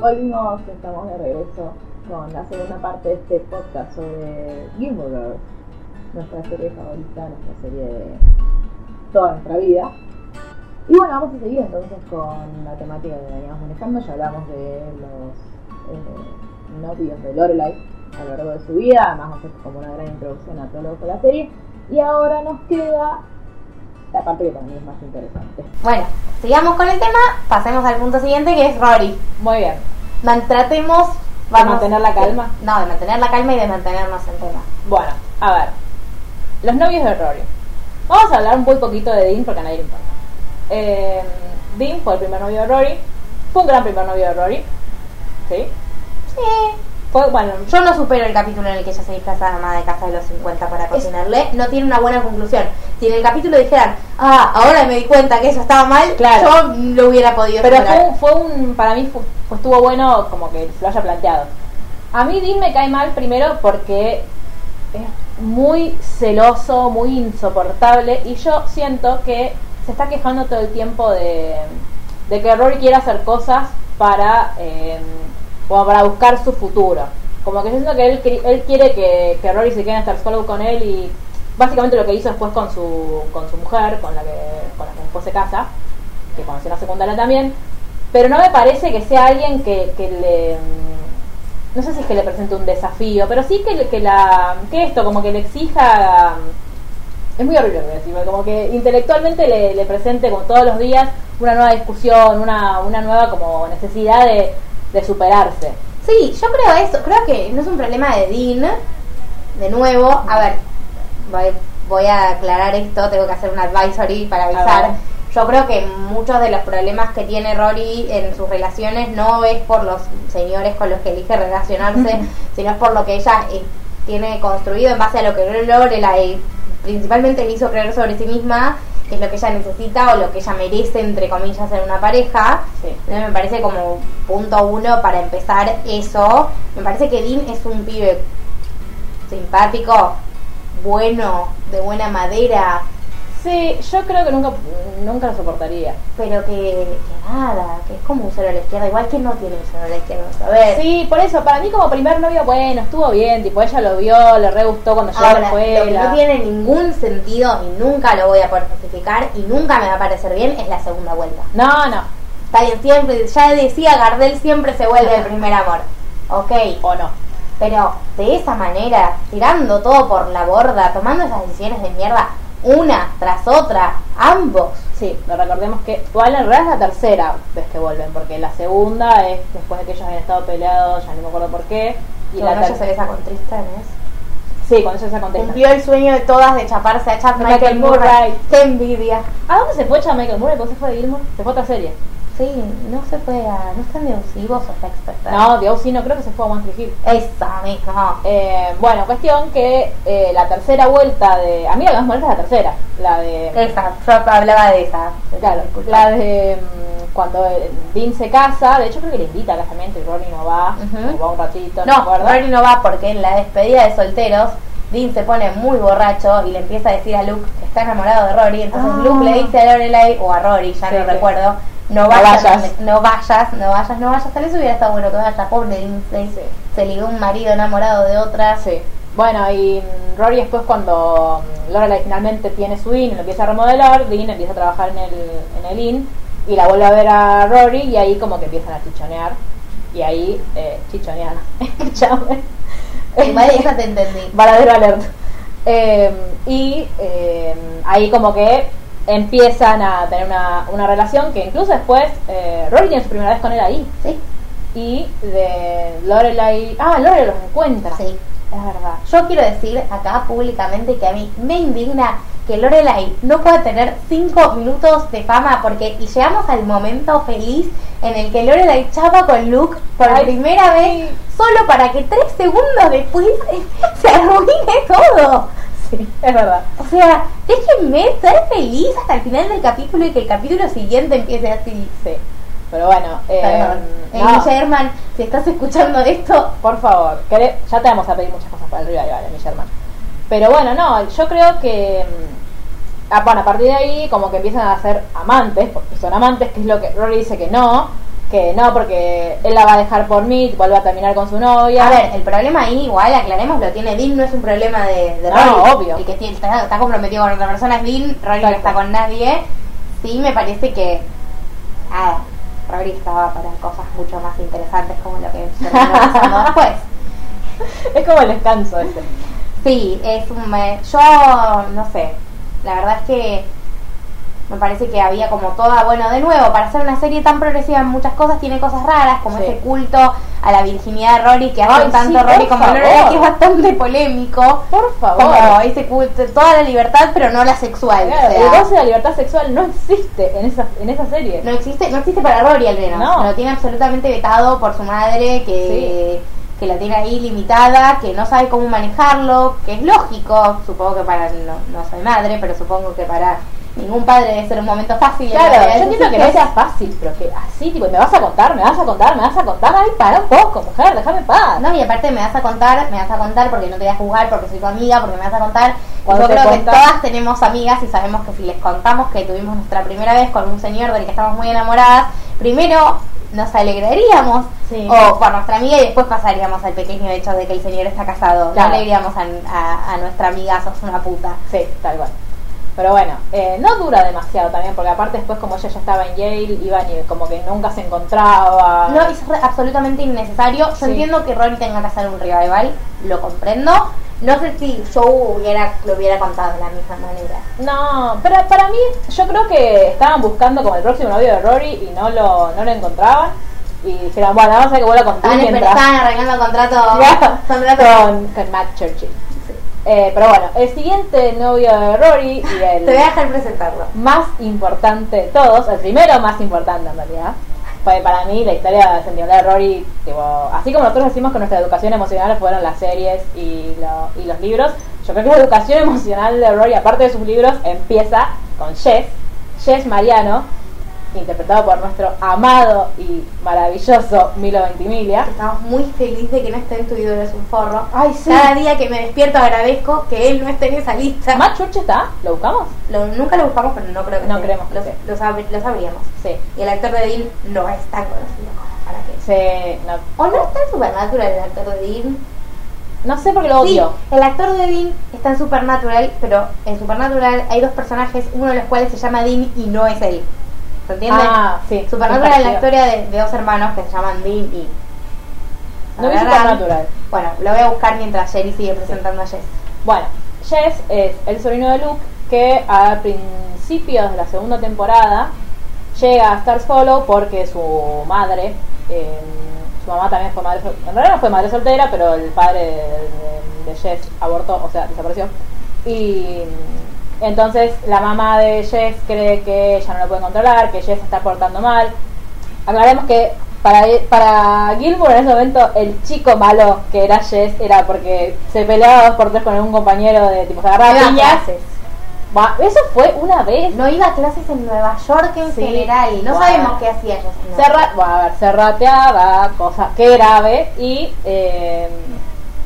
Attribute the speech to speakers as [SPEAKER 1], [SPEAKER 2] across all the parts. [SPEAKER 1] Volvimos, estamos de regreso con la segunda parte de este podcast sobre Gilmore Girls, nuestra serie favorita, nuestra serie de toda nuestra vida. Y bueno, vamos a seguir entonces con la temática que veníamos manejando. Ya hablamos de los eh, novios de Lorelai a lo largo de su vida, además hace como una gran introducción a todo lo que fue la serie. Y ahora nos queda la parte que también es más interesante.
[SPEAKER 2] Bueno, sigamos con el tema, pasemos al punto siguiente que es Rory.
[SPEAKER 1] Muy bien,
[SPEAKER 2] Man- Tratemos
[SPEAKER 1] ¿de mantener la calma?
[SPEAKER 2] No, de mantener la calma y de mantenernos en tema.
[SPEAKER 1] Bueno, a ver. Los novios de Rory. Vamos a hablar un muy poquito de Dean porque a nadie le importa. Eh, Dean fue el primer novio de Rory. Fue un gran primer novio de Rory. ¿Sí?
[SPEAKER 2] Sí.
[SPEAKER 1] Fue, bueno, yo-
[SPEAKER 2] Yo no supero el capítulo en el que ella se disfraza de ama de casa de los 50 para cocinarle. No tiene una buena conclusión. Si en el capítulo dijeran, ah, ahora me di cuenta que eso estaba mal,
[SPEAKER 1] Claro.
[SPEAKER 2] yo lo hubiera podido
[SPEAKER 1] pero fue,
[SPEAKER 2] superar.
[SPEAKER 1] un- fue un. Para mí fu- fue- estuvo bueno como que lo haya planteado. A mí Dean me cae mal primero porque es muy celoso, muy insoportable. Y yo siento que se está quejando todo el tiempo de, de que Rory quiere hacer cosas para, eh, como para buscar su futuro. Como que yo siento que él, cri- él quiere que, que Rory se quede en Star Hollow con él y básicamente lo que hizo después con su, con su mujer, con la, que, con la que después se casa, que conoció en la secundaria también. Pero no me parece que sea alguien que, que le... mm, no sé si es que le presente un desafío, pero sí que, que la que esto, como que le exija. mm, Es muy horrible lo que voy a decir, pero como que intelectualmente le, le presente como todos los días una nueva discusión, una, una nueva como necesidad de, de superarse.
[SPEAKER 2] Sí, yo creo eso. Creo que no es un problema de Dean. De nuevo, a ver, voy, voy a aclarar esto. Tengo que hacer un advisory para
[SPEAKER 1] A
[SPEAKER 2] avisar.
[SPEAKER 1] ver.
[SPEAKER 2] Yo creo que muchos de los problemas que tiene Rory en sus relaciones no es por los señores con los que elige relacionarse, sino es por lo que ella eh, tiene construido en base a lo que Lorelai principalmente le hizo creer sobre sí misma, que es lo que ella necesita o lo que ella merece, entre comillas, en una pareja.
[SPEAKER 1] Sí.
[SPEAKER 2] Entonces me parece como punto uno para empezar eso. Me parece que Dean es un pibe simpático, bueno, de buena madera,
[SPEAKER 1] Sí, yo creo que nunca, nunca lo soportaría.
[SPEAKER 2] pero que, que nada, que es como un cero a la izquierda, igual que no tiene un cero a la izquierda, a ver.
[SPEAKER 1] Sí, por eso, para mí como primer novio, bueno, estuvo bien, tipo, ella lo vio, le re gustó cuando llegó a la
[SPEAKER 2] Ahora, lo que
[SPEAKER 1] escuela.
[SPEAKER 2] no tiene ningún sentido y nunca lo voy a poder justificar y nunca me va a parecer bien es la segunda vuelta.
[SPEAKER 1] No, no,
[SPEAKER 2] Está bien, siempre, ya decía Gardel, siempre se vuelve el primer amor. Ok,
[SPEAKER 1] o no.
[SPEAKER 2] Pero de esa manera, tirando todo por la borda, tomando esas decisiones de mierda, una tras otra, ambos.
[SPEAKER 1] Sí, pero recordemos que igual en realidad es la tercera vez que vuelven, porque la segunda es después de que ellos habían estado peleados, ya no me acuerdo por qué. Y
[SPEAKER 2] Y
[SPEAKER 1] la
[SPEAKER 2] ella
[SPEAKER 1] ter-
[SPEAKER 2] se besa con Tristan, ¿eh?
[SPEAKER 1] Sí, cuando ellos se contestan.
[SPEAKER 2] Cumplió el sueño de todas de chaparse a Chad
[SPEAKER 1] Michael
[SPEAKER 2] Michael, Murray.
[SPEAKER 1] Murray.
[SPEAKER 2] ¡Qué envidia!
[SPEAKER 1] ¿A dónde se fue Chad Michael Murray? ¿Por qué se fue de Gilmore? ¿Se fue a otra serie?
[SPEAKER 2] Sí, no se puede, no están deusivos o está experta.
[SPEAKER 1] No, de sí, no creo que se fue a One Hill.
[SPEAKER 2] Esa misma.
[SPEAKER 1] Eh, bueno, cuestión que eh, la tercera vuelta de... A mí la que más molesta es la tercera, la de...
[SPEAKER 2] Esa, yo hablaba de esa.
[SPEAKER 1] Claro,
[SPEAKER 2] Disculpa.
[SPEAKER 1] la de mm, cuando eh, Dean se casa, de hecho creo que le invita a casamiento y Ronnie no va,
[SPEAKER 2] Ujú.
[SPEAKER 1] o va un ratito, no, me
[SPEAKER 2] No,
[SPEAKER 1] acuerdo.
[SPEAKER 2] Rory no va porque en la despedida de solteros, Dean se pone muy borracho y le empieza a decir a Luke que está enamorado de Rory. Entonces
[SPEAKER 1] Ah.
[SPEAKER 2] Luke le dice a Lorelai o a Rory, ya
[SPEAKER 1] Sí,
[SPEAKER 2] no
[SPEAKER 1] sí.
[SPEAKER 2] recuerdo, no
[SPEAKER 1] No
[SPEAKER 2] vayas,
[SPEAKER 1] vayas.
[SPEAKER 2] no vayas, no vayas, no vayas. Tal vez hubiera estado bueno que vayas, pobre Dean. Se,
[SPEAKER 1] Sí.
[SPEAKER 2] se ligó un marido enamorado de otra.
[SPEAKER 1] Sí. Bueno, y mm, Rory después cuando mm, Lorelai finalmente tiene su IN y lo empieza a remodelar, Dean empieza a trabajar en el, en el IN y la vuelve a ver a Rory y ahí como que empiezan a chichonear. Y ahí, eh, chichonear, escúchame.
[SPEAKER 2] Igual esa te entendí.
[SPEAKER 1] Varadero alert. Eh, y eh, ahí como que empiezan a tener una, una relación que incluso después eh, Rory tiene su primera vez con él ahí.
[SPEAKER 2] Sí,
[SPEAKER 1] Y de Lorelai... Ah, Lorelai los encuentra.
[SPEAKER 2] sí.
[SPEAKER 1] Es verdad.
[SPEAKER 2] Yo quiero decir acá públicamente que a mí me indigna que Lorelai no pueda tener cinco minutos de fama porque y llegamos al momento feliz en el que Lorelai chapa con Luke por
[SPEAKER 1] Ay,
[SPEAKER 2] primera vez solo para que tres segundos después se arruine todo.
[SPEAKER 1] Sí, es verdad.
[SPEAKER 2] O sea, déjenme ser feliz hasta el final del capítulo y que el capítulo siguiente empiece así.
[SPEAKER 1] Sí. Pero bueno, eh,
[SPEAKER 2] Perdón.
[SPEAKER 1] no,
[SPEAKER 2] Amy Sherman, si estás escuchando esto,
[SPEAKER 1] por favor, queré- ya te vamos a pedir muchas cosas para el revival, mi Sherman. Pero bueno, no, yo creo que. mm, ah, bueno, a partir de ahí, como que empiezan a ser amantes, porque son amantes, que es lo que Rory dice que no, que no, porque él la va a dejar por mí, vuelve a terminar con su novia.
[SPEAKER 2] A ver, el problema ahí, igual aclaremos, lo tiene Dean, no es un problema de, de
[SPEAKER 1] No,
[SPEAKER 2] Rory.
[SPEAKER 1] obvio.
[SPEAKER 2] El que tiene- está, está comprometido con otra persona es Dean, Rory no
[SPEAKER 1] Tal
[SPEAKER 2] está
[SPEAKER 1] cual.
[SPEAKER 2] con nadie. Sí, me parece que. Ah, Rory estaba para cosas mucho más interesantes como lo que terminó pasando después.
[SPEAKER 1] es como el descanso ese.
[SPEAKER 2] Sí, es un. me- Yo no sé. La verdad es que me parece que había como toda. Bueno, de nuevo, para hacer una serie tan progresiva en muchas cosas, tiene cosas raras, como
[SPEAKER 1] Sí.
[SPEAKER 2] ese culto a la virginidad de Rory, que hace
[SPEAKER 1] Ay,
[SPEAKER 2] tanto
[SPEAKER 1] sí,
[SPEAKER 2] Rory
[SPEAKER 1] por
[SPEAKER 2] como
[SPEAKER 1] favor.
[SPEAKER 2] Lorelai, que es bastante polémico.
[SPEAKER 1] Por favor.
[SPEAKER 2] Como ese culto, toda la libertad, pero no la sexual. o
[SPEAKER 1] Claro,
[SPEAKER 2] sea,
[SPEAKER 1] el goce de la libertad sexual no existe en esa, en esa serie.
[SPEAKER 2] no existe, no existe para Rory al menos.
[SPEAKER 1] No.
[SPEAKER 2] Lo tiene absolutamente vetado por su madre, que, que la tiene ahí limitada, que no sabe cómo manejarlo, que es lógico, supongo que para, no, no soy madre, pero supongo que para ningún padre debe ser un momento fácil.
[SPEAKER 1] Claro, yo
[SPEAKER 2] Eso
[SPEAKER 1] entiendo
[SPEAKER 2] sí
[SPEAKER 1] que no
[SPEAKER 2] es-
[SPEAKER 1] sea fácil, pero que así, tipo, me vas a contar, me vas a contar, me vas a contar, ay, para un poco, mujer, déjame en paz.
[SPEAKER 2] No, y aparte me vas a contar, me vas a contar porque no te voy a juzgar, porque soy tu amiga, porque me vas a contar. Y
[SPEAKER 1] Cuando
[SPEAKER 2] Yo
[SPEAKER 1] te
[SPEAKER 2] creo que
[SPEAKER 1] cuentas-
[SPEAKER 2] todas tenemos amigas y sabemos que si les contamos que tuvimos nuestra primera vez con un señor del que estamos muy enamoradas, primero nos alegraríamos
[SPEAKER 1] Sí.
[SPEAKER 2] o por nuestra amiga y después pasaríamos al pequeño hecho de que el señor está casado.
[SPEAKER 1] Claro.
[SPEAKER 2] No le diríamos a, a- a nuestra amiga, sos una puta.
[SPEAKER 1] Sí, tal cual. Pero bueno, eh, no dura demasiado también, porque aparte después como ella ya estaba en Yale, iban y como que nunca se encontraba.
[SPEAKER 2] No, es re- absolutamente innecesario. Yo
[SPEAKER 1] Sí.
[SPEAKER 2] entiendo que Rory tenga que hacer un revival, lo comprendo. No sé si yo hubiera, lo hubiera contado de la misma manera.
[SPEAKER 1] No, pero para mí, yo creo que estaban buscando como el próximo novio de Rory y no lo, no lo encontraban. Y dijeron, bueno, vamos a ver que vuelva a contar
[SPEAKER 2] Estaban, esper-
[SPEAKER 1] mientras...
[SPEAKER 2] estaban arreglando contrato,
[SPEAKER 1] Claro,
[SPEAKER 2] contrato.
[SPEAKER 1] con, con Matt Churchill. Eh, pero bueno, el siguiente novio de Rory y
[SPEAKER 2] Te voy a
[SPEAKER 1] el
[SPEAKER 2] dejar presentarlo.
[SPEAKER 1] más importante de todos, el primero más importante en realidad, fue para mí la historia sentimental de Rory, tipo, así como nosotros decimos que nuestra educación emocional fueron las series y, lo- y los libros, yo creo que la educación emocional de Rory, aparte de sus libros, empieza con Jess, Jess Mariano, interpretado por nuestro amado y maravilloso Milo Ventimiglia.
[SPEAKER 2] Estamos muy felices de que no esté en tu ídolo, es un forro.
[SPEAKER 1] Ay, sí.
[SPEAKER 2] Cada día que me despierto agradezco que él no esté en esa lista.
[SPEAKER 1] ¿Matt Church está? ¿Lo buscamos?
[SPEAKER 2] Lo- nunca lo buscamos, pero no creo que
[SPEAKER 1] No
[SPEAKER 2] esté.
[SPEAKER 1] creemos que
[SPEAKER 2] lo,
[SPEAKER 1] esté.
[SPEAKER 2] lo sab- lo sabríamos.
[SPEAKER 1] Sí.
[SPEAKER 2] Y el actor de Dean no es tan conocido como para que.
[SPEAKER 1] Se, no,
[SPEAKER 2] ¿O no está en Supernatural el actor de Dean?
[SPEAKER 1] no sé porque lo odio.
[SPEAKER 2] Sí, el actor de Dean está en Supernatural, pero en Supernatural hay dos personajes, uno de los cuales se llama Dean y no es él. ¿Se entiende?
[SPEAKER 1] Ah, sí.
[SPEAKER 2] Supernatural es la
[SPEAKER 1] Parecido.
[SPEAKER 2] historia de, de dos hermanos que se llaman Dean y.
[SPEAKER 1] No vi
[SPEAKER 2] Tararán.
[SPEAKER 1] Supernatural.
[SPEAKER 2] Bueno, lo voy a buscar mientras Jerry sigue presentando a Jess.
[SPEAKER 1] Bueno, Jess es el sobrino de Luke que a principios de la segunda temporada llega a estar solo porque su madre, eh, su mamá también fue madre soltera, en realidad no fue madre soltera, pero el padre de, de- de Jess abortó, o sea, desapareció. Y mm, entonces la mamá de Jess cree que ella no lo puede controlar, que Jess se está portando mal. Aclaremos que para, para Gilmour en ese momento el chico malo que era Jess era porque se peleaba dos por tres con un compañero de tipo se agarraba
[SPEAKER 2] Iba
[SPEAKER 1] a
[SPEAKER 2] a
[SPEAKER 1] piñas.
[SPEAKER 2] clases.
[SPEAKER 1] Va, Eso fue una vez.
[SPEAKER 2] No iba a clases en Nueva York en
[SPEAKER 1] Sí.
[SPEAKER 2] general. No
[SPEAKER 1] Wow.
[SPEAKER 2] sabemos qué hacía Jess. en Nueva
[SPEAKER 1] Cerra,
[SPEAKER 2] York.
[SPEAKER 1] bueno, a ver, se rateaba, cosa que grave, y eh,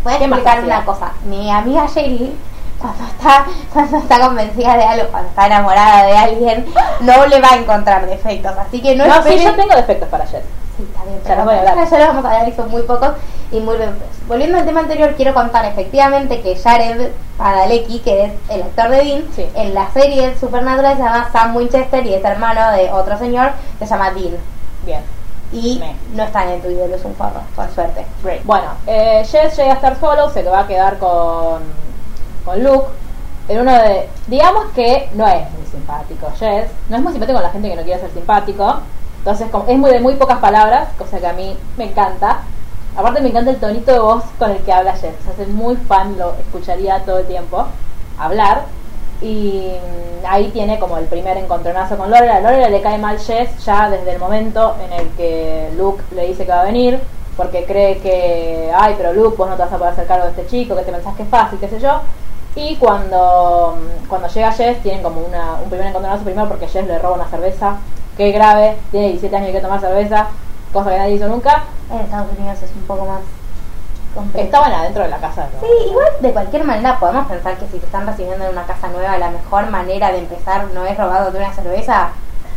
[SPEAKER 2] Voy a
[SPEAKER 1] ¿Qué más
[SPEAKER 2] explicar
[SPEAKER 1] hacía?
[SPEAKER 2] una cosa. Mi amiga Sherry, cuando está, cuando está convencida de algo, cuando está enamorada de alguien, no le va a encontrar defectos. Así que no,
[SPEAKER 1] no, sí,
[SPEAKER 2] esperen-
[SPEAKER 1] yo tengo defectos para Jess.
[SPEAKER 2] Sí, está
[SPEAKER 1] Ya
[SPEAKER 2] bien,
[SPEAKER 1] los
[SPEAKER 2] pero
[SPEAKER 1] voy a hablar.
[SPEAKER 2] ya los vamos a hablar y son muy pocos y muy breves. Volviendo al tema anterior, quiero contar efectivamente que Jared Padalecki, que es el actor de Dean,
[SPEAKER 1] Sí.
[SPEAKER 2] en la serie Supernatural se llama Sam Winchester y es hermano de otro señor que se llama Dean.
[SPEAKER 1] Bien.
[SPEAKER 2] Y
[SPEAKER 1] Me.
[SPEAKER 2] no están en tu ídolo, es un forro, por suerte.
[SPEAKER 1] Great. Bueno, eh, Jess llega a estar solo, se va a quedar con, con Luke. En uno de. Digamos que no es muy simpático Jess. No es muy simpático con la gente que no quiere ser simpático. Entonces, como- es muy de muy pocas palabras, cosa que a mí me encanta. Aparte, me encanta el tonito de voz con el que habla Jess. O sea, soy muy fan, lo escucharía todo el tiempo hablar. Y mm, ahí tiene como el primer encontronazo con Lorela. A Lorela le cae mal Jess ya desde el momento en el que Luke le dice que va a venir, porque cree que, ay, pero Luke, vos no te vas a poder hacer cargo de este chico, que te pensás que es fácil, qué sé yo. Y cuando, mm, cuando llega Jess, tienen como una, un primer encontronazo primero porque Jess le roba una cerveza, que es grave, tiene 17 años y que tomar cerveza, cosa que nadie hizo nunca.
[SPEAKER 2] En Estados Unidos es un poco más complejo.
[SPEAKER 1] Estaban adentro de la casa. ¿no?
[SPEAKER 2] Sí, igual de cualquier manera podemos pensar que si te están recibiendo en una casa nueva, la mejor manera de empezar no es robándote una cerveza.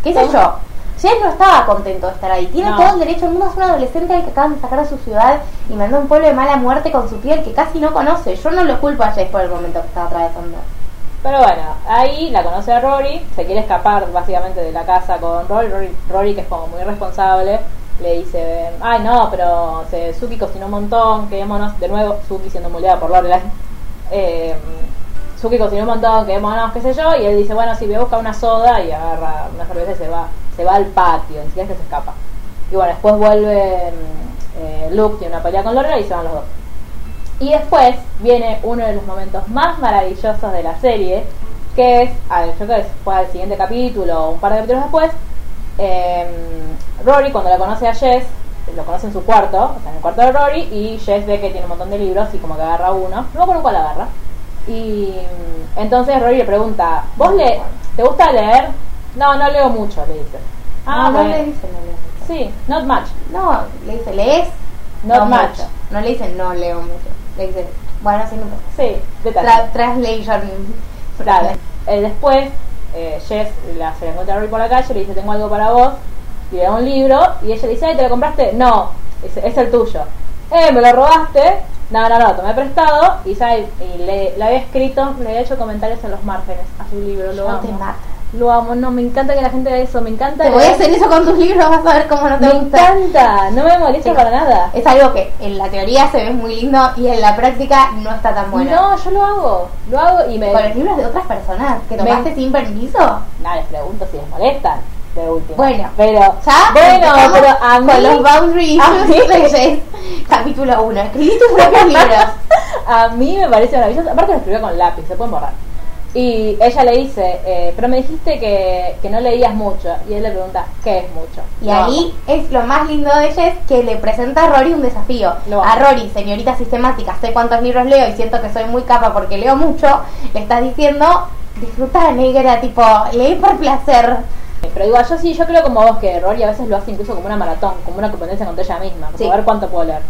[SPEAKER 2] ¿Qué sé yo? Jess no estaba contento de estar ahí. Tiene
[SPEAKER 1] No.
[SPEAKER 2] todo el derecho al mundo. Es un adolescente al que acaban de sacar a su ciudad y mandó a un pueblo de mala muerte con su piel que casi no conoce. Yo no lo culpo a Jess por el momento que estaba atravesando.
[SPEAKER 1] Pero bueno, ahí la conoce a Rory, se quiere escapar básicamente de la casa con Rory, Rory, Rory, que es como muy responsable, le dice, ay no, pero se, Suki cocinó un montón, quedémonos, de nuevo Suki siendo moldeada por Lorelai, eh, Suki cocinó un montón, quedémonos, qué sé yo, y él dice, bueno, si voy a buscar una soda y agarra una cerveza y se va, se va al patio, ni siquiera es que se escapa. Y bueno, después vuelve mm, eh, Luke, tiene una pelea con Lorelai y se van los dos. Y después viene uno de los momentos más maravillosos de la serie, que es, a ver, yo creo que fue al siguiente capítulo o un par de capítulos después, eh, Rory cuando la conoce a Jess, lo conoce en su cuarto, o sea, en el cuarto de Rory, y Jess ve que tiene un montón de libros y como que agarra uno, no me acuerdo cuál agarra, y mm, entonces Rory le pregunta, ¿vos le, te gusta leer? No, no leo mucho, le dice. Ah,
[SPEAKER 2] no, no
[SPEAKER 1] bueno.
[SPEAKER 2] le dicen no leo.
[SPEAKER 1] Sí, not much.
[SPEAKER 2] No, le dice, ¿lees?
[SPEAKER 1] Not much.
[SPEAKER 2] mucho. No le dicen no leo mucho. Le dicen, bueno, sí, no.
[SPEAKER 1] Sí, detalle.
[SPEAKER 2] Tra- translation.
[SPEAKER 1] Claro. Eh, después, eh, Jess la, se la encuentra a Rory por la calle, le dice, tengo algo para vos, y le da un libro, y ella le dice, ay, ¿te lo compraste? No, Dice, es, el tuyo. Eh, ¿me lo robaste? No, no, no, tomé prestado, y, sabe- y le, le había escrito, le había hecho comentarios en los márgenes a su libro, lo
[SPEAKER 2] No
[SPEAKER 1] amo.
[SPEAKER 2] te mato.
[SPEAKER 1] Lo amo, no, me encanta que la gente vea eso, me encanta.
[SPEAKER 2] Ah, Te voy a
[SPEAKER 1] leer.
[SPEAKER 2] hacer eso con tus libros, vas a ver cómo no te
[SPEAKER 1] me
[SPEAKER 2] gusta.
[SPEAKER 1] encanta, no me molesta
[SPEAKER 2] Sí.
[SPEAKER 1] para nada.
[SPEAKER 2] Es algo que en la teoría se ve muy lindo y en la práctica no está tan Eh, bueno.
[SPEAKER 1] No, yo lo hago, lo hago y me...
[SPEAKER 2] Con los libros de otras personas que
[SPEAKER 1] Me-
[SPEAKER 2] tomaste sin permiso.
[SPEAKER 1] Nada, les pregunto si les molestan. De última.
[SPEAKER 2] Bueno.
[SPEAKER 1] pero.
[SPEAKER 2] Ya
[SPEAKER 1] bueno,
[SPEAKER 2] empezamos
[SPEAKER 1] pero a mí.
[SPEAKER 2] con los boundary
[SPEAKER 1] a
[SPEAKER 2] issues
[SPEAKER 1] mí-
[SPEAKER 2] de Jess. Capítulo 1. Escribí tus propios libros.
[SPEAKER 1] A mí me parece maravilloso. Aparte lo escribió con lápiz, se pueden borrar. Y ella le dice, eh, pero me dijiste que, que no leías mucho. Y él le pregunta, ¿qué es mucho?
[SPEAKER 2] Y
[SPEAKER 1] Lo
[SPEAKER 2] ahí es lo más lindo de Jess que le presenta a Rory un desafío.
[SPEAKER 1] Lo amo.
[SPEAKER 2] a Rory, señorita sistemática, sé cuántos libros leo y siento que soy muy capa porque leo mucho, le estás diciendo, disfruta negra, tipo, leí por placer.
[SPEAKER 1] amo. eh, Pero digo, yo sí, yo creo como vos que Rory a veces lo hace incluso como una maratón, como una competencia contra ella misma, como
[SPEAKER 2] Sí.
[SPEAKER 1] a ver cuánto puedo leer.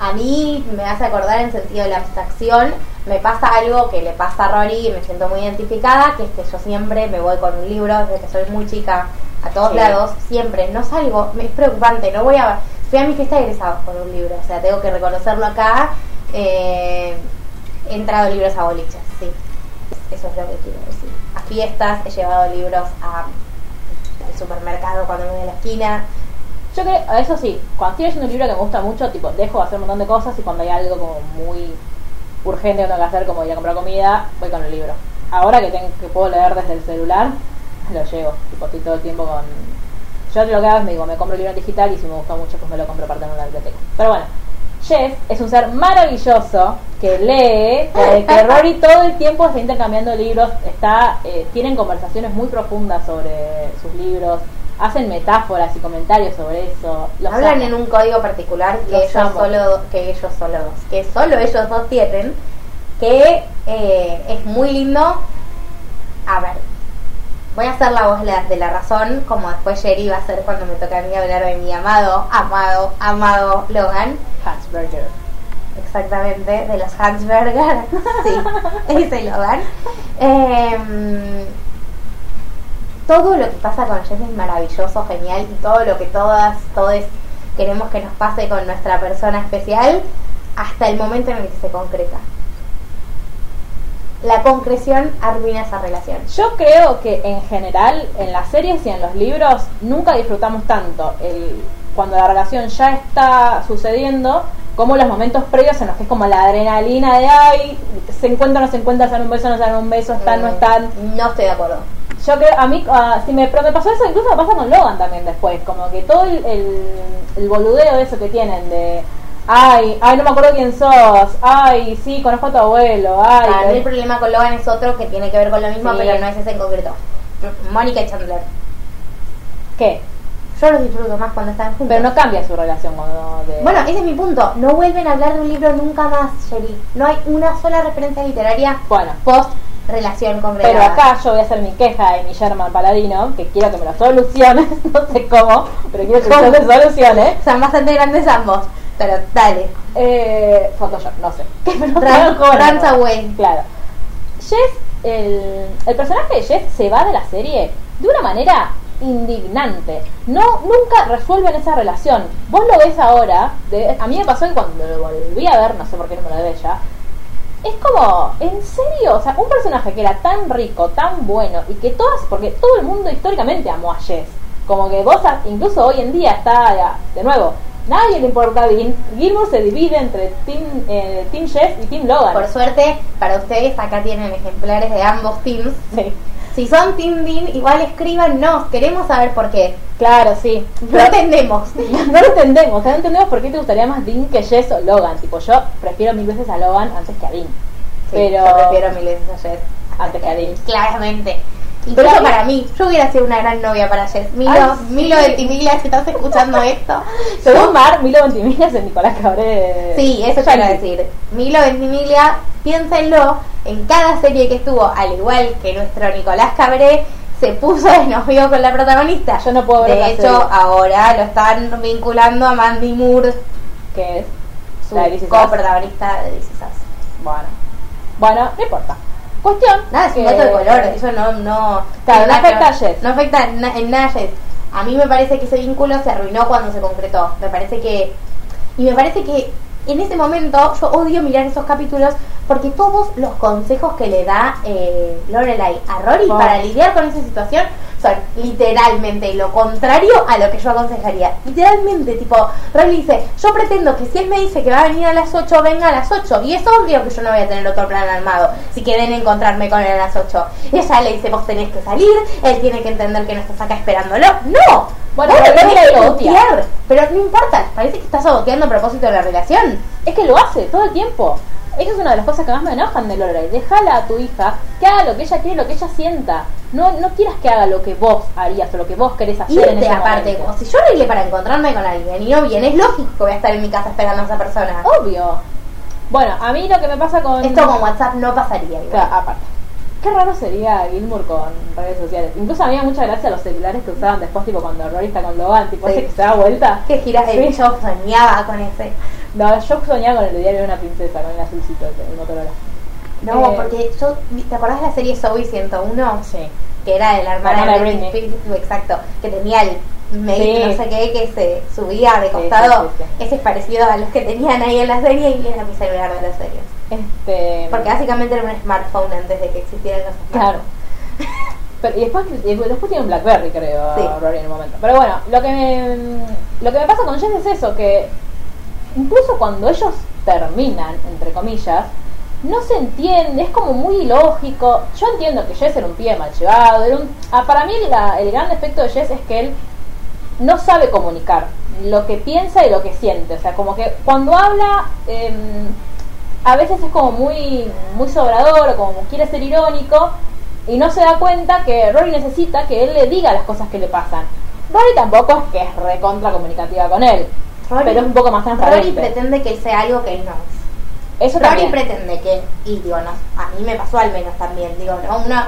[SPEAKER 2] A mí me hace acordar en sentido de la abstracción, me pasa algo que le pasa a Rory y me siento muy identificada, que es que yo siempre me voy con un libro desde que soy muy chica, a todos
[SPEAKER 1] Sí.
[SPEAKER 2] lados, siempre, no salgo, me es preocupante, no voy a... Fui a mi fiesta de egresados con un libro, o sea, tengo que reconocerlo acá, eh, he entrado libros a bolichas, sí, eso es lo que quiero decir. A fiestas, he llevado libros a- al supermercado cuando me voy a la esquina,
[SPEAKER 1] Yo creo, eso sí, cuando estoy leyendo un libro que me gusta mucho, tipo, dejo de hacer un montón de cosas y cuando hay algo como muy urgente que tengo que hacer, como ir a comprar comida, voy con el libro. Ahora que, tengo, que puedo leer desde el celular, lo llevo. Tipo, estoy todo el tiempo con... Yo lo que hago es, me digo, me compro el libro en digital y si me gusta mucho, pues me lo compro aparte en una biblioteca. Pero bueno, Jess es un ser maravilloso que lee, que- que Rory todo el tiempo está intercambiando libros, está, eh, tienen conversaciones muy profundas sobre sus libros, hacen metáforas y comentarios sobre eso. los
[SPEAKER 2] Hablan
[SPEAKER 1] amo.
[SPEAKER 2] en un código particular que
[SPEAKER 1] Los
[SPEAKER 2] ellos
[SPEAKER 1] amo.
[SPEAKER 2] solo que ellos solo dos, que solo ellos dos tienen, que eh, es muy lindo. A ver, voy a hacer la voz la- de la razón, como después Jerry va a hacer cuando me toca a mí hablar de mi amado, amado, amado Logan.
[SPEAKER 1] Hansberger.
[SPEAKER 2] Exactamente, de los Hansberger. Sí, ese lo dan. Eh, todo lo que pasa con Jess es maravilloso, genial, y todo lo que todas, todos queremos que nos pase con nuestra persona especial, hasta el momento en el que se concreta. La concreción arruina esa relación.
[SPEAKER 1] Yo creo que en general, en las series y en los libros, nunca disfrutamos tanto el, cuando la relación ya está sucediendo, como los momentos previos en los que es como la adrenalina de ay, se encuentran, no se encuentran, se dan un beso, no se dan un beso, están, no
[SPEAKER 2] Mm,
[SPEAKER 1] están.
[SPEAKER 2] No estoy de acuerdo.
[SPEAKER 1] Yo creo, a mí, ah, si me, pero me pasó eso, incluso me pasa con Logan también después, como que todo el, el, el boludeo de eso que tienen de, Ay, ay, no me acuerdo quién sos. Ay, sí, conozco a tu abuelo. Ay,
[SPEAKER 2] Para mí
[SPEAKER 1] ay.
[SPEAKER 2] el problema con Logan es otro que tiene que ver con lo mismo,
[SPEAKER 1] Sí.
[SPEAKER 2] pero no es ese en concreto. Mónica y Chandler.
[SPEAKER 1] ¿qué?
[SPEAKER 2] Yo los disfruto más cuando están juntos.
[SPEAKER 1] Pero no cambia su relación cuando de-
[SPEAKER 2] Bueno, ese es mi punto. No vuelven a hablar de un libro nunca más, Sherry. No hay una sola referencia literaria
[SPEAKER 1] Bueno.
[SPEAKER 2] post relación con
[SPEAKER 1] Pero
[SPEAKER 2] Gregor.
[SPEAKER 1] acá yo voy a hacer mi queja de mi German Paladino, que quiero que me lo solucione, no sé cómo, pero quiero que me lo solucione.
[SPEAKER 2] son bastante grandes ambos. Pero dale.
[SPEAKER 1] Eh, Photoshop, no sé. Que me lo
[SPEAKER 2] Ran-
[SPEAKER 1] cobren.
[SPEAKER 2] Ransomware.
[SPEAKER 1] Claro. Jess, el, el personaje de Jess se va de la serie de una manera indignante. No, nunca resuelven esa relación. Vos lo ves ahora, de- a mí me pasó que cuando lo volví a ver, no sé por qué no me lo de ella, es como, en serio, o sea, un personaje que era tan rico, tan bueno, y que todas, porque todo el mundo históricamente amó a Jess. Como que vos, a- incluso hoy en día está, ya, de nuevo, nadie le importa a Dean. Gilmore se divide entre Team, eh, team Jess y Team Logan.
[SPEAKER 2] Por suerte, para ustedes acá tienen ejemplares de ambos teams.
[SPEAKER 1] Sí.
[SPEAKER 2] Si son Team Dean, igual escríbanos. Queremos saber por qué.
[SPEAKER 1] Claro, sí.
[SPEAKER 2] No entendemos.
[SPEAKER 1] No lo entendemos, o sea, no entendemos por qué te gustaría más Dean que Jess o Logan. Tipo, yo prefiero mil veces a Logan antes que a Dean.
[SPEAKER 2] Sí,
[SPEAKER 1] pero
[SPEAKER 2] Yo prefiero mil veces a Jess.
[SPEAKER 1] antes que a Dean.
[SPEAKER 2] Claramente.
[SPEAKER 1] Pero
[SPEAKER 2] Incluso
[SPEAKER 1] ahí-
[SPEAKER 2] para mí, yo hubiera sido una gran novia para Jess. Milo,
[SPEAKER 1] Ay, sí.
[SPEAKER 2] Milo de Timila, si estás escuchando esto.
[SPEAKER 1] Según Mar, Milo Ventimiglia es el Nicolás Cabré.
[SPEAKER 2] Sí, eso
[SPEAKER 1] ya
[SPEAKER 2] quiero decir. Milo Ventimiglia, piénsenlo, en cada serie que estuvo, al igual que nuestro Nicolás Cabré, se puso de novio con la protagonista.
[SPEAKER 1] Yo no puedo ver
[SPEAKER 2] De
[SPEAKER 1] otra
[SPEAKER 2] hecho,
[SPEAKER 1] serie.
[SPEAKER 2] ahora lo están vinculando a Mandy Moore,
[SPEAKER 1] Que es
[SPEAKER 2] su
[SPEAKER 1] la de This Is Us.
[SPEAKER 2] coprotagonista de This Is Us.
[SPEAKER 1] Bueno. Bueno, no importa. Cuestión.
[SPEAKER 2] Nada, es un
[SPEAKER 1] que-
[SPEAKER 2] dato de color, eso no... no
[SPEAKER 1] Claro, no
[SPEAKER 2] nada que
[SPEAKER 1] afecta
[SPEAKER 2] ver.
[SPEAKER 1] a Jess.
[SPEAKER 2] No afecta en na- en nada a Jess. A mí me parece que ese vínculo se arruinó cuando se concretó. Me parece que... Y me parece que en ese momento yo odio mirar esos capítulos porque todos los consejos que le da eh, Lorelai a Rory
[SPEAKER 1] Oh.
[SPEAKER 2] para lidiar con esa situación son literalmente lo contrario a lo que yo aconsejaría. Literalmente, tipo, Rory dice, yo pretendo que si él me dice que va a venir a las 8, venga a las 8. Y es obvio que yo no voy a tener otro plan armado si quieren encontrarme con él a las 8. Y ella le dice, vos tenés que salir, él tiene que entender que no estás acá esperándolo. ¡No!
[SPEAKER 1] Bueno,
[SPEAKER 2] Vos
[SPEAKER 1] pero
[SPEAKER 2] lo tenés
[SPEAKER 1] Lorelai
[SPEAKER 2] que
[SPEAKER 1] lo
[SPEAKER 2] putear.
[SPEAKER 1] odia.
[SPEAKER 2] Pero no importa, parece que estás saboteando a propósito de la relación.
[SPEAKER 1] Es que lo hace todo el tiempo. Esa es una de las cosas que más me enojan de Lorelai. Déjala a tu hija que haga lo que ella quiere, lo que ella sienta. No, no quieras que haga lo que vos harías o lo que vos querés hacer en
[SPEAKER 2] Irte
[SPEAKER 1] ese
[SPEAKER 2] aparte,
[SPEAKER 1] momento.
[SPEAKER 2] como si yo arreglé para encontrarme con alguien y no viene, es lógico que voy a estar en mi casa esperando a esa persona.
[SPEAKER 1] Oh, Obvio. Bueno, a mí lo que me pasa con...
[SPEAKER 2] Esto con WhatsApp no pasaría. igual.
[SPEAKER 1] Claro, aparte. Qué raro sería Gilmour con redes sociales. Incluso a mí me da mucha gracia los celulares que usaban después, tipo cuando Rory está con Logan, tipo
[SPEAKER 2] Sí.
[SPEAKER 1] ese que se da vuelta.
[SPEAKER 2] Que giras el
[SPEAKER 1] Sí.
[SPEAKER 2] yo soñaba con ese.
[SPEAKER 1] No, yo soñaba con el diario de una princesa, con el azulcito, el Motorola.
[SPEAKER 2] No,
[SPEAKER 1] Eh.
[SPEAKER 2] porque yo, ¿te acordás de la serie Zoey 101?
[SPEAKER 1] Sí.
[SPEAKER 2] Que era de la hermana
[SPEAKER 1] hermana
[SPEAKER 2] de
[SPEAKER 1] de
[SPEAKER 2] Britney
[SPEAKER 1] Britney.
[SPEAKER 2] Spears, exacto, que tenía el mail,
[SPEAKER 1] Sí.
[SPEAKER 2] no sé qué, que se subía de
[SPEAKER 1] Sí,
[SPEAKER 2] costado.
[SPEAKER 1] sí, sí.
[SPEAKER 2] Ese es parecido a los que tenían ahí en la serie y era mi celular de la serie.
[SPEAKER 1] Este...
[SPEAKER 2] Porque básicamente era un smartphone antes de que existieran los smartphones.
[SPEAKER 1] Claro. Pero, y después, y después tiene un Blackberry, creo,
[SPEAKER 2] Sí.
[SPEAKER 1] Rory en el momento. Pero bueno, lo que, me, lo que me pasa con Jess es eso, que incluso cuando ellos terminan, entre comillas, no se entiende, es como muy ilógico. Yo entiendo que Jess era un pie mal llevado, era un- ah, para mí la- el gran defecto de Jess es que él no sabe comunicar lo que piensa y lo que siente. O sea, como que cuando habla, em, a veces es como muy, muy sobrador o como quiere ser irónico y no se da cuenta que Rory necesita que él le diga las cosas que le pasan. Rory tampoco es que es recontra comunicativa con él,
[SPEAKER 2] Rory-
[SPEAKER 1] pero es un poco más
[SPEAKER 2] Rory
[SPEAKER 1] transparente.
[SPEAKER 2] pretende que él sea algo que él no es.
[SPEAKER 1] Eso
[SPEAKER 2] Rory
[SPEAKER 1] también.
[SPEAKER 2] pretende que, y digo, no, a mí me pasó al menos también, digo, no, uno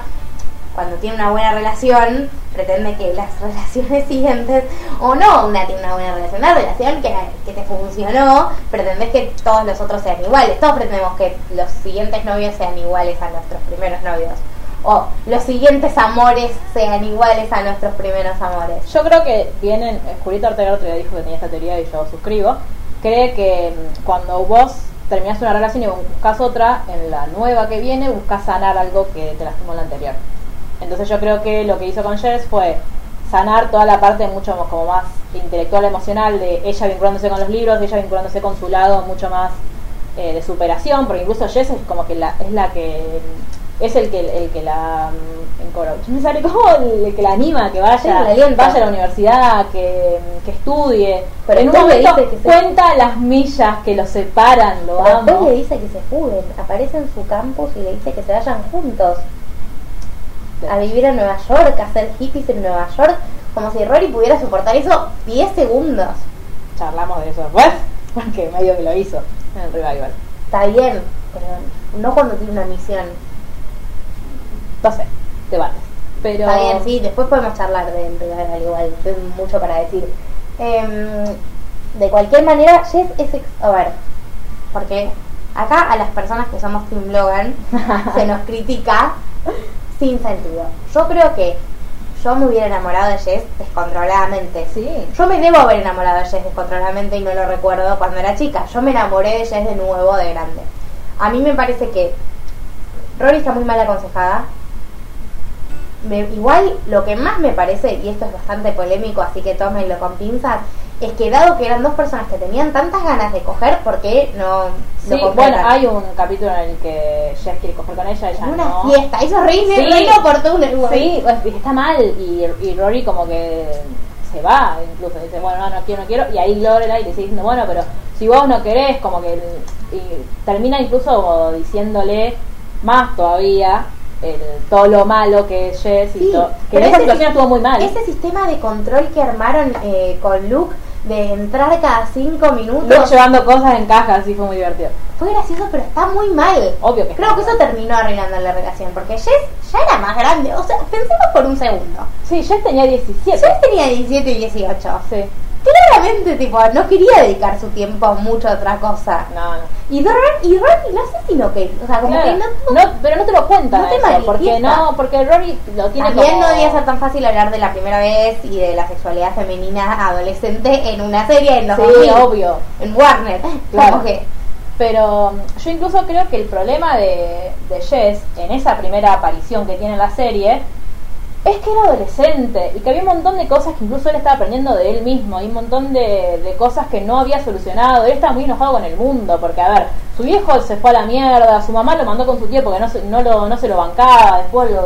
[SPEAKER 2] cuando tiene una buena relación pretende que las relaciones siguientes, o no, una tiene una buena relación, la relación que, que te funcionó, pretendes que todos los otros sean iguales, todos pretendemos que los siguientes novios sean iguales a nuestros primeros novios, o los siguientes amores sean iguales a nuestros primeros amores.
[SPEAKER 1] Yo creo que tienen, eh, Julieta Ortega el otro día dijo que tenía esta teoría y yo suscribo, cree que mm, cuando vos terminás una relación y buscas otra, en la nueva que viene buscas sanar algo que te lastimó en la anterior. Entonces yo creo que lo que hizo con Jess fue sanar toda la parte mucho más- como más intelectual, emocional, de ella vinculándose con los libros, de ella vinculándose con su lado mucho más eh, de superación, porque incluso Jess es como que la, es la que es el que el que la mm, en Crouch. Me sale como el que la anima, que
[SPEAKER 2] Sí,
[SPEAKER 1] vaya,
[SPEAKER 2] la alienta.
[SPEAKER 1] vaya a la universidad, que, mm, que estudie.
[SPEAKER 2] Pero
[SPEAKER 1] en un
[SPEAKER 2] después le
[SPEAKER 1] momento
[SPEAKER 2] dice que se-
[SPEAKER 1] cuenta las millas que los separan, lo
[SPEAKER 2] Pero después
[SPEAKER 1] amo.
[SPEAKER 2] le dice que se juden, aparece en su campus y le dice que se vayan juntos a vivir a Nueva York, a hacer hippies en Nueva York, como si Rory pudiera soportar eso 10 segundos.
[SPEAKER 1] Charlamos de eso después, porque medio que lo hizo
[SPEAKER 2] Ah.
[SPEAKER 1] en el revival.
[SPEAKER 2] Está bien, pero no cuando tiene una misión.
[SPEAKER 1] Entonces, debates. Pero
[SPEAKER 2] Está bien, sí, después podemos charlar del revival igual, tengo mucho para decir. Em, de cualquier manera, Jess es ex... A ver, porque acá a las personas que somos Team Logan se nos critica sin sentido. Yo creo que yo me hubiera enamorado de Jess descontroladamente.
[SPEAKER 1] sí.
[SPEAKER 2] Yo me debo haber enamorado de Jess descontroladamente y no lo recuerdo cuando era chica. Yo me enamoré de Jess de nuevo de grande. A mí me parece que Rory está muy mal aconsejada. Me- igual lo que más me parece, y esto es bastante polémico, así que tómenlo con pinzas, es que dado que eran dos personas que tenían tantas ganas de coger, ¿por qué no
[SPEAKER 1] Sí,
[SPEAKER 2] lo
[SPEAKER 1] bueno,
[SPEAKER 2] concretan?
[SPEAKER 1] hay un capítulo en el que Jess quiere coger con ella, ella
[SPEAKER 2] En una
[SPEAKER 1] no.
[SPEAKER 2] fiesta, eso es re,
[SPEAKER 1] Sí.
[SPEAKER 2] re inoportuno.
[SPEAKER 1] Sí, pues, está mal y, y Rory como que se va, incluso dice, bueno, no, no quiero, no quiero, y ahí Lorelai le sigue diciendo, bueno, pero si vos no querés, como que y termina incluso como diciéndole más todavía el- todo lo malo que es Jess y
[SPEAKER 2] Sí,
[SPEAKER 1] todo, que en
[SPEAKER 2] pero
[SPEAKER 1] esa
[SPEAKER 2] ese
[SPEAKER 1] situación
[SPEAKER 2] sí-
[SPEAKER 1] estuvo muy mal.
[SPEAKER 2] Ese sistema de control que armaron eh, con Luke de entrar cada cinco minutos
[SPEAKER 1] Luke llevando cosas en cajas, así fue muy divertido.
[SPEAKER 2] fue gracioso, pero está muy mal.
[SPEAKER 1] Obvio que
[SPEAKER 2] Creo que eso terminó arruinando la relación porque Jess ya era más grande. O sea, pensemos por un segundo.
[SPEAKER 1] Sí, Jess tenía 17.
[SPEAKER 2] Jess tenía 17 y 18.
[SPEAKER 1] Sí.
[SPEAKER 2] Claramente, tipo, no quería dedicar su tiempo a mucho a otra cosa.
[SPEAKER 1] No, no.
[SPEAKER 2] Y Ron, y Ron no sé si lo que. O sea, como
[SPEAKER 1] Claro.
[SPEAKER 2] que no.
[SPEAKER 1] No, pero no te lo cuentan
[SPEAKER 2] no te
[SPEAKER 1] eso, porque
[SPEAKER 2] manifiesta.
[SPEAKER 1] no, porque Rory lo tiene
[SPEAKER 2] También
[SPEAKER 1] como...
[SPEAKER 2] no debía ser tan fácil hablar de la primera vez y de la sexualidad femenina adolescente en una serie en los
[SPEAKER 1] Sí,
[SPEAKER 2] 2000,
[SPEAKER 1] obvio.
[SPEAKER 2] en Warner.
[SPEAKER 1] Claro.
[SPEAKER 2] Como que
[SPEAKER 1] Pero mm, yo incluso creo que el problema de, de Jess en esa primera aparición que tiene en la serie es que era adolescente y que había un montón de cosas que incluso él estaba aprendiendo de él mismo y un montón de, de cosas que no había solucionado. Él estaba muy enojado con el mundo porque, a ver, su viejo se fue a la mierda, su mamá lo mandó con su tío porque no se, no lo, no se lo bancaba, después lo...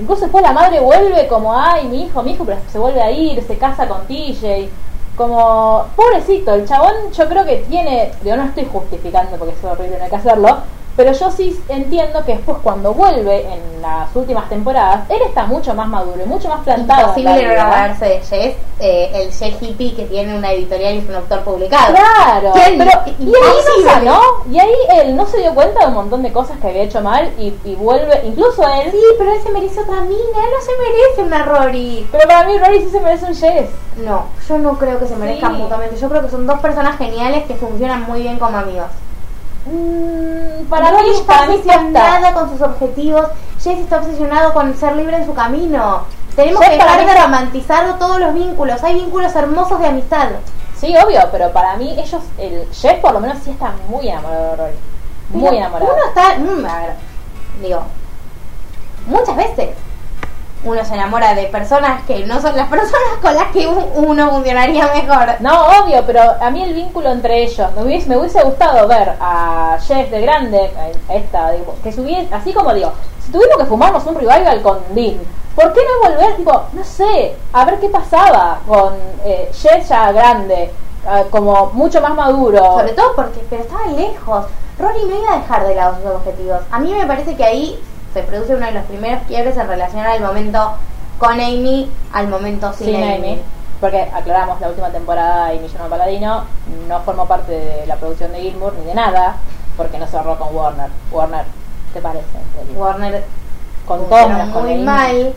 [SPEAKER 1] Incluso después la madre vuelve como, ay, mi hijo, mi hijo, pero se vuelve a ir, se casa con TJ. Como, pobrecito, el chabón yo creo que tiene, yo no estoy justificando porque es horrible, no hay que hacerlo, pero yo sí entiendo que después cuando vuelve en las últimas temporadas, él está mucho más maduro y mucho más plantado. en la
[SPEAKER 2] imposible no
[SPEAKER 1] vida.
[SPEAKER 2] enamorarse de Jess, eh, el Jess hippie que tiene una editorial y es un autor publicado.
[SPEAKER 1] Claro,
[SPEAKER 2] ¿Quién?
[SPEAKER 1] pero y ahí no
[SPEAKER 2] Imposible.
[SPEAKER 1] sanó, y ahí él no se dio cuenta de un montón de cosas que había hecho mal y, y vuelve, incluso él,
[SPEAKER 2] Sí, pero él se merece otra mina, él no se merece una Rory.
[SPEAKER 1] pero para mí Rory sí se merece un Jess.
[SPEAKER 2] No, yo no creo que se merezcan
[SPEAKER 1] Sí.
[SPEAKER 2] mutuamente. Yo creo que son dos personas geniales que funcionan muy bien como amigos.
[SPEAKER 1] Mm, para mí,
[SPEAKER 2] Rory
[SPEAKER 1] para
[SPEAKER 2] está
[SPEAKER 1] mí sí está.
[SPEAKER 2] obsesionada con sus objetivos. Jess está obsesionado con ser libre en su camino. Tenemos
[SPEAKER 1] Yo
[SPEAKER 2] que
[SPEAKER 1] para
[SPEAKER 2] dejar
[SPEAKER 1] mí-
[SPEAKER 2] de romantizar todos los vínculos. Hay vínculos hermosos de amistad.
[SPEAKER 1] Sí, obvio, pero para mí ellos, el Jeff por lo menos sí está muy enamorado de Rory. Muy
[SPEAKER 2] Pero
[SPEAKER 1] enamorado.
[SPEAKER 2] Uno está. mm, a ver, digo. Muchas veces uno se enamora de personas que no son las personas con las que un- uno funcionaría mejor.
[SPEAKER 1] No, obvio, pero a mí el vínculo entre ellos, me hubiese, me hubiese gustado ver a Jeff de grande, a esta, digo, que subiese, así como digo, si tuvimos que fumarnos un revival con Dean, ¿por qué no volver, tipo, no sé, a ver qué pasaba con eh, Jeff ya grande, ah, como mucho más maduro?
[SPEAKER 2] Sobre todo porque pero estaba lejos. Rory no iba a dejar de lado sus objetivos. A mí me parece que ahí se produce uno de los primeros quiebres en relación al momento con Amy al momento sin,
[SPEAKER 1] sin
[SPEAKER 2] Amy.
[SPEAKER 1] Amy, porque aclaramos la última temporada y Millón Paladino no formó parte de la producción de Gilmour ni de nada, porque no cerró con Warner. Warner, ¿te parece?
[SPEAKER 2] Warner
[SPEAKER 1] Con todo
[SPEAKER 2] funcionó
[SPEAKER 1] menos con
[SPEAKER 2] muy
[SPEAKER 1] Amy.
[SPEAKER 2] mal,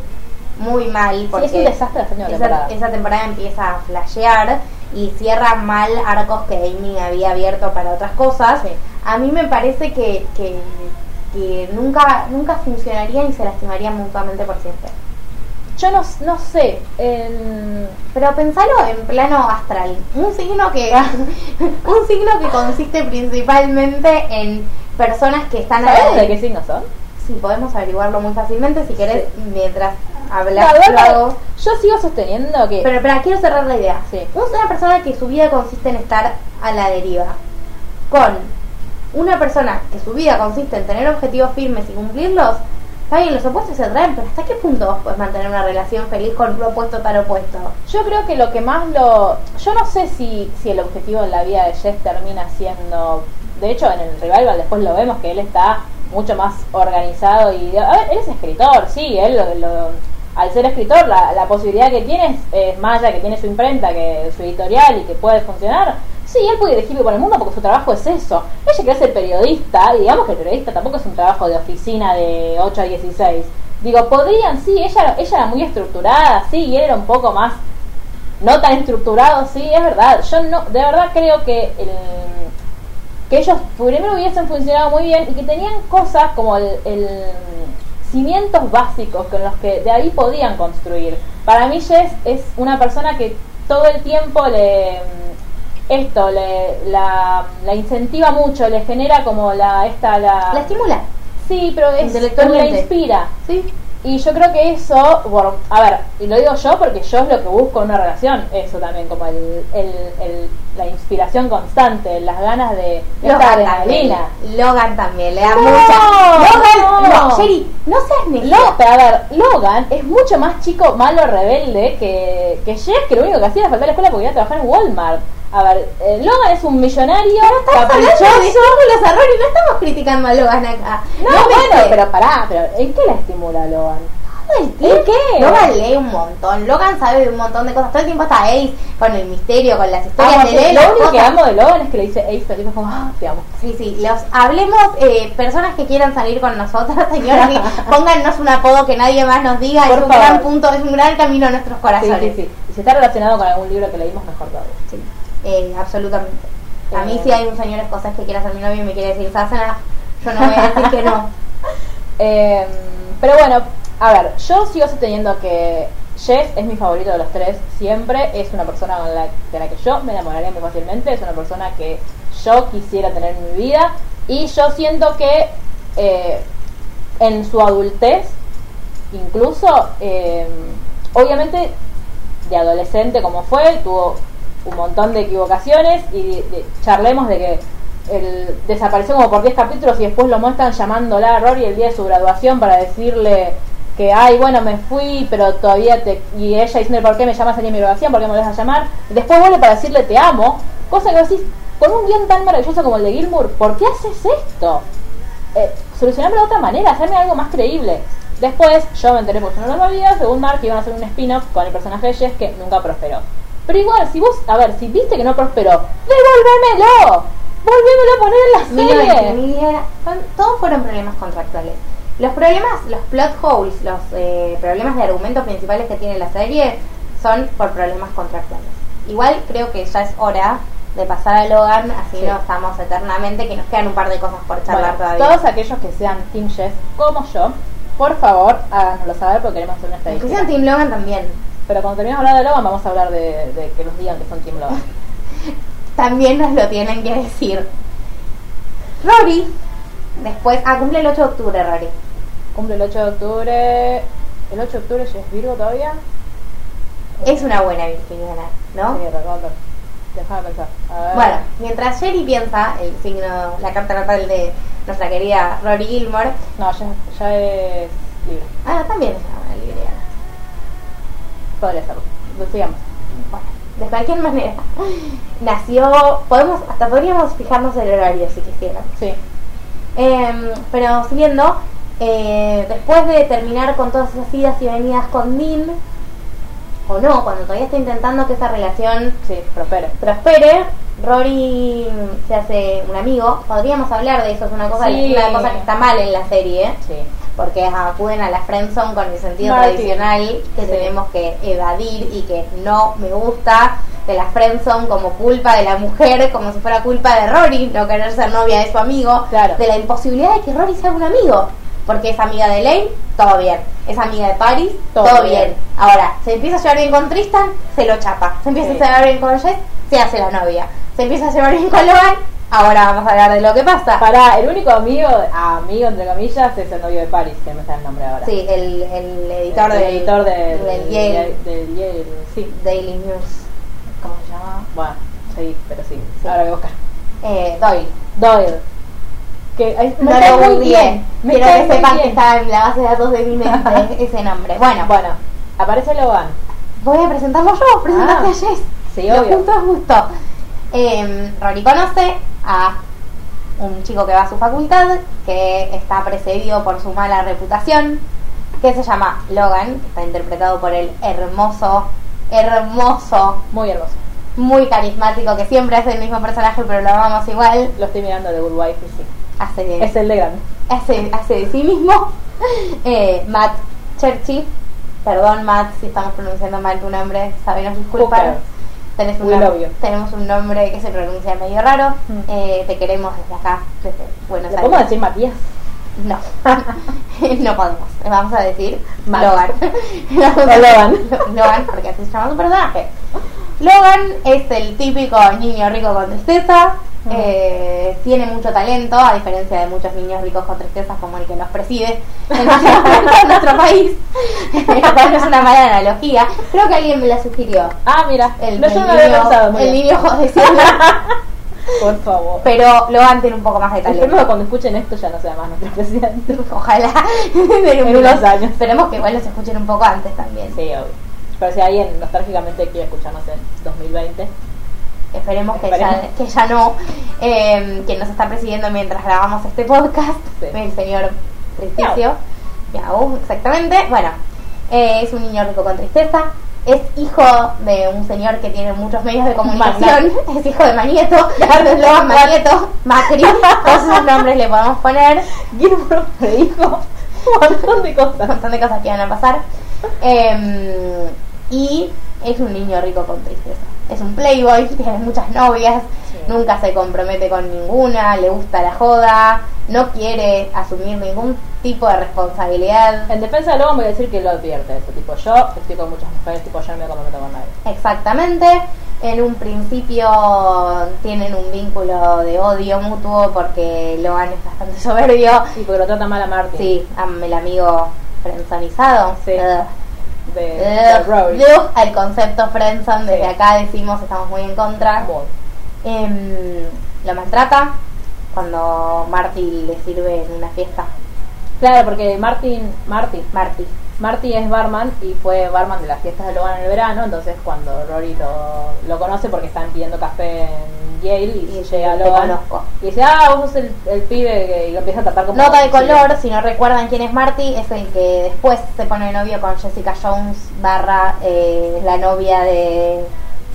[SPEAKER 2] muy mal
[SPEAKER 1] Sí,
[SPEAKER 2] porque
[SPEAKER 1] es un desastre la segunda
[SPEAKER 2] esa,
[SPEAKER 1] temporada.
[SPEAKER 2] esa temporada empieza a flashear y cierra mal arcos que Amy había abierto para otras cosas.
[SPEAKER 1] Sí.
[SPEAKER 2] A mí me parece que, que, que nunca nunca funcionarían y se lastimarían mutuamente por siempre.
[SPEAKER 1] Yo no, no sé. em,
[SPEAKER 2] Pero pensalo en plano astral. Un signo que un signo que consiste principalmente en personas que están
[SPEAKER 1] ¿Sabemos de
[SPEAKER 2] Si
[SPEAKER 1] qué signo son?
[SPEAKER 2] podemos averiguarlo muy fácilmente si querés mientras
[SPEAKER 1] La
[SPEAKER 2] hablas lo
[SPEAKER 1] verdad,
[SPEAKER 2] hago.
[SPEAKER 1] yo sigo sosteniendo que.
[SPEAKER 2] Pero espera, quiero cerrar la idea.
[SPEAKER 1] Sí.
[SPEAKER 2] Un- Una persona que su vida consiste en estar a la deriva. Con una persona que su vida consiste en tener objetivos firmes y cumplirlos, Está bien, los opuestos se atraen, pero ¿hasta qué punto vos puedes mantener una relación feliz con un opuesto tan opuesto?
[SPEAKER 1] Yo creo que lo que más lo. Yo no sé si, si el objetivo en la vida de Jess termina siendo. De hecho, en el revival después lo vemos que él está mucho más organizado y. A ver, él es escritor, sí, él lo. lo- al ser escritor, la, la posibilidad que tiene es, es Maya, que tiene su imprenta, que su editorial y que puede funcionar. Sí, él puede dirigir por el mundo porque su trabajo es eso. Ella quiere ser periodista, y digamos que el periodista tampoco es un trabajo de oficina de 8 a 16. Digo, podrían, sí, ella, ella era muy estructurada, sí, y él era un poco más no tan estructurado, sí, es verdad. Yo no, de verdad creo que el, que ellos primero hubiesen funcionado muy bien y que tenían cosas como el, el cimientos básicos con los que de ahí podían construir. Para mí Jess es una persona que todo el tiempo le esto le, la, la incentiva mucho, le genera como la esta la,
[SPEAKER 2] La estimula,
[SPEAKER 1] sí, pero es como la
[SPEAKER 2] Intelectualmente.
[SPEAKER 1] inspira.
[SPEAKER 2] ¿sí?
[SPEAKER 1] Y yo creo que eso, bueno, a ver, y lo digo yo porque yo es lo que busco en una relación, eso también, como el, el- el- la inspiración constante, las ganas de esta
[SPEAKER 2] Logan también.
[SPEAKER 1] adrenalina.
[SPEAKER 2] Logan también, le da
[SPEAKER 1] No,
[SPEAKER 2] mucha. Logan, no,
[SPEAKER 1] no.
[SPEAKER 2] Sherry, no seas necia.
[SPEAKER 1] Lo- pero a ver, Logan es mucho más chico, malo, rebelde que, que Jeff, que lo único que hacía era faltar a la escuela porque iba a trabajar en Walmart. A ver, eh, Logan es un millonario,
[SPEAKER 2] Hablando de
[SPEAKER 1] caprichoso.
[SPEAKER 2] círculos erróneos, no estamos criticando a Logan acá.
[SPEAKER 1] No, bueno, pero pará, pero ¿en qué la estimula Logan?
[SPEAKER 2] todo el
[SPEAKER 1] ¿En
[SPEAKER 2] tiempo.
[SPEAKER 1] qué?
[SPEAKER 2] Logan lee un montón. Logan sabe de un montón de cosas. Todo el tiempo está Ace con el misterio, con las historias
[SPEAKER 1] Amo-
[SPEAKER 2] de Lelo.
[SPEAKER 1] lo único que
[SPEAKER 2] cosas.
[SPEAKER 1] amo de Logan es que le dice, hey, pero es como, ah, te amo.
[SPEAKER 2] Sí, sí, los hablemos, eh, personas que quieran salir con nosotras, señoras, y póngannos un apodo que nadie más nos diga,
[SPEAKER 1] Por
[SPEAKER 2] es un
[SPEAKER 1] favor.
[SPEAKER 2] gran punto, es un gran camino a nuestros
[SPEAKER 1] Sí,
[SPEAKER 2] corazones.
[SPEAKER 1] sí, sí. Y si está relacionado con algún libro que leímos, mejor todavía.
[SPEAKER 2] Sí, eh, absolutamente. A mí
[SPEAKER 1] Eh.
[SPEAKER 2] sí hay un señores cosas que quiere hacer mi novio y me quiere decir, Sasana, yo no voy a decir que no.
[SPEAKER 1] Eh, pero bueno, a ver, yo sigo sosteniendo que Jess es mi favorito de los tres siempre. Es una persona con la- de la que yo me enamoraría muy fácilmente. Es una persona que yo quisiera tener en mi vida. Y yo siento que eh, en su adultez, incluso, eh, obviamente de adolescente como fue, tuvo un montón de equivocaciones y de- de- charlemos de que el, desapareció como por 10 capítulos y después lo muestran llamándola a Rory el día de su graduación para decirle que, ay, bueno, me fui, pero todavía te... Y ella diciendo, ¿por qué me llamas el día de mi graduación? ¿Por qué me vas a llamar? Y después vuelve para decirle, te amo. Cosa que vos decís, con un guión tan maravilloso como el de Gilmour, ¿por qué haces esto? eh, solucionarme de otra manera, hacerme algo más creíble. Después, yo me enteré porque yo no lo olvidé, según Mark, iban a hacer un spin-off con el personaje de Jess que nunca prosperó. Pero igual, si vos, a ver, si viste que no prosperó, ¡devuélvemelo! ¡Volvémelo a poner en la
[SPEAKER 2] Mira,
[SPEAKER 1] serie!
[SPEAKER 2] mira, son- todos fueron problemas contractuales. Los problemas, los plot holes, los eh, problemas de argumentos principales que tiene la serie son por problemas contractuales. Igual creo que ya es hora de pasar a Logan, así
[SPEAKER 1] Sí.
[SPEAKER 2] no estamos eternamente, que nos quedan un par de cosas por charlar
[SPEAKER 1] Bueno,
[SPEAKER 2] todavía.
[SPEAKER 1] todos aquellos que sean Team Jess como yo, por favor, háganoslo saber porque queremos hacer una
[SPEAKER 2] Aunque
[SPEAKER 1] estadística.
[SPEAKER 2] sean Team Logan también.
[SPEAKER 1] Pero cuando terminemos de hablar de Logan, vamos a hablar de, de que nos digan que son Team Logan.
[SPEAKER 2] También nos lo tienen que decir. Rory, después, ah, cumple el 8 de octubre, Rory.
[SPEAKER 1] Cumple el 8 de octubre. ¿El 8 de octubre Jess Virgo todavía?
[SPEAKER 2] Es una buena virginiana, ¿no?
[SPEAKER 1] Sí, recuerdo. Déjame pensar. A ver.
[SPEAKER 2] Bueno, mientras Sherry piensa el signo, la carta natal de nuestra querida Rory Gilmore,
[SPEAKER 1] No, ya, ya es libre.
[SPEAKER 2] ah, también es una buena libriana.
[SPEAKER 1] Podría serlo. Pues sigamos.
[SPEAKER 2] Bueno, de cualquier manera, nació, podemos, hasta podríamos fijarnos el horario si quisieran.
[SPEAKER 1] Sí.
[SPEAKER 2] Em, pero siguiendo, eh, después de terminar con todas esas idas y venidas con Dean, o no, cuando todavía está intentando que esa relación
[SPEAKER 1] Sí, prospere.
[SPEAKER 2] prospere, Rory se hace un amigo. Podríamos hablar de eso, es una cosa,
[SPEAKER 1] Sí.
[SPEAKER 2] una cosa que está mal en la serie, ¿eh?
[SPEAKER 1] Sí.
[SPEAKER 2] porque acuden a la friendzone con el sentido
[SPEAKER 1] Martín.
[SPEAKER 2] tradicional que
[SPEAKER 1] Sí.
[SPEAKER 2] tenemos que evadir y que no me gusta de la friendzone como culpa de la mujer, como si fuera culpa de Rory no querer ser novia de su amigo,
[SPEAKER 1] Claro.
[SPEAKER 2] de la imposibilidad de que Rory sea un amigo, porque es amiga de Lane, todo bien, es amiga de Paris, todo,
[SPEAKER 1] Todo
[SPEAKER 2] bien.
[SPEAKER 1] bien.
[SPEAKER 2] Ahora, se empieza a llevar bien con Tristan, se lo chapa, se empieza
[SPEAKER 1] Sí.
[SPEAKER 2] a llevar bien con Jess, se hace la novia, se empieza a llevar bien con Logan, ahora vamos a hablar de lo que pasa.
[SPEAKER 1] Pará, el único amigo, amigo entre comillas, es el novio de Paris, que no está el nombre ahora.
[SPEAKER 2] Sí, el, el editor
[SPEAKER 1] El
[SPEAKER 2] del,
[SPEAKER 1] editor del,
[SPEAKER 2] del Yale
[SPEAKER 1] del Yale, sí.
[SPEAKER 2] Daily News.
[SPEAKER 1] ¿Cómo se llama? Bueno, sí, pero sí. Ahora voy a buscar.
[SPEAKER 2] Eh, Doyle.
[SPEAKER 1] Doyle. que ay, me
[SPEAKER 2] No
[SPEAKER 1] cae
[SPEAKER 2] lo
[SPEAKER 1] muy
[SPEAKER 2] googleé.
[SPEAKER 1] bien, me
[SPEAKER 2] Quiero
[SPEAKER 1] cae
[SPEAKER 2] que
[SPEAKER 1] muy
[SPEAKER 2] sepan que
[SPEAKER 1] bien.
[SPEAKER 2] está en la base de datos de mi mente ese nombre. Bueno,
[SPEAKER 1] Bueno, aparece Logan.
[SPEAKER 2] voy a presentarlo yo.
[SPEAKER 1] Ah,
[SPEAKER 2] Presentaste a Jess.
[SPEAKER 1] Sí,
[SPEAKER 2] Lo
[SPEAKER 1] obvio.
[SPEAKER 2] justo es justo. Eh, Rory conoce a un chico que va a su facultad, que está precedido por su mala reputación, que se llama Logan, que está interpretado por el hermoso, hermoso,
[SPEAKER 1] Muy hermoso.
[SPEAKER 2] muy carismático, que siempre hace el mismo personaje, pero lo amamos igual.
[SPEAKER 1] Lo estoy mirando de Good Wife y sí.
[SPEAKER 2] Hace de,
[SPEAKER 1] Es el de grande.
[SPEAKER 2] hace, hace de sí mismo. Eh, Matt Cherchi. Perdón, Matt, si estamos pronunciando mal tu nombre, sabemos disculpar.
[SPEAKER 1] Hooker.
[SPEAKER 2] Tenés un
[SPEAKER 1] We
[SPEAKER 2] nom-
[SPEAKER 1] love you.
[SPEAKER 2] tenemos un nombre que se pronuncia medio raro.
[SPEAKER 1] Mm.
[SPEAKER 2] Eh, te queremos desde acá, desde Buenos
[SPEAKER 1] ¿Le
[SPEAKER 2] Aires.
[SPEAKER 1] podemos decir Matías?
[SPEAKER 2] No, no podemos. Vamos a decir
[SPEAKER 1] Matt.
[SPEAKER 2] Logan. Vamos a-
[SPEAKER 1] O Logan.
[SPEAKER 2] Logan, porque así se llama su personaje. Logan es el típico niño rico con tristeza.
[SPEAKER 1] Mm.
[SPEAKER 2] eh, tiene mucho talento, a diferencia de muchos niños ricos con tristezas como el que nos preside en nuestro- en nuestro país. Lo cual no es una mala analogía. Creo que alguien me la sugirió.
[SPEAKER 1] Ah, mira.
[SPEAKER 2] El,
[SPEAKER 1] no,
[SPEAKER 2] el
[SPEAKER 1] yo no lo había
[SPEAKER 2] niño-
[SPEAKER 1] pensado. Muy
[SPEAKER 2] el
[SPEAKER 1] bien.
[SPEAKER 2] niño jodecido.
[SPEAKER 1] Por favor.
[SPEAKER 2] Pero Logan tiene un poco más de
[SPEAKER 1] Espero
[SPEAKER 2] talento.
[SPEAKER 1] que cuando escuchen esto ya no sea más nuestro presidente.
[SPEAKER 2] Ojalá
[SPEAKER 1] En unos años.
[SPEAKER 2] Esperemos que igual los escuchen un poco antes también.
[SPEAKER 1] Sí, obvio. Pero si alguien nostálgicamente quiere escucharnos en 2020,
[SPEAKER 2] Esperemos que,
[SPEAKER 1] Esperemos.
[SPEAKER 2] Ya, que ya no. Eh, quien nos está presidiendo mientras grabamos este podcast,
[SPEAKER 1] Sí.
[SPEAKER 2] el señor Tristicio. Miau, exactamente. Bueno, eh, es un niño rico con tristeza. Es hijo de un señor que tiene muchos medios de comunicación. Es hijo de Magneto. Carlos Logan Magneto. Macri. Todos sus nombres le podemos poner.
[SPEAKER 1] Gilbert predijo un montón de
[SPEAKER 2] un
[SPEAKER 1] cosas.
[SPEAKER 2] montón de cosas que van a pasar. Eh, y es un niño rico con tristeza. Es un playboy, tiene muchas novias,
[SPEAKER 1] Sí.
[SPEAKER 2] nunca se compromete con ninguna, le gusta la joda, no quiere asumir ningún tipo de responsabilidad.
[SPEAKER 1] En defensa de Logan voy a decir que lo advierte eso. Tipo, yo estoy con muchas mujeres, tipo, yo no me comprometo con nadie.
[SPEAKER 2] Exactamente. En un principio tienen un vínculo de odio mutuo porque Logan es bastante soberbio.
[SPEAKER 1] Y porque lo trata mal a Martin.
[SPEAKER 2] Sí, am- el amigo frenzonizado.
[SPEAKER 1] Sí.
[SPEAKER 2] Ugh.
[SPEAKER 1] De, de Rory.
[SPEAKER 2] Yo al Eh, concepto Friendzone, desde
[SPEAKER 1] Sí.
[SPEAKER 2] acá decimos estamos muy en contra.
[SPEAKER 1] Muy.
[SPEAKER 2] Em, lo maltrata cuando Marty le sirve en una fiesta.
[SPEAKER 1] Claro, porque Martin, Marty,
[SPEAKER 2] Marty.
[SPEAKER 1] Marty es barman y fue barman de las fiestas de Logan en el verano, entonces cuando Rory lo, lo conoce porque están pidiendo café en Yale y,
[SPEAKER 2] Y
[SPEAKER 1] llega
[SPEAKER 2] te
[SPEAKER 1] Logan
[SPEAKER 2] conozco.
[SPEAKER 1] y dice, ah, vos sos el, el pibe que y lo empieza a tratar como...
[SPEAKER 2] Nota de
[SPEAKER 1] sí.
[SPEAKER 2] color, si no recuerdan quién es Marty, es el que después se pone de novio con Jessica Jones barra eh, la novia de,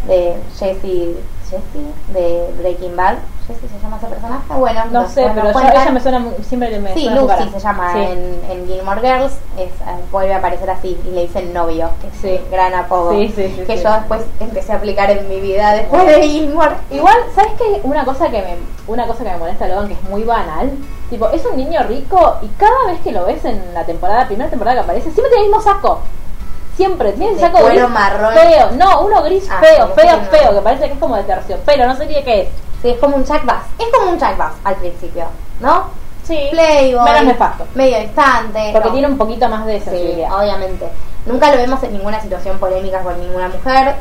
[SPEAKER 2] de Jesse, Jesse de Breaking Bad. ¿Jesse se llama ese personaje? Bueno,
[SPEAKER 1] No
[SPEAKER 2] nos-
[SPEAKER 1] sé,
[SPEAKER 2] nos
[SPEAKER 1] pero yo-
[SPEAKER 2] cuentan.
[SPEAKER 1] ella me suena, mu- siempre me
[SPEAKER 2] Sí,
[SPEAKER 1] suena su cara.
[SPEAKER 2] Lucy se llama
[SPEAKER 1] Sí.
[SPEAKER 2] en, en Gilmore Girls, es, eh, vuelve a aparecer así y le dicen novio, que es
[SPEAKER 1] Sí.
[SPEAKER 2] un gran apodo
[SPEAKER 1] Sí, sí, sí,
[SPEAKER 2] que
[SPEAKER 1] sí.
[SPEAKER 2] yo después empecé a aplicar en mi vida después de Gilmore.
[SPEAKER 1] Igual, ¿sabes qué? Una cosa que me una cosa que me molesta a Logan que es muy banal. Tipo, es un niño rico y cada vez que lo ves en la temporada, primera temporada que aparece, siempre tiene el mismo saco. Siempre, tiene el
[SPEAKER 2] De
[SPEAKER 1] saco
[SPEAKER 2] cuero
[SPEAKER 1] gris
[SPEAKER 2] marrón.
[SPEAKER 1] feo. No, uno gris
[SPEAKER 2] Ah,
[SPEAKER 1] feo,
[SPEAKER 2] sí,
[SPEAKER 1] feo,
[SPEAKER 2] sí, no.
[SPEAKER 1] feo, que parece que es como de terciopelo, no sé ni de qué es.
[SPEAKER 2] Sí, es como un Jack Bass, es como un Jack Bass al principio, ¿no?
[SPEAKER 1] Sí.
[SPEAKER 2] Playboy,
[SPEAKER 1] Menos nefasto.
[SPEAKER 2] medio distante,
[SPEAKER 1] Porque
[SPEAKER 2] no.
[SPEAKER 1] tiene un poquito más de esa
[SPEAKER 2] Sí, obviamente. Nunca lo vemos en ninguna situación polémica con ninguna mujer.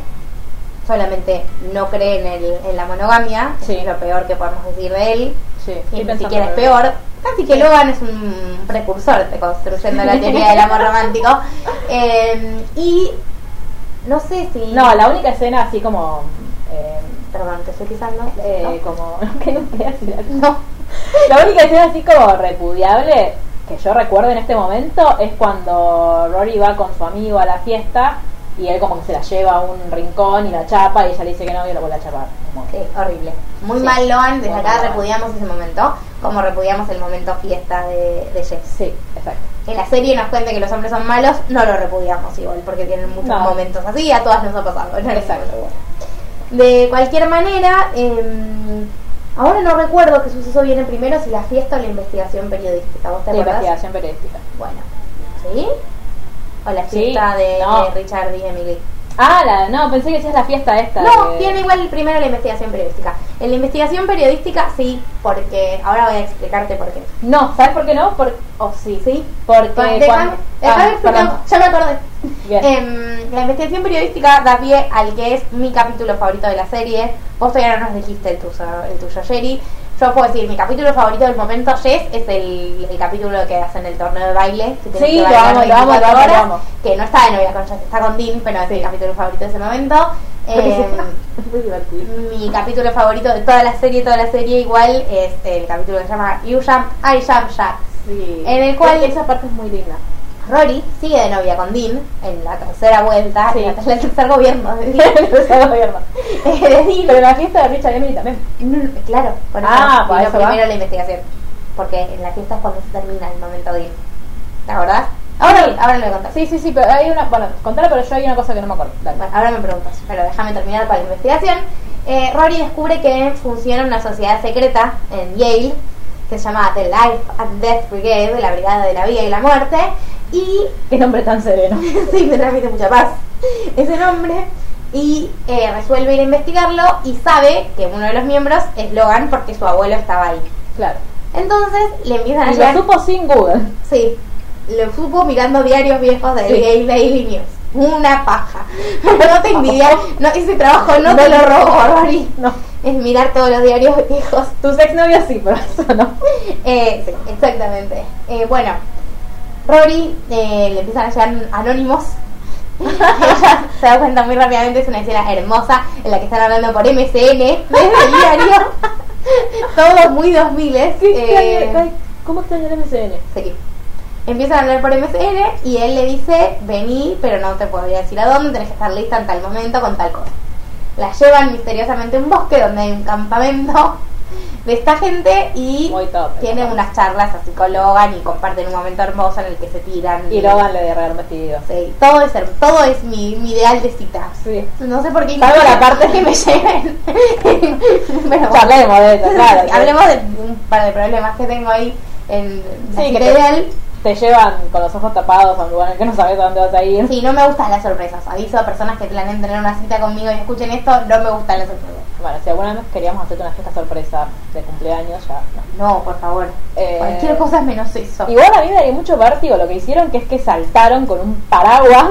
[SPEAKER 2] Solamente no cree en, el- en la monogamia.
[SPEAKER 1] Sí.
[SPEAKER 2] Es lo peor que podemos decir de él.
[SPEAKER 1] Sí,
[SPEAKER 2] Y
[SPEAKER 1] estoy
[SPEAKER 2] ni
[SPEAKER 1] pensando
[SPEAKER 2] siquiera es
[SPEAKER 1] en
[SPEAKER 2] peor. Casi que Logan es un precursor de construyendo la teoría del amor romántico. Eh, y no sé si.
[SPEAKER 1] No, la única escena así como... eh,
[SPEAKER 2] Perdón, te estoy pisando.
[SPEAKER 1] eh, Como... que no quería decir algo.
[SPEAKER 2] no.
[SPEAKER 1] La única escena así como repudiable que yo recuerdo en este momento es cuando Rory va con su amigo a la fiesta y él como que se la lleva a un rincón y la chapa y ella le dice que no y lo vuelve a chapar. Como
[SPEAKER 2] Sí,
[SPEAKER 1] que-
[SPEAKER 2] horrible. Muy
[SPEAKER 1] Sí.
[SPEAKER 2] mal, Logan. Desde
[SPEAKER 1] Muy
[SPEAKER 2] acá
[SPEAKER 1] mal.
[SPEAKER 2] repudiamos ese momento. Como repudiamos el momento fiesta de, de Jess.
[SPEAKER 1] Sí, exacto.
[SPEAKER 2] que la serie nos cuente que los hombres son malos, no lo repudiamos igual, porque tienen muchos
[SPEAKER 1] No.
[SPEAKER 2] momentos así, a todas nos ha pasado. No les hago
[SPEAKER 1] Exacto.
[SPEAKER 2] igual. De cualquier manera, eh, ahora no recuerdo qué suceso viene primero, si la fiesta o la investigación periodística. ¿Vos te
[SPEAKER 1] La
[SPEAKER 2] acordás?
[SPEAKER 1] investigación periodística.
[SPEAKER 2] Bueno, ¿sí? O la
[SPEAKER 1] Sí,
[SPEAKER 2] fiesta de,
[SPEAKER 1] no.
[SPEAKER 2] de Richard y Emily.
[SPEAKER 1] Ah, la, no, pensé que decías la fiesta esta.
[SPEAKER 2] No,
[SPEAKER 1] de-
[SPEAKER 2] tiene igual primero la investigación periodística. En la investigación periodística sí, porque ahora voy a explicarte por qué.
[SPEAKER 1] No, ¿sabes por qué no? Por... Oh, sí.
[SPEAKER 2] ¿Sí?
[SPEAKER 1] Porque
[SPEAKER 2] Déjame,
[SPEAKER 1] Eh, cuando...
[SPEAKER 2] déjame
[SPEAKER 1] Ah,
[SPEAKER 2] explicar,
[SPEAKER 1] perdón.
[SPEAKER 2] ya me acordé.
[SPEAKER 1] Bien.
[SPEAKER 2] Em, la investigación periodística da pie al que es mi capítulo favorito de la serie. Vos todavía no nos dijiste el tuyo, el tuyo Jerry, Yo puedo decir, mi capítulo favorito del momento, Jess, es el, el capítulo que hacen el torneo de baile. Que tienen
[SPEAKER 1] Sí,
[SPEAKER 2] que
[SPEAKER 1] lo
[SPEAKER 2] bailar
[SPEAKER 1] amo, lo amo, lo
[SPEAKER 2] 24
[SPEAKER 1] amo, lo
[SPEAKER 2] horas,
[SPEAKER 1] amo.
[SPEAKER 2] Que no está de novia con Jess, está con Dean, pero es mi capítulo favorito de ese momento. Eh,
[SPEAKER 1] Muy divertido.
[SPEAKER 2] mi capítulo favorito de toda la serie, toda la serie igual, es el capítulo que se llama You Jump, I Jump Jack.
[SPEAKER 1] Sí.
[SPEAKER 2] En el cual-
[SPEAKER 1] esa parte es muy linda.
[SPEAKER 2] Rory sigue de novia con Dean en la tercera vuelta,
[SPEAKER 1] Sí.
[SPEAKER 2] en la- el tercer gobierno de Dean.
[SPEAKER 1] Empezó gobierno.
[SPEAKER 2] Eh, de Dean.
[SPEAKER 1] Pero en la fiesta de Richard Emily también.
[SPEAKER 2] No, no, claro, por eso
[SPEAKER 1] Ah,
[SPEAKER 2] vino
[SPEAKER 1] por eso
[SPEAKER 2] primero
[SPEAKER 1] va.
[SPEAKER 2] la investigación. Porque en la fiesta es cuando se termina el momento de ir. ¿Te acordás? Ahora,
[SPEAKER 1] Sí.
[SPEAKER 2] ahora me contás.
[SPEAKER 1] Sí, sí, sí, pero hay una. Bueno, contala, pero yo hay una cosa que no me acuerdo. Dale.
[SPEAKER 2] Bueno, ahora me preguntas, pero déjame terminar para la investigación. Eh, Rory descubre que funciona una sociedad secreta en Yale que se llama The Life and Death Brigade, la Brigada de la Vida y la Muerte. Y
[SPEAKER 1] Qué nombre tan sereno.
[SPEAKER 2] sí, me transmite mucha paz ese nombre. Y eh, resuelve ir a investigarlo y sabe que uno de los miembros es Logan porque su abuelo estaba ahí.
[SPEAKER 1] Claro.
[SPEAKER 2] Entonces le empiezan a
[SPEAKER 1] Y lo
[SPEAKER 2] llegar.
[SPEAKER 1] supo sin Google.
[SPEAKER 2] Sí, lo supo mirando diarios viejos del
[SPEAKER 1] Sí.
[SPEAKER 2] Gay Daily News. Una paja. No te envidias, no, ese trabajo no te lo robo, Rory.
[SPEAKER 1] No.
[SPEAKER 2] Es mirar todos los diarios viejos.
[SPEAKER 1] Tus exnovios sí, pero eso no.
[SPEAKER 2] Eh, sí, exactamente. Eh, bueno, Rory eh, le empiezan a llegar anónimos. Ella se da cuenta muy rápidamente, es una escena hermosa en la que están hablando por MCN desde el diario. Todos muy 2000
[SPEAKER 1] ¿Qué extraño- ¿Cómo extraño el MCN?
[SPEAKER 2] Sí. Empiezan a hablar por MSN y él le dice, vení, pero no te podría decir a dónde, tenés que estar lista en tal momento con tal cosa. La llevan misteriosamente a un bosque donde hay un campamento de esta gente y
[SPEAKER 1] Muy top.
[SPEAKER 2] tienen unas charlas así con Logan y comparten un momento hermoso en el que se tiran.
[SPEAKER 1] Y Logan le derrama un vestido.
[SPEAKER 2] Sí, todo es, her- todo es mi, mi ideal de cita.
[SPEAKER 1] Sí.
[SPEAKER 2] No sé por qué.
[SPEAKER 1] Salvo la parte-
[SPEAKER 2] que me lleven. Bueno,
[SPEAKER 1] Charlemos de eso, claro.
[SPEAKER 2] Sí, Hablemos de un par de problemas que tengo ahí en la
[SPEAKER 1] Sí,
[SPEAKER 2] cita
[SPEAKER 1] que te-
[SPEAKER 2] ideal.
[SPEAKER 1] Te llevan con los ojos tapados a un lugar en que no sabes a dónde vas a ir.
[SPEAKER 2] Sí, no me gustan las sorpresas. Aviso a personas que planean tener una cita conmigo y escuchen esto, no me gustan las sorpresas.
[SPEAKER 1] Bueno, si alguna vez queríamos hacerte una fiesta sorpresa de cumpleaños, ya no.
[SPEAKER 2] No, por favor.
[SPEAKER 1] Eh,
[SPEAKER 2] Cualquier cosa es menos eso.
[SPEAKER 1] Igual a mí me dio mucho vértigo lo que hicieron, que es que saltaron con un paraguas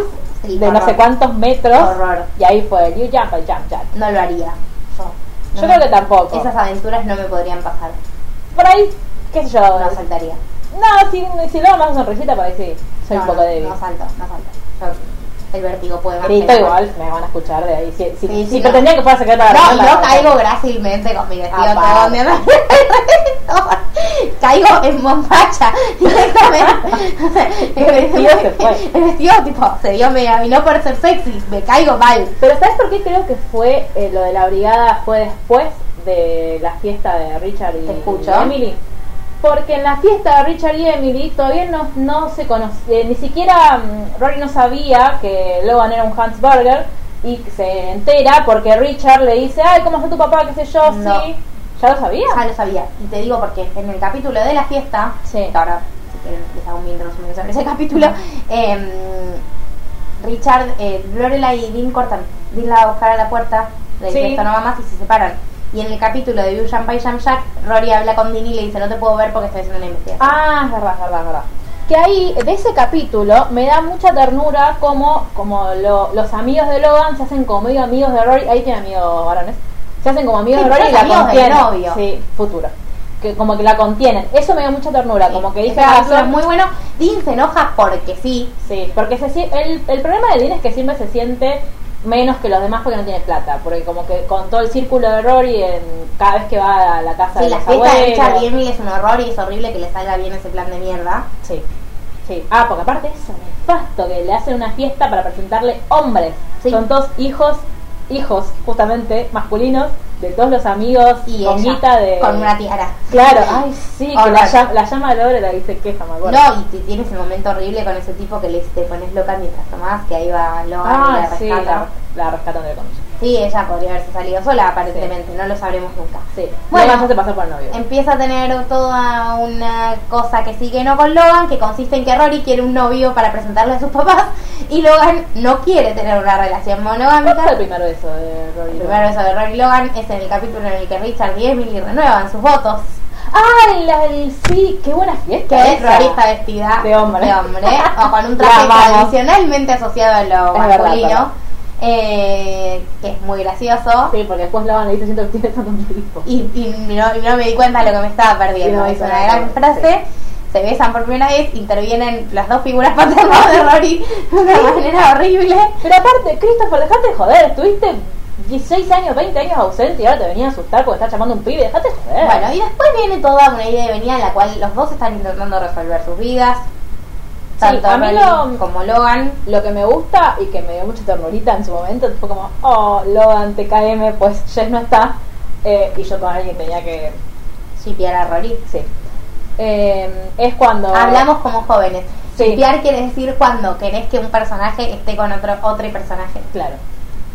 [SPEAKER 2] Sí,
[SPEAKER 1] de no
[SPEAKER 2] horror.
[SPEAKER 1] sé cuántos metros.
[SPEAKER 2] Horror.
[SPEAKER 1] Y ahí fue el you jump, I jump, jump.
[SPEAKER 2] No lo haría. Yo.
[SPEAKER 1] Yo
[SPEAKER 2] No.
[SPEAKER 1] creo que tampoco.
[SPEAKER 2] Esas aventuras no me podrían pasar.
[SPEAKER 1] Por ahí, qué sé yo.
[SPEAKER 2] No saltaría.
[SPEAKER 1] No, si, si luego más sonrisita, por ahí sí. Soy
[SPEAKER 2] no,
[SPEAKER 1] un poco
[SPEAKER 2] no,
[SPEAKER 1] débil.
[SPEAKER 2] No salto, no salto. Yo- el vértigo puede más.
[SPEAKER 1] Grito
[SPEAKER 2] que-
[SPEAKER 1] igual, me van a escuchar de ahí. Si, si,
[SPEAKER 2] Sí,
[SPEAKER 1] si
[SPEAKER 2] sí, no.
[SPEAKER 1] pretendía que fuera secreta de la
[SPEAKER 2] No,
[SPEAKER 1] banda,
[SPEAKER 2] yo
[SPEAKER 1] no.
[SPEAKER 2] caigo grácilmente con mi vestido
[SPEAKER 1] Ah,
[SPEAKER 2] todo
[SPEAKER 1] va.
[SPEAKER 2] ondeado. caigo en bombacha directamente.
[SPEAKER 1] El vestido se fue.
[SPEAKER 2] El vestido, tipo, se dio media, y no por ser sexy, me caigo mal.
[SPEAKER 1] Pero ¿sabes por qué creo que fue eh, lo de la brigada fue después de la fiesta de Richard y
[SPEAKER 2] Te escucho.
[SPEAKER 1] y Emily? Porque en la fiesta de Richard y Emily todavía no, no se conocía, ni siquiera mm, Rory no sabía que Logan era un Hans Burger y se entera porque Richard le dice, ay, ¿cómo está tu papá? ¿Qué sé yo?
[SPEAKER 2] No.
[SPEAKER 1] Sí. ¿Ya lo sabía?
[SPEAKER 2] Ya lo sabía. Y te digo porque en el capítulo de la fiesta,
[SPEAKER 1] Sí.
[SPEAKER 2] que ahora si quieren les hago un mini resumen sobre ese capítulo, eh, Richard, eh, Lorelai y Dean cortan. Dean la va a buscar a la puerta, le dice
[SPEAKER 1] Sí.
[SPEAKER 2] esto no va más y se separan. Y en el capítulo de You Jump, I Jump Jack, Rory habla con Dean y le dice no te puedo ver porque estoy haciendo una investigación.
[SPEAKER 1] Ah, es verdad, es verdad, es verdad. Que ahí, de ese capítulo, me da mucha ternura como, como lo- los amigos de Logan se hacen como medio amigos de Rory. Ahí tiene amigos varones. Se hacen como amigos
[SPEAKER 2] Sí,
[SPEAKER 1] de Rory y
[SPEAKER 2] son
[SPEAKER 1] la
[SPEAKER 2] amigos del
[SPEAKER 1] contienen.
[SPEAKER 2] novio.
[SPEAKER 1] Sí, futuro. Que como que la contienen. Eso me da mucha ternura. Como que
[SPEAKER 2] Sí,
[SPEAKER 1] dije, ah,
[SPEAKER 2] ese Este capítulo es
[SPEAKER 1] son-
[SPEAKER 2] muy bueno. Dean se enoja porque sí.
[SPEAKER 1] Sí, porque se, sie- el, el problema de Dean es que siempre se siente menos que los demás porque no tiene plata. Porque como que con todo el círculo de Rory, en- cada vez que va a la casa
[SPEAKER 2] Sí,
[SPEAKER 1] de
[SPEAKER 2] la
[SPEAKER 1] los
[SPEAKER 2] fiesta de Richard y
[SPEAKER 1] abuelos.
[SPEAKER 2] Emily es un horror y es horrible que le salga bien ese plan de mierda.
[SPEAKER 1] Sí, sí. Ah, porque aparte eso, nefasto, que le hacen una fiesta para presentarle hombres.
[SPEAKER 2] Sí.
[SPEAKER 1] Son dos hijos, hijos justamente, masculinos, de todos los amigos,
[SPEAKER 2] Y
[SPEAKER 1] conguita
[SPEAKER 2] ella,
[SPEAKER 1] de...
[SPEAKER 2] con una tiara.
[SPEAKER 1] Claro, ay, sí, que la,
[SPEAKER 2] Horror.
[SPEAKER 1] llama, la llama Laura y la dice queja, me acuerdo.
[SPEAKER 2] No, y te tienes el momento horrible con ese tipo que le te pones loca mientras tomás, que ahí va Logan y
[SPEAKER 1] ah,
[SPEAKER 2] la
[SPEAKER 1] sí, la,
[SPEAKER 2] rescata.
[SPEAKER 1] la rescatan de comillas.
[SPEAKER 2] Sí. ella podría haberse salido sola, aparentemente, no lo sabremos nunca.
[SPEAKER 1] Sí,
[SPEAKER 2] Bueno.
[SPEAKER 1] bueno, no te pasar por el novio.
[SPEAKER 2] Empieza a tener toda una cosa que sigue no con Logan, que consiste en que Rory quiere un novio para presentarle a sus papás, y Logan no quiere tener una relación
[SPEAKER 1] ¿Cuál fue el
[SPEAKER 2] monogámica.
[SPEAKER 1] primero de eso de Rory?
[SPEAKER 2] El primero beso de Rory y Logan es en el capítulo en el que Richard y Emily renuevan sus votos.
[SPEAKER 1] Ah, la, el- sí, qué buena
[SPEAKER 2] Que
[SPEAKER 1] fiesta.
[SPEAKER 2] es ¿eh?
[SPEAKER 1] esa.
[SPEAKER 2] Rory está vestida
[SPEAKER 1] De hombre.
[SPEAKER 2] de hombre, o con un traje
[SPEAKER 1] La amamos.
[SPEAKER 2] tradicionalmente asociado a lo
[SPEAKER 1] Es verdad,
[SPEAKER 2] masculino.
[SPEAKER 1] verdad.
[SPEAKER 2] eh, que es muy gracioso.
[SPEAKER 1] Sí, porque después la van a ir diciendo que tiene tanto tiempo.
[SPEAKER 2] Y, y no, y no me di cuenta de lo que me estaba perdiendo.
[SPEAKER 1] Sí, no,
[SPEAKER 2] es una
[SPEAKER 1] claro,
[SPEAKER 2] gran
[SPEAKER 1] sí.
[SPEAKER 2] frase. Se besan por primera vez, intervienen las dos figuras paternas de Rory de una manera horrible.
[SPEAKER 1] Pero aparte, Christopher, dejate de joder, estuviste 16 años, 20 años ausente y ahora te venía a asustar porque estás llamando a un pibe, dejate de joder.
[SPEAKER 2] Bueno, y después viene toda una idea de venida en la cual los dos están intentando resolver sus vidas.
[SPEAKER 1] Sí,
[SPEAKER 2] Tanto
[SPEAKER 1] a mí
[SPEAKER 2] Rory
[SPEAKER 1] lo-
[SPEAKER 2] como Logan.
[SPEAKER 1] Lo que me gusta y que me dio mucha ternurita en su momento fue como, oh, Logan, TKM, pues Jess no está. Eh, y yo con alguien tenía que.
[SPEAKER 2] Shipear a Rory.
[SPEAKER 1] Sí. Eh, es cuando.
[SPEAKER 2] Hablamos como jóvenes.
[SPEAKER 1] Sí.
[SPEAKER 2] Shipear quiere decir cuando querés que un personaje esté con otro otro personaje.
[SPEAKER 1] Claro.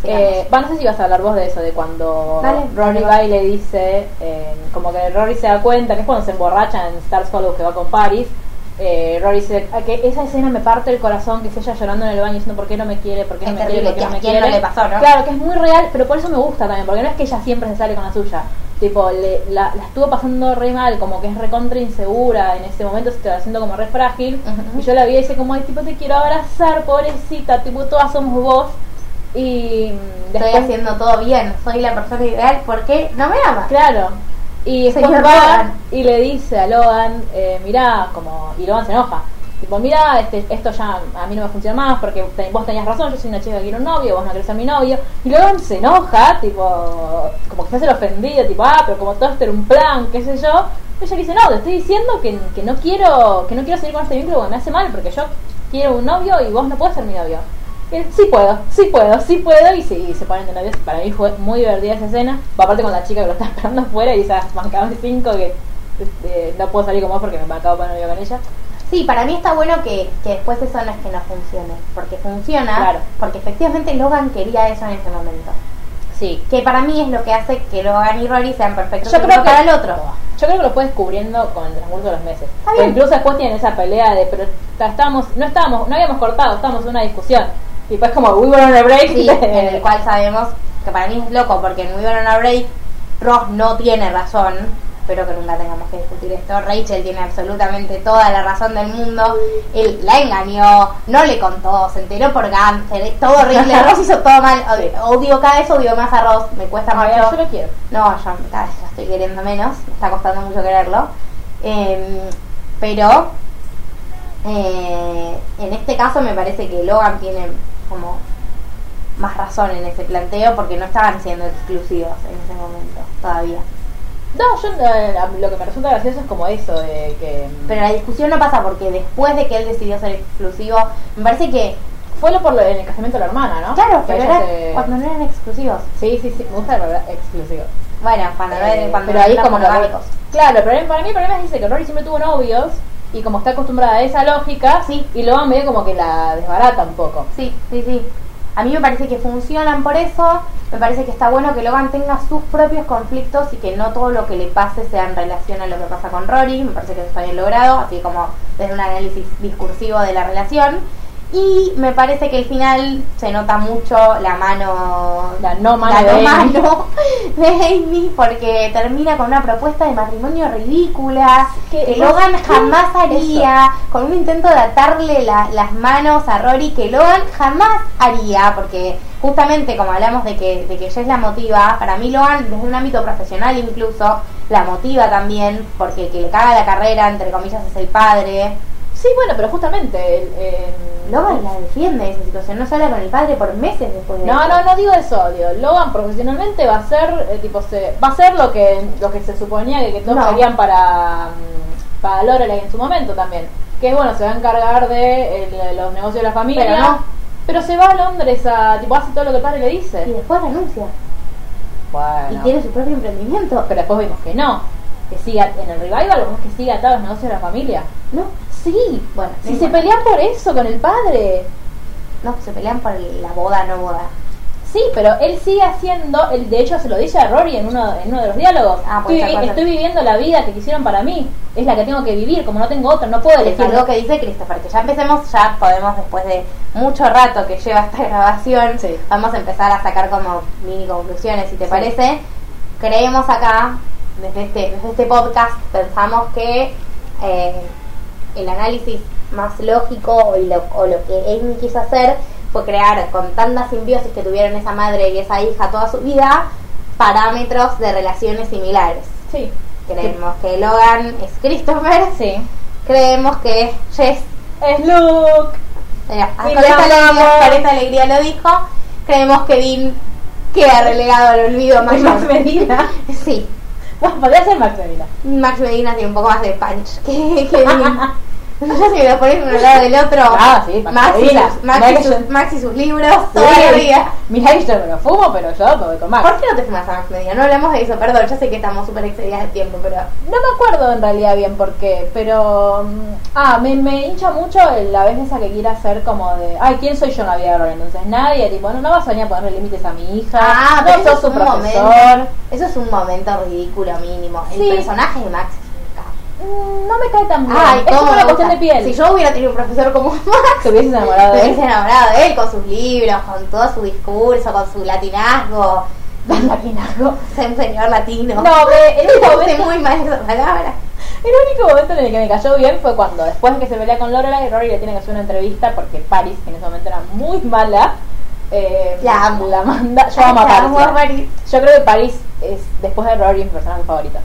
[SPEAKER 2] Sigamos.
[SPEAKER 1] Eh, va, no sé si vas a hablar vos de eso, de cuando
[SPEAKER 2] Dale.
[SPEAKER 1] Rory va y le dice, eh, como que Rory se da cuenta, que es cuando se emborracha en Stars Hollow que va con Paris. eh, Rory dice, "Ah, que esa escena me parte el corazón, que es ella llorando en el baño diciendo por qué no me quiere, por qué no
[SPEAKER 2] Es
[SPEAKER 1] me quiere,
[SPEAKER 2] terrible,
[SPEAKER 1] por qué no
[SPEAKER 2] que a
[SPEAKER 1] me
[SPEAKER 2] quién no
[SPEAKER 1] quiere.
[SPEAKER 2] le pasó, ¿no?
[SPEAKER 1] Claro, que es muy real, pero por eso me gusta también, porque no es que ella siempre se sale con la suya. Tipo, le- la, la estuvo pasando re mal, como que es recontra insegura, en ese momento se te va haciendo como re frágil.
[SPEAKER 2] Ujú.
[SPEAKER 1] Y yo la vi y dice como, ay, tipo, te quiero abrazar, pobrecita, tipo, todas somos vos. Y mm,
[SPEAKER 2] Estoy
[SPEAKER 1] después,
[SPEAKER 2] haciendo todo bien, soy la persona ideal porque no me ama.
[SPEAKER 1] claro. Y después
[SPEAKER 2] Señor
[SPEAKER 1] va
[SPEAKER 2] Logan.
[SPEAKER 1] y le dice a Logan, eh, mirá, como, y Logan se enoja. Tipo, mirá, este, esto ya a mí no me funciona más porque te- vos tenías razón, yo soy una chica que quiere un novio, vos no querés a mi novio. Y Logan se enoja, tipo, como que se hace el ofendido, tipo, ah, pero como todo esto era un plan, qué sé yo. Y ella le dice, no, te estoy diciendo que, que no quiero que no quiero seguir con este vínculo porque me hace mal, porque yo quiero un novio y vos no podés ser mi novio. Y él, sí puedo, sí puedo, sí puedo. Y se, y se ponen de novios. Para mí fue muy divertida esa escena. Aparte con la chica que lo está esperando afuera y esas bancadas de cinco que este, no puedo salir con vos porque me acabo de poner novio con ella.
[SPEAKER 2] Sí, para mí está bueno que, que después eso no es que no funcione, porque funciona,
[SPEAKER 1] Claro.
[SPEAKER 2] porque efectivamente Logan quería eso en ese momento.
[SPEAKER 1] Sí.
[SPEAKER 2] Que para mí es lo que hace que Logan y Rory sean perfectos
[SPEAKER 1] Yo
[SPEAKER 2] el
[SPEAKER 1] creo
[SPEAKER 2] uno
[SPEAKER 1] que-
[SPEAKER 2] para el otro.
[SPEAKER 1] Yo creo que lo fue descubriendo con el transcurso de los meses.
[SPEAKER 2] Está
[SPEAKER 1] Porque
[SPEAKER 2] bien.
[SPEAKER 1] incluso después tienen esa pelea de, pero ta- estábamos, no estábamos, no habíamos cortado, estábamos en una discusión. Y pues como, we were on a break.
[SPEAKER 2] Sí, en el cual sabemos que para mí es loco, porque en We Were on a Break Ross no tiene razón. Espero que nunca tengamos que discutir esto. Rachel tiene absolutamente toda la razón del mundo. Él la engañó, no le contó, se enteró por Gánster, es todo horrible. Ross hizo todo mal. Od- Odio cada vez, odio más a Ross, me cuesta
[SPEAKER 1] Ay,
[SPEAKER 2] mucho.
[SPEAKER 1] yo lo quiero.
[SPEAKER 2] No, yo cada vez lo estoy queriendo menos, me está costando mucho quererlo. Eh, pero eh, en este caso me parece que Logan tiene como más razón en ese planteo porque no estaban siendo exclusivos en ese momento todavía.
[SPEAKER 1] Mm. No, yo eh, lo que me resulta gracioso es como eso de que...
[SPEAKER 2] Pero la discusión no pasa porque después de que él decidió ser exclusivo, me parece que,
[SPEAKER 1] mm, Fue lo por lo, en el casamiento de la hermana, ¿no?
[SPEAKER 2] claro,
[SPEAKER 1] Que
[SPEAKER 2] pero
[SPEAKER 1] ella
[SPEAKER 2] era
[SPEAKER 1] Ah, se-
[SPEAKER 2] cuando no eran exclusivos.
[SPEAKER 1] Sí, sí, sí, me gusta la palabra exclusivo.
[SPEAKER 2] Bueno, cuando, no
[SPEAKER 1] Eh,
[SPEAKER 2] eran- cuando
[SPEAKER 1] pero
[SPEAKER 2] no
[SPEAKER 1] ahí
[SPEAKER 2] eran
[SPEAKER 1] como que-
[SPEAKER 2] monogámicos.
[SPEAKER 1] Claro, el problema, para mí el problema es ese, que Rory siempre tuvo novios y como está acostumbrada a esa lógica,
[SPEAKER 2] Sí.
[SPEAKER 1] y luego medio como que la desbarata un poco.
[SPEAKER 2] Sí, sí, sí. A mí me parece que funcionan por eso. Me parece que está bueno que Logan tenga sus propios conflictos y que no todo lo que le pase sea en relación a lo que pasa con Rory. Me parece que eso está bien logrado, así como desde un análisis discursivo de la relación. Y me parece que el final se nota mucho la mano.
[SPEAKER 1] La no mano
[SPEAKER 2] la
[SPEAKER 1] de
[SPEAKER 2] no
[SPEAKER 1] Amy.
[SPEAKER 2] mano de Amy, porque termina con una propuesta de matrimonio ridícula
[SPEAKER 1] Que
[SPEAKER 2] que
[SPEAKER 1] vos-
[SPEAKER 2] Logan
[SPEAKER 1] ¿qué?
[SPEAKER 2] jamás
[SPEAKER 1] Eso.
[SPEAKER 2] haría con un intento de atarle la- las manos a Rory que Logan jamás haría, porque justamente como hablamos de que, de que Jess la motiva, para mí Logan desde un ámbito profesional incluso la motiva también, porque el que le caga la carrera, entre comillas, es el padre.
[SPEAKER 1] Sí, bueno, pero justamente... el- el-
[SPEAKER 2] Logan la defiende de esa situación, no se habla con el padre por meses después de
[SPEAKER 1] No,
[SPEAKER 2] eso.
[SPEAKER 1] no, no digo eso, digo, Logan profesionalmente va a ser, eh, tipo, se, va a ser lo que, lo que se suponía que, que todos
[SPEAKER 2] No.
[SPEAKER 1] querían para, mm, para Lorelai en su momento también. Que bueno, se va a encargar de el- los negocios de la familia.
[SPEAKER 2] Pero no.
[SPEAKER 1] Pero se va a Londres a, tipo, hace todo lo que el padre le dice.
[SPEAKER 2] Y después renuncia, y
[SPEAKER 1] Bueno.
[SPEAKER 2] tiene su propio emprendimiento.
[SPEAKER 1] Pero después vimos que no. Que siga en el revival, vemos que siga atado a los negocios de la familia.
[SPEAKER 2] No,
[SPEAKER 1] Sí.
[SPEAKER 2] bueno,
[SPEAKER 1] Si
[SPEAKER 2] no
[SPEAKER 1] se
[SPEAKER 2] importa.
[SPEAKER 1] pelean por eso con el padre.
[SPEAKER 2] No, se pelean por la boda, no boda.
[SPEAKER 1] Sí, pero él sigue haciendo, él de hecho se lo dice a Rory en uno, en uno de los diálogos.
[SPEAKER 2] Ah, puede
[SPEAKER 1] estoy,
[SPEAKER 2] ser, puede
[SPEAKER 1] estoy
[SPEAKER 2] ser.
[SPEAKER 1] viviendo la vida que quisieron para mí. Es la que tengo que vivir, como no tengo otra, no puedo
[SPEAKER 2] Es
[SPEAKER 1] elegir.
[SPEAKER 2] algo que dice Christopher, que ya empecemos, ya podemos después de mucho rato que lleva esta grabación,
[SPEAKER 1] Sí.
[SPEAKER 2] vamos a empezar a sacar como mini conclusiones, si te
[SPEAKER 1] Sí.
[SPEAKER 2] parece. Creemos acá, desde este, desde este podcast, pensamos que eh, el análisis más lógico o lo, o lo que Amy quiso hacer fue crear con tanta simbiosis que tuvieron esa madre y esa hija toda su vida, parámetros de relaciones similares.
[SPEAKER 1] Sí.
[SPEAKER 2] Creemos que Logan es Christopher,
[SPEAKER 1] Sí.
[SPEAKER 2] creemos que Jess,
[SPEAKER 1] Es Luke.
[SPEAKER 2] mira, ah,
[SPEAKER 1] Sí,
[SPEAKER 2] con,
[SPEAKER 1] te
[SPEAKER 2] esta alegría,
[SPEAKER 1] amamos.
[SPEAKER 2] con esta alegría lo dijo, creemos que Dean queda relegado al olvido
[SPEAKER 1] Max,
[SPEAKER 2] más
[SPEAKER 1] Medina.
[SPEAKER 2] Sí,
[SPEAKER 1] Bueno, podría ser Max Medina.
[SPEAKER 2] Max Medina tiene un poco más de punch que, que Dean. Ya si me lo pones uno al lado del otro,
[SPEAKER 1] Ah, sí, Max
[SPEAKER 2] Max, y
[SPEAKER 1] Medina.
[SPEAKER 2] sus, Max y
[SPEAKER 1] Max-
[SPEAKER 2] sus- Max y sus libros, todo
[SPEAKER 1] Mirá
[SPEAKER 2] el
[SPEAKER 1] que-
[SPEAKER 2] día.
[SPEAKER 1] Mirá que yo me lo fumo, pero yo me voy con Max.
[SPEAKER 2] ¿Por qué no te fumas a Max Medina? No hablamos de eso, perdón, ya sé que estamos súper excedidas de tiempo, pero...
[SPEAKER 1] No me acuerdo en realidad bien por qué, pero. mm, Ah, me, me hincha mucho la vez esa que quiere hacer como de. Ay, ¿quién soy yo en la vida de Rory? Entonces nadie, tipo, no, no vas a venir a ponerle límites a mi hija.
[SPEAKER 2] Ah, pero
[SPEAKER 1] no
[SPEAKER 2] eso
[SPEAKER 1] sos
[SPEAKER 2] es
[SPEAKER 1] su
[SPEAKER 2] un
[SPEAKER 1] profesor.
[SPEAKER 2] momento. Eso es un momento ridículo mínimo. El
[SPEAKER 1] Sí.
[SPEAKER 2] personaje de Max es un capo.
[SPEAKER 1] Mm, No me cae tan bien.
[SPEAKER 2] Ay,
[SPEAKER 1] es
[SPEAKER 2] cómo
[SPEAKER 1] como
[SPEAKER 2] me
[SPEAKER 1] una cuestión
[SPEAKER 2] gusta.
[SPEAKER 1] de piel.
[SPEAKER 2] Si yo hubiera tenido un profesor como Max,
[SPEAKER 1] Te hubieses enamorado
[SPEAKER 2] me
[SPEAKER 1] de
[SPEAKER 2] hubiese
[SPEAKER 1] él.
[SPEAKER 2] enamorado de él con sus libros, con todo su discurso, con su latinazgo.
[SPEAKER 1] Latinazgo.
[SPEAKER 2] Ser un señor latino.
[SPEAKER 1] No, me, en ese
[SPEAKER 2] puse
[SPEAKER 1] momento,
[SPEAKER 2] muy mal esa palabra.
[SPEAKER 1] el único momento en el que me cayó bien fue cuando después de que se pelea con Lorelai, Rory le tiene que hacer una entrevista porque Paris, que en ese momento era muy mala, eh,
[SPEAKER 2] La amo.
[SPEAKER 1] manda. Yo amo a
[SPEAKER 2] La
[SPEAKER 1] Paris. ¿eh?
[SPEAKER 2] amo a Paris.
[SPEAKER 1] Yo creo que París es, después de Rory, mi personaje favorito.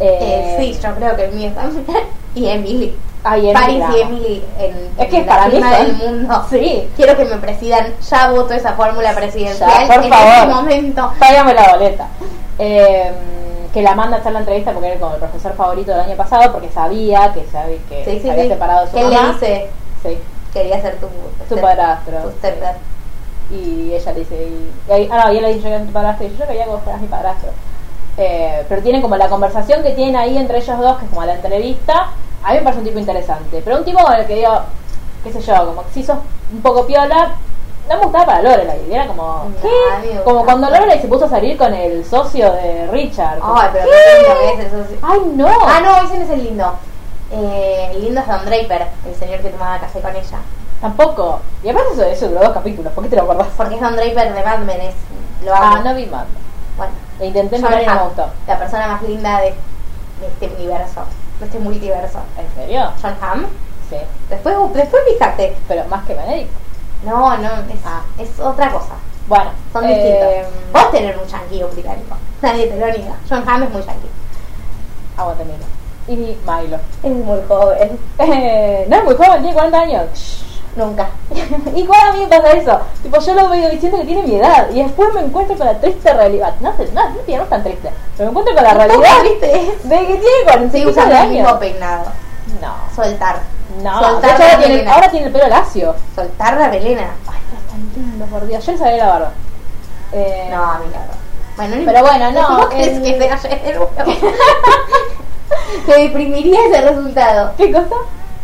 [SPEAKER 2] Eh, sí, yo creo que el mío también. Y Emily.
[SPEAKER 1] Ay, Emily
[SPEAKER 2] Paris y
[SPEAKER 1] la amo.
[SPEAKER 2] Emily en,
[SPEAKER 1] Es que
[SPEAKER 2] en
[SPEAKER 1] para
[SPEAKER 2] la
[SPEAKER 1] mí
[SPEAKER 2] cima
[SPEAKER 1] son-
[SPEAKER 2] del mundo.
[SPEAKER 1] Sí.
[SPEAKER 2] Quiero que me presidan. Ya voto esa fórmula presidencial
[SPEAKER 1] Ya, por
[SPEAKER 2] en
[SPEAKER 1] favor.
[SPEAKER 2] este momento.
[SPEAKER 1] Págame la boleta. Eh, que la manda a hacer la entrevista porque era como el profesor favorito del año pasado porque sabía que, sabe, que
[SPEAKER 2] Sí, sí,
[SPEAKER 1] se había
[SPEAKER 2] sí.
[SPEAKER 1] Eh, separado de su
[SPEAKER 2] Que él le
[SPEAKER 1] mamá.
[SPEAKER 2] dice,
[SPEAKER 1] Sí,
[SPEAKER 2] quería ser tu,
[SPEAKER 1] su
[SPEAKER 2] ser-
[SPEAKER 1] padrastro.
[SPEAKER 2] tu stepdad.
[SPEAKER 1] Y ella le dice, y- y ahí- ah, no, y él le dice, yo era tu padrastro, y yo, yo quería que vos fueras mi padrastro. Eh, pero tienen como la conversación que tienen ahí entre ellos dos, que es como la entrevista, a mí me parece un tipo interesante. Pero un tipo con el que digo, qué sé yo, como que si sos un poco piola, no me gustaba para Lorelai, era como,
[SPEAKER 2] No, a mí me
[SPEAKER 1] ¿qué?
[SPEAKER 2] gusta.
[SPEAKER 1] Como cuando Lorelai se puso a salir con el socio de Richard. como,
[SPEAKER 2] Ay, pero
[SPEAKER 1] ¿qué?
[SPEAKER 2] no sé lo que es eso.
[SPEAKER 1] Ay, no.
[SPEAKER 2] Ah, no, ese no es el lindo. Eh, el lindo es Don Draper, el señor que tomaba café con ella.
[SPEAKER 1] Tampoco. Y aparte eso, eso duró dos capítulos, ¿por qué te lo acordás?
[SPEAKER 2] Porque es Don Draper de Mad Men, es, lo amo.
[SPEAKER 1] Ah, no vi más.
[SPEAKER 2] Bueno,
[SPEAKER 1] E intenté
[SPEAKER 2] John
[SPEAKER 1] mirar y no me
[SPEAKER 2] Hamm,
[SPEAKER 1] gustó.
[SPEAKER 2] la persona más linda de, de este universo, de este multiverso.
[SPEAKER 1] ¿En serio?
[SPEAKER 2] John Hamm.
[SPEAKER 1] Sí.
[SPEAKER 2] Después, uh, después fíjate.
[SPEAKER 1] Pero más que Benedict.
[SPEAKER 2] No, no, es,
[SPEAKER 1] Ah.
[SPEAKER 2] es otra cosa.
[SPEAKER 1] Bueno,
[SPEAKER 2] Son
[SPEAKER 1] eh,
[SPEAKER 2] distintos. Vos tenés un yankee y un británico. Nadie te lo niega. John Hamm es muy yankee.
[SPEAKER 1] Aguante Milo. Y Milo.
[SPEAKER 2] Es muy joven.
[SPEAKER 1] Eh, no es muy joven, tiene 40 años.
[SPEAKER 2] Nunca.
[SPEAKER 1] Igual a mí me pasa eso. Tipo, yo lo veo diciendo que tiene mi edad. Y después me encuentro con la triste realidad. No sé, no, no, no es tan triste. Pero me encuentro con la
[SPEAKER 2] Nunca,
[SPEAKER 1] realidad
[SPEAKER 2] ¿Viste?
[SPEAKER 1] de que tiene 40
[SPEAKER 2] Estoy
[SPEAKER 1] y pico de
[SPEAKER 2] usando el mismo
[SPEAKER 1] años.
[SPEAKER 2] peinado.
[SPEAKER 1] No,
[SPEAKER 2] Soltar.
[SPEAKER 1] no.
[SPEAKER 2] Soltar
[SPEAKER 1] De hecho, ahora
[SPEAKER 2] la
[SPEAKER 1] tiene,
[SPEAKER 2] melena.
[SPEAKER 1] ahora tiene el pelo lacio.
[SPEAKER 2] Soltar la melena.
[SPEAKER 1] Ay, no es tan lindo, por Dios. Yo le sabía la barba. Eh,
[SPEAKER 2] No, a mí no. Bueno, no
[SPEAKER 1] Pero
[SPEAKER 2] importa.
[SPEAKER 1] bueno, no,
[SPEAKER 2] ¿Cómo crees
[SPEAKER 1] el-
[SPEAKER 2] que te ayer el huevo? Te deprimiría ese resultado.
[SPEAKER 1] ¿Qué cosa?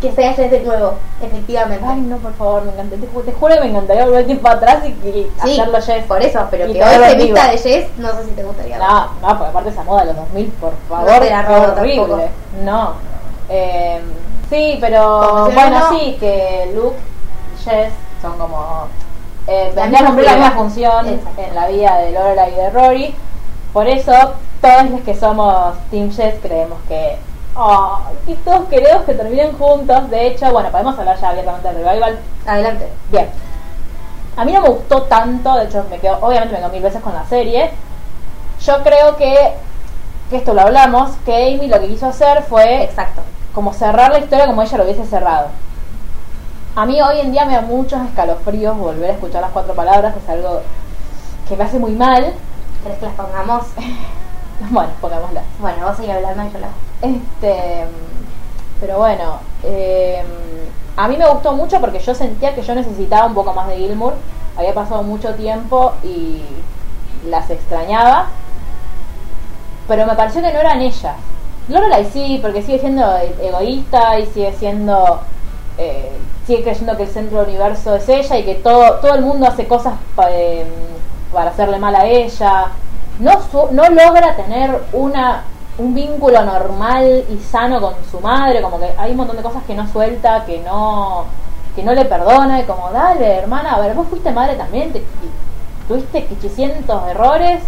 [SPEAKER 2] Que se ayer de nuevo, efectivamente.
[SPEAKER 1] Ay, no, por favor, me encantaría. Te, ju- te juro que me encantaría volver tiempo atrás y, y
[SPEAKER 2] sí,
[SPEAKER 1] hacerlo Jess.
[SPEAKER 2] por eso, pero
[SPEAKER 1] Y
[SPEAKER 2] que
[SPEAKER 1] todo
[SPEAKER 2] hoy se
[SPEAKER 1] en vivo.
[SPEAKER 2] vista de Jess, no sé si te gustaría.
[SPEAKER 1] No, no, porque aparte esa moda de los 2000, por favor,
[SPEAKER 2] No te la robo
[SPEAKER 1] qué horrible.
[SPEAKER 2] tampoco.
[SPEAKER 1] No. Eh, sí,
[SPEAKER 2] Como
[SPEAKER 1] pero
[SPEAKER 2] si
[SPEAKER 1] bueno,
[SPEAKER 2] no-
[SPEAKER 1] sí, que Luke y Jess son como... Eh,
[SPEAKER 2] La
[SPEAKER 1] vendrían a
[SPEAKER 2] misma
[SPEAKER 1] cumplir la misma
[SPEAKER 2] función.
[SPEAKER 1] función
[SPEAKER 2] Exacto.
[SPEAKER 1] en la vida de Lorelai y de Rory. Por eso, todos los que somos Team Jess creemos que... Oh, que todos queremos que terminen juntos. De hecho, bueno, podemos hablar ya abiertamente del revival.
[SPEAKER 2] Adelante.
[SPEAKER 1] Bien. A mí no me gustó tanto, de hecho me quedo, obviamente me quedo mil veces con la serie. Yo creo que, que esto lo hablamos, que Amy lo que quiso hacer fue
[SPEAKER 2] Exacto.
[SPEAKER 1] como cerrar la historia como ella lo hubiese cerrado. A mí hoy en día me da muchos escalofríos volver a escuchar las cuatro palabras, es algo que me hace muy mal.
[SPEAKER 2] ¿Querés que las pongamos?
[SPEAKER 1] Bueno, pongámosla.
[SPEAKER 2] Bueno, vos seguís hablando y yo las.
[SPEAKER 1] Este, pero bueno, eh, a mí me gustó mucho porque yo sentía que yo necesitaba un poco más de Gilmour. Había pasado mucho tiempo y las extrañaba, pero me pareció que no eran ellas. Lorelai sí, porque sigue siendo e- egoísta y sigue siendo eh, sigue creyendo que el centro del universo es ella y que todo, todo el mundo hace cosas pa- eh, para hacerle mal a ella. No, su- no logra tener una, un vínculo normal y sano con su madre, como que hay un montón de cosas que no suelta, que no, que no le perdona, y como, dale, hermana, a ver, vos fuiste madre también, te- y tuviste 800 errores,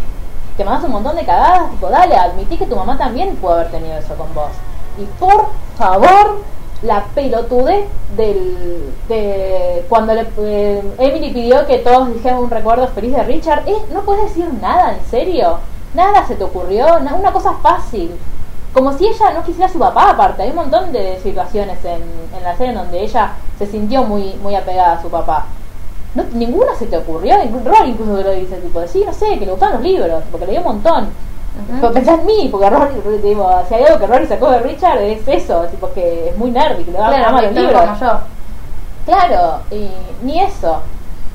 [SPEAKER 1] te mandas un montón de cagadas, tipo, dale, admití que tu mamá también pudo haber tenido eso con vos. Y por favor, la pelotudez del, de cuando le- eh, Emily pidió que todos dijeran un recuerdo feliz de Richard. Eh, no puedes decir nada, en serio. Nada se te ocurrió, na- una cosa fácil. Como si ella no quisiera a su papá, aparte. Hay un montón de situaciones en, en la serie en donde ella se sintió muy, muy apegada a su papá. No, ninguna se te ocurrió, inclu- Ron incluso lo dice, tipo, de, sí, no sé, que le gustaban los libros, porque leía un montón.
[SPEAKER 2] Mm.
[SPEAKER 1] Pero pensá en mí, porque Rory, digo, si hay algo que Rory sacó de Richard es eso, tipo que es muy nerd y que le va
[SPEAKER 2] Claro,
[SPEAKER 1] a los
[SPEAKER 2] me
[SPEAKER 1] libros.
[SPEAKER 2] como yo.
[SPEAKER 1] Claro, y ni eso.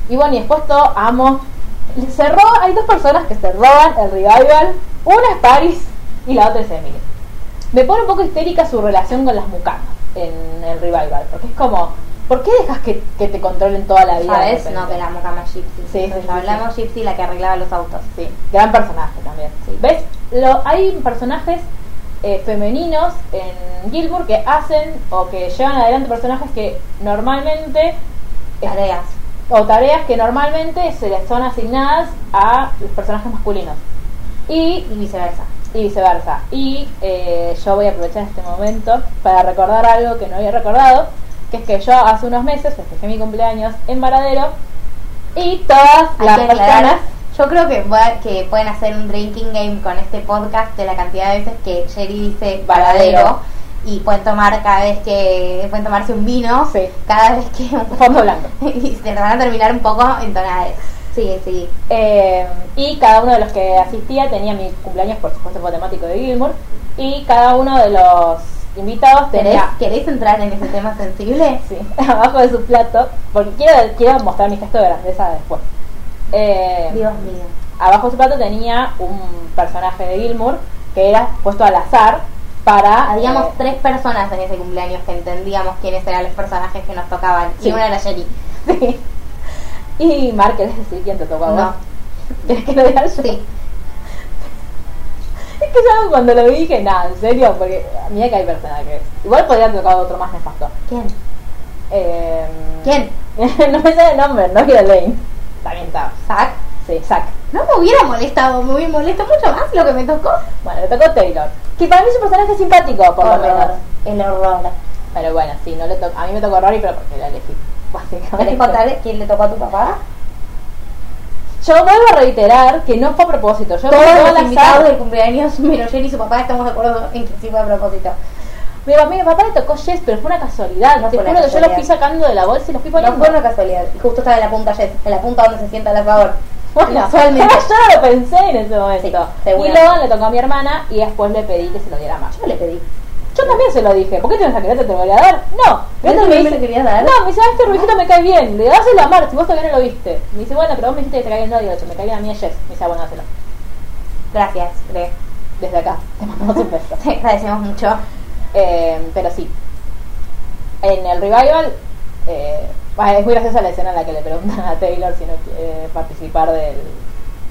[SPEAKER 1] Y bueno, y después todo, amo. Se roba, hay dos personas que se roban el revival. Una es Paris y la otra es Emily. Me pone un poco histérica su relación con las mucamas en el revival, porque es como, ¿por qué dejas que, que te controlen toda la vida? de
[SPEAKER 2] ¿Sabes?
[SPEAKER 1] repente?
[SPEAKER 2] No, que la mucama Gypsy.
[SPEAKER 1] Sí, sí, sí,
[SPEAKER 2] hablamos Gypsy, la que arreglaba los autos.
[SPEAKER 1] Sí, gran personaje también.
[SPEAKER 2] Sí.
[SPEAKER 1] ¿Ves? Lo, hay personajes eh, femeninos en Gilmour que hacen o que llevan adelante personajes que normalmente,
[SPEAKER 2] Tareas.
[SPEAKER 1] o tareas que normalmente se les son asignadas a los personajes masculinos. Y
[SPEAKER 2] Y viceversa.
[SPEAKER 1] y viceversa. Y eh, yo voy a aprovechar este momento para recordar algo que no había recordado, que es que yo hace unos meses festejé mi cumpleaños en Varadero y todas
[SPEAKER 2] Hay
[SPEAKER 1] las
[SPEAKER 2] que aclarar,
[SPEAKER 1] personas...
[SPEAKER 2] Yo creo que, voy a- que pueden hacer un drinking game con este podcast de la cantidad de veces que Sherry dice
[SPEAKER 1] Varadero.
[SPEAKER 2] varadero y pueden tomar cada vez que pueden tomarse un vino,
[SPEAKER 1] Sí.
[SPEAKER 2] cada vez que
[SPEAKER 1] Fondo blanco.
[SPEAKER 2] y se van a terminar un poco entonades. Sí, sí.
[SPEAKER 1] Eh, y cada uno de los que asistía tenía mi cumpleaños, por supuesto, fue temático de Gilmour. Y cada uno de los invitados
[SPEAKER 2] ¿Querés,
[SPEAKER 1] tenía
[SPEAKER 2] ¿Queréis entrar en ese tema sensible?
[SPEAKER 1] sí, abajo de su plato, porque quiero, quiero mostrar mi gesto de grandeza después. Eh,
[SPEAKER 2] Dios mío.
[SPEAKER 1] abajo de su plato tenía un personaje de Gilmour que era puesto al azar para.
[SPEAKER 2] Habíamos
[SPEAKER 1] eh,
[SPEAKER 2] tres personas en ese cumpleaños que entendíamos quiénes eran los personajes que nos tocaban.
[SPEAKER 1] Sí.
[SPEAKER 2] Y una era Sherry.
[SPEAKER 1] y Mark, ¿querés decir quién te tocó a vos?
[SPEAKER 2] No.
[SPEAKER 1] ¿Querés que lo diga yo?
[SPEAKER 2] Sí.
[SPEAKER 1] Es que yo cuando lo vi dije, nada, en serio, porque mira que hay personajes. Igual podrían tocar otro más nefasto.
[SPEAKER 2] ¿Quién?
[SPEAKER 1] Eh,
[SPEAKER 2] ¿Quién?
[SPEAKER 1] no me sale el nombre, no quiero Lane. También está.
[SPEAKER 2] ¿Zack?
[SPEAKER 1] Sí, Zack.
[SPEAKER 2] No me hubiera molestado, me hubiera molestado mucho más lo que me tocó.
[SPEAKER 1] Bueno, le tocó Taylor. Que para mí es un personaje simpático, por lo menos.
[SPEAKER 2] El horror.
[SPEAKER 1] Pero bueno, sí, no le tocó. A mí me tocó Rory, pero porque la elegí.
[SPEAKER 2] ¿Querés
[SPEAKER 1] Básicamente.
[SPEAKER 2] contar quién le tocó a tu papá?
[SPEAKER 1] Yo vuelvo a reiterar que no fue a propósito. Yo
[SPEAKER 2] Todos
[SPEAKER 1] fui al
[SPEAKER 2] los
[SPEAKER 1] azar.
[SPEAKER 2] invitados del cumpleaños, menos Jerry y su papá, estamos de acuerdo en que sí fue a propósito.
[SPEAKER 1] Mi, papá- mi papá le tocó Jess, pero fue una casualidad.
[SPEAKER 2] No
[SPEAKER 1] Te
[SPEAKER 2] fue
[SPEAKER 1] juro que
[SPEAKER 2] una
[SPEAKER 1] yo lo
[SPEAKER 2] casualidad.
[SPEAKER 1] fui sacando de la bolsa y lo fui
[SPEAKER 2] No
[SPEAKER 1] poniendo.
[SPEAKER 2] fue una casualidad. Y Justo estaba en la punta, Jess, en la punta donde se sienta la favor.
[SPEAKER 1] Bueno,
[SPEAKER 2] Casualmente.
[SPEAKER 1] yo no lo pensé en ese momento.
[SPEAKER 2] Sí,
[SPEAKER 1] y
[SPEAKER 2] seguramente.
[SPEAKER 1] luego le tocó a mi hermana y después le pedí que se lo diera a Mar.
[SPEAKER 2] Yo le pedí.
[SPEAKER 1] Yo también se lo dije. ¿Por qué te vas a querer? ¿Te lo voy a dar? No.
[SPEAKER 2] ¿Vos
[SPEAKER 1] Pero me
[SPEAKER 2] también me
[SPEAKER 1] dice,
[SPEAKER 2] lo querías dar?
[SPEAKER 1] No, me dice, ah, este rubijito me cae bien. Le das a Mar, si vos todavía no lo viste. Me dice, bueno, pero vos me dijiste que te cae bien. No, digo, "Che, me cae bien a mí y a Jess. Me dice, ah, bueno, dáselo.
[SPEAKER 2] Gracias, Greg.
[SPEAKER 1] Desde acá. Te mandamos un beso.
[SPEAKER 2] Te agradecemos mucho.
[SPEAKER 1] Eh, pero sí. En el revival, eh, ah, es muy graciosa la escena en la que le preguntan a Taylor si no quiere eh, participar del,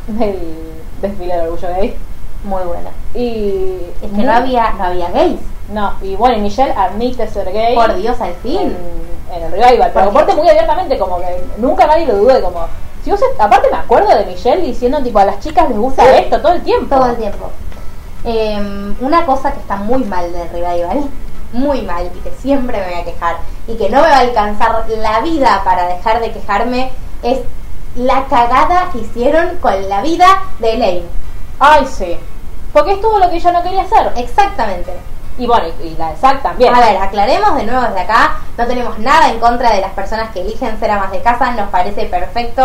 [SPEAKER 1] del desfile del orgullo gay.
[SPEAKER 2] Muy buena.
[SPEAKER 1] Y
[SPEAKER 2] Es que no había, no había gays.
[SPEAKER 1] No, y bueno, y Michelle admite ser gay.
[SPEAKER 2] Por Dios, al fin.
[SPEAKER 1] En, en el revival, pero
[SPEAKER 2] ¿Por qué?
[SPEAKER 1] aparte muy abiertamente, como que nunca nadie lo dude, como. Si vos, aparte me acuerdo de Michelle diciendo tipo a las chicas les gusta
[SPEAKER 2] Sí.
[SPEAKER 1] esto todo el tiempo.
[SPEAKER 2] Todo el tiempo. Eh, una cosa que está muy mal del revival, muy mal, y que siempre me voy a quejar, y que no me va a alcanzar la vida para dejar de quejarme, es la cagada que hicieron con la vida de Elaine.
[SPEAKER 1] Ay sí. Porque es todo lo que ella no quería hacer.
[SPEAKER 2] Exactamente.
[SPEAKER 1] Y bueno, y, y la de Zack también.
[SPEAKER 2] Eh. A ver, aclaremos de nuevo desde acá, no tenemos nada en contra de las personas que eligen ser amas de casa, nos parece perfecto,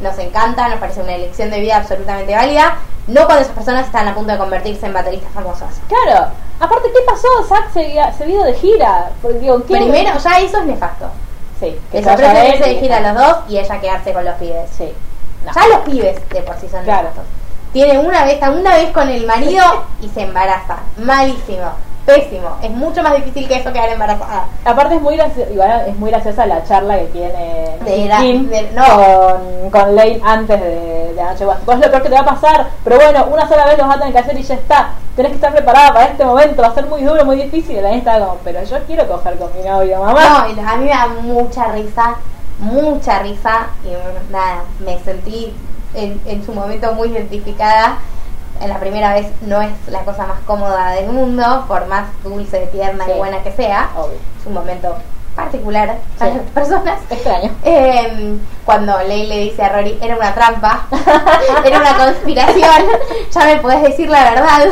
[SPEAKER 2] nos encanta, nos parece una elección de vida absolutamente válida, no cuando esas personas están a punto de convertirse en bateristas famosas.
[SPEAKER 1] Claro. Aparte, ¿qué pasó? Zack se, se vino de gira. Porque, digo, ¿qué?
[SPEAKER 2] Primero, ya eso es nefasto.
[SPEAKER 1] Sí.
[SPEAKER 2] Que
[SPEAKER 1] se
[SPEAKER 2] se
[SPEAKER 1] vaya
[SPEAKER 2] ofrece
[SPEAKER 1] él
[SPEAKER 2] que se
[SPEAKER 1] y-
[SPEAKER 2] gira a los dos y ella quedarse con los pibes.
[SPEAKER 1] Sí. No.
[SPEAKER 2] Ya los pibes de por sí son
[SPEAKER 1] Claro.
[SPEAKER 2] nefastos. Tiene una vez, está una vez con el marido y se embaraza. Malísimo, pésimo. Es mucho más difícil que eso quedar embarazada.
[SPEAKER 1] Aparte es muy graciosa, es muy graciosa la charla que tiene
[SPEAKER 2] De la-
[SPEAKER 1] Kim
[SPEAKER 2] de- no.
[SPEAKER 1] con, con Lane antes de, de Anoche Guas. Vos lo peor que te va a pasar, pero bueno, una sola vez lo vas a tener que hacer y ya está. Tenés que estar preparada para este momento, va a ser muy duro, muy difícil. Y Lane está como, pero yo quiero coger con mi novio, mamá.
[SPEAKER 2] No, y a mí me da mucha risa, mucha risa. Y bueno, nada, me sentí en, en su momento muy identificada. en la primera vez no es la cosa más cómoda del mundo, por más dulce, tierna
[SPEAKER 1] Sí.
[SPEAKER 2] y buena que sea.
[SPEAKER 1] Obvio.
[SPEAKER 2] Es un momento particular para
[SPEAKER 1] Sí.
[SPEAKER 2] las personas.
[SPEAKER 1] Extraño.
[SPEAKER 2] Eh, cuando Ley le dice a Rory, era una trampa, era una conspiración, ya me podés decir la verdad.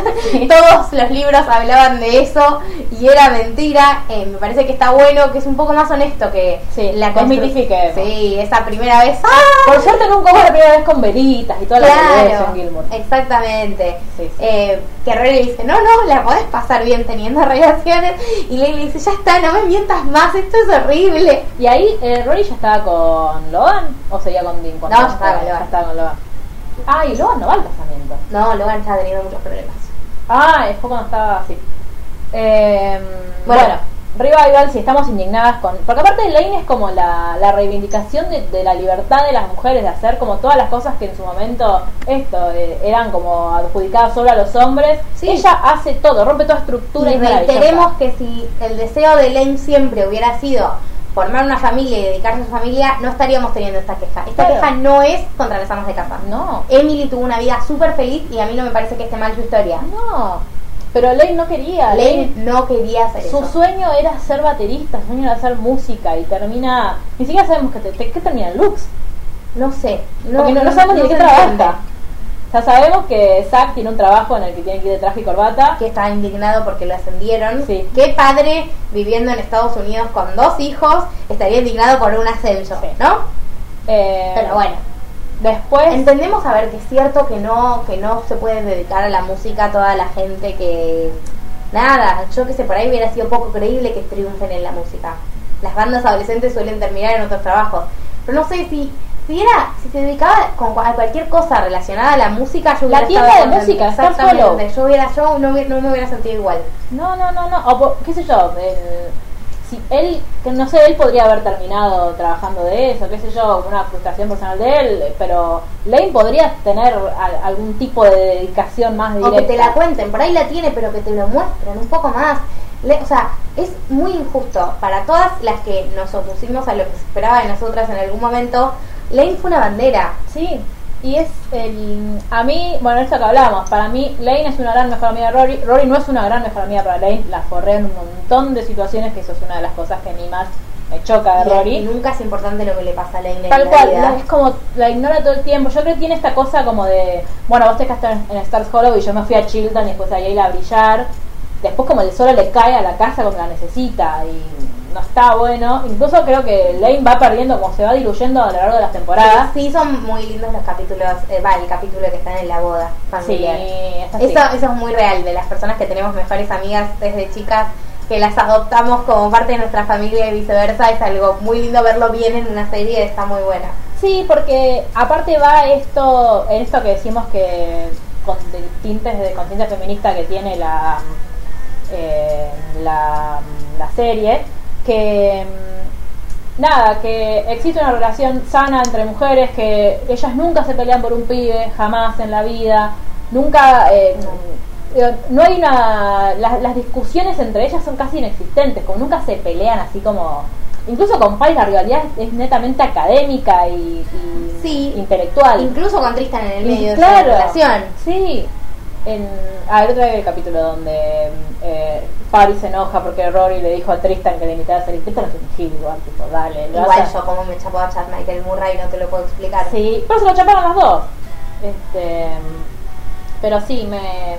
[SPEAKER 2] Todos los libros hablaban de eso y era mentira. Eh, me parece que está bueno, que es un poco más honesto que
[SPEAKER 1] Sí,
[SPEAKER 2] la
[SPEAKER 1] desmitifiquemos.
[SPEAKER 2] Sí, esa primera vez. ¡ah!
[SPEAKER 1] Por suerte nunca hubo la primera vez con velitas y toda la
[SPEAKER 2] Claro,
[SPEAKER 1] en Gilmore.
[SPEAKER 2] exactamente.
[SPEAKER 1] Sí, sí.
[SPEAKER 2] Eh, que Rory le dice, no, no, la podés pasar bien teniendo relaciones. Y Ley le dice, ya está, no me mientas más, esto es horrible.
[SPEAKER 1] Y ahí eh, Rory ya estaba con Logan o seguía con Dean cuando
[SPEAKER 2] No, ya estaba con Logan.
[SPEAKER 1] Ya estaba con Logan. Ah, y Logan no va al casamiento.
[SPEAKER 2] No, Logan está teniendo muchos problemas.
[SPEAKER 1] Ah, es cuando estaba así. Eh, bueno,
[SPEAKER 2] Bueno.
[SPEAKER 1] Revival, si estamos indignadas con. Porque aparte Lane es como la, la reivindicación de, de la libertad de las mujeres de hacer como todas las cosas que en su momento esto eh, eran como adjudicadas solo a los hombres.
[SPEAKER 2] Sí.
[SPEAKER 1] Ella hace todo, rompe toda estructura y,
[SPEAKER 2] Y
[SPEAKER 1] es maravillosa.
[SPEAKER 2] reiteremos que si el deseo de Lane siempre hubiera sido formar una familia y dedicarse a su familia, no estaríamos teniendo esta queja. Esta
[SPEAKER 1] Claro.
[SPEAKER 2] queja no es contra las amas de casa.
[SPEAKER 1] No,
[SPEAKER 2] Emily tuvo una vida súper feliz y a mí no me parece que esté mal su historia.
[SPEAKER 1] no. Pero Lane no quería.
[SPEAKER 2] Lane no quería hacer
[SPEAKER 1] Su
[SPEAKER 2] eso.
[SPEAKER 1] sueño era ser baterista, su sueño era hacer música y termina. Ni siquiera sabemos que, te- te- que termina en Lux.
[SPEAKER 2] No sé.
[SPEAKER 1] porque no, no sabemos ni de qué
[SPEAKER 2] se entiende.
[SPEAKER 1] trabaja. O sea, sabemos que Zack tiene un trabajo en el que tiene que ir de traje y corbata.
[SPEAKER 2] Que estaba indignado porque lo ascendieron.
[SPEAKER 1] Sí.
[SPEAKER 2] Qué padre viviendo en Estados Unidos con dos hijos estaría indignado por un ascenso,
[SPEAKER 1] Sí.
[SPEAKER 2] ¿no?
[SPEAKER 1] Eh,
[SPEAKER 2] Pero bueno.
[SPEAKER 1] Después.
[SPEAKER 2] Entendemos a ver que es cierto que no, que no se puede dedicar a la música a toda la gente que nada, yo que sé, por ahí hubiera sido poco creíble que triunfen en la música. Las bandas adolescentes suelen terminar en otros trabajos. Pero no sé si, si era, si se dedicaba con, cua- a cualquier cosa relacionada a la música, yo
[SPEAKER 1] La
[SPEAKER 2] hubiera
[SPEAKER 1] tienda
[SPEAKER 2] estado
[SPEAKER 1] de
[SPEAKER 2] contenta.
[SPEAKER 1] música, está
[SPEAKER 2] Exactamente. Yo hubiera, yo no, hubiera- no me hubiera sentido igual.
[SPEAKER 1] No, no, no, no. O por- qué sé yo. eh, si él, que no sé, él podría haber terminado trabajando de eso, qué sé yo, una frustración personal de él, eh, pero Lane podría tener al- algún tipo de dedicación más directa.
[SPEAKER 2] O que te la cuenten, por ahí la tiene, pero que te lo muestren un poco más. Le- o sea, es muy injusto para todas las que nos opusimos a lo que se esperaba de nosotras en algún momento. Lane fue una bandera.
[SPEAKER 1] Sí, y es el. A mí, bueno, esto que hablábamos, para mí Lane es una gran mejor amiga de Rory. Rory no es una gran mejor amiga para Lane, la forré en un montón de situaciones, que eso es una de las cosas que a mí más me choca de
[SPEAKER 2] Y
[SPEAKER 1] Rory.
[SPEAKER 2] nunca es importante lo que le pasa a Lane en
[SPEAKER 1] Tal
[SPEAKER 2] la
[SPEAKER 1] cual,
[SPEAKER 2] vida.
[SPEAKER 1] la- es como la ignora todo el tiempo. Yo creo que tiene esta cosa como de, bueno, vos te quedaste en, en Stars Hollow y yo me fui a Chilton y después a Yale a brillar. Después como el sol le cae a la casa cuando la necesita y no está bueno. Incluso creo que Lane va perdiendo, como se va diluyendo a lo largo de las temporadas.
[SPEAKER 2] Sí, sí, son muy lindos los capítulos, eh, va, el capítulo que están en la boda familiar.
[SPEAKER 1] es así.
[SPEAKER 2] Eso, eso es muy real, de las personas que tenemos mejores amigas desde chicas, que las adoptamos como parte de nuestra familia y viceversa, es algo muy lindo verlo bien en una serie, está muy buena.
[SPEAKER 1] Sí, porque aparte va esto, en esto que decimos que con de tintes de conciencia feminista que tiene la eh, la, la serie, que mm, nada, que existe una relación sana entre mujeres, que ellas nunca se pelean por un pibe, jamás en la vida, nunca eh, eh, no hay una las, las discusiones entre ellas son casi inexistentes, como nunca se pelean así como incluso con Pai la rivalidad es, es netamente académica y, y
[SPEAKER 2] Sí.
[SPEAKER 1] intelectual.
[SPEAKER 2] Incluso con Tristan en el
[SPEAKER 1] Y
[SPEAKER 2] medio
[SPEAKER 1] claro,
[SPEAKER 2] de la relación.
[SPEAKER 1] Sí. En, a ver, otra vez el capítulo donde eh, Paris se enoja porque Rory le dijo a Tristan que le invitaba a salir. Tristan es un gil igual, tipo, dale. lo
[SPEAKER 2] Igual
[SPEAKER 1] vas a-
[SPEAKER 2] yo como me chapo a Chad Michael Murray no te lo puedo explicar.
[SPEAKER 1] Sí, pero se lo chaparon las dos. Este, pero sí, me,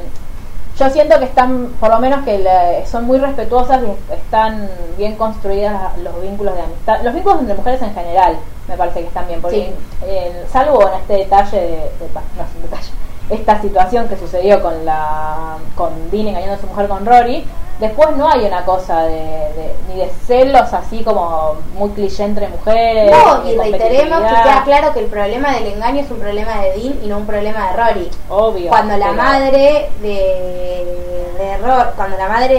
[SPEAKER 1] yo siento que están, por lo menos que la- son muy respetuosas y es- están bien construidas la- los vínculos de amistad. Los vínculos entre mujeres en general me parece que están bien, porque
[SPEAKER 2] Sí.
[SPEAKER 1] en- salvo en este detalle, de, de- bah, no es un detalle, esta situación que sucedió con la con Dean engañando a su mujer con Rory, después no hay una cosa de, de- ni de celos así como muy cliché entre mujeres.
[SPEAKER 2] No,
[SPEAKER 1] ni
[SPEAKER 2] y
[SPEAKER 1] de
[SPEAKER 2] reiteremos que
[SPEAKER 1] competitividad.
[SPEAKER 2] queda claro que el problema del engaño es un problema de Dean y no un problema de Rory.
[SPEAKER 1] Obvio.
[SPEAKER 2] Cuando la
[SPEAKER 1] pero-
[SPEAKER 2] madre de, de Ro- cuando la madre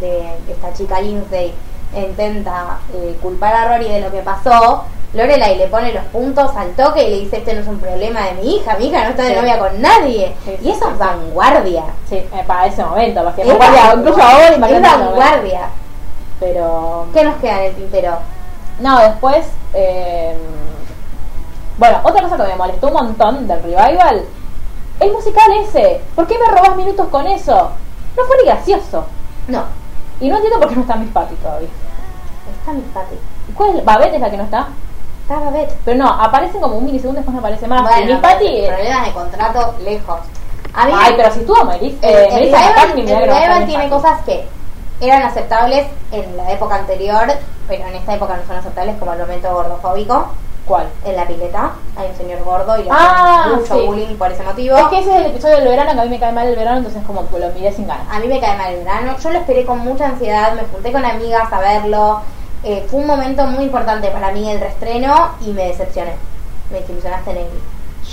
[SPEAKER 2] de, de esta chica Lindsay intenta eh, culpar a Rory de lo que pasó, Lorelai le pone los puntos al toque y le dice este no es un problema de mi hija, mi hija no está de
[SPEAKER 1] Sí.
[SPEAKER 2] novia con nadie.
[SPEAKER 1] Sí,
[SPEAKER 2] Y eso es vanguardia.
[SPEAKER 1] Sí, eh, para ese momento, más que
[SPEAKER 2] Es
[SPEAKER 1] vanguardia, incluso ahora
[SPEAKER 2] Es
[SPEAKER 1] imagínate. ¿no?
[SPEAKER 2] vanguardia.
[SPEAKER 1] Pero.
[SPEAKER 2] ¿Qué nos queda en el tintero?
[SPEAKER 1] No, después. em, eh, bueno, otra cosa que me molestó un montón del revival El musical ese, ¿por qué me robás minutos con eso? No fue ni gracioso.
[SPEAKER 2] No,
[SPEAKER 1] Y no entiendo por qué no está Miss Patty todavía.
[SPEAKER 2] está mi Patty.
[SPEAKER 1] ¿Cuál es? Babette es la que no está.
[SPEAKER 2] Está Babette.
[SPEAKER 1] Pero no, aparecen como un milisegundo, después no aparece más. y Miss
[SPEAKER 2] Bueno,
[SPEAKER 1] Patty.
[SPEAKER 2] pero problemas de contrato lejos. A mí,
[SPEAKER 1] Ay, pero si estuvo Melis,
[SPEAKER 2] el-
[SPEAKER 1] eh,
[SPEAKER 2] el
[SPEAKER 1] Melissa
[SPEAKER 2] Reven-
[SPEAKER 1] McCartney,
[SPEAKER 2] el
[SPEAKER 1] mirá que no va a estar
[SPEAKER 2] Reven
[SPEAKER 1] Miss
[SPEAKER 2] tiene
[SPEAKER 1] Patty.
[SPEAKER 2] cosas que eran aceptables en la época anterior, pero en esta época no son aceptables, como el momento gordofóbico
[SPEAKER 1] ¿Cuál?
[SPEAKER 2] en la pileta. Hay un señor gordo y le
[SPEAKER 1] Ah,
[SPEAKER 2] hacen mucho
[SPEAKER 1] sí.
[SPEAKER 2] bullying por ese motivo.
[SPEAKER 1] Es que ese es el episodio del verano que a mí me cae mal el verano, entonces como que lo miré sin ganas.
[SPEAKER 2] A mí me cae mal el verano. Yo lo esperé con mucha ansiedad, me junté con amigas a verlo. Eh, fue un momento muy importante para mí el restreno y me decepcioné. Me desilusionaste, Negri.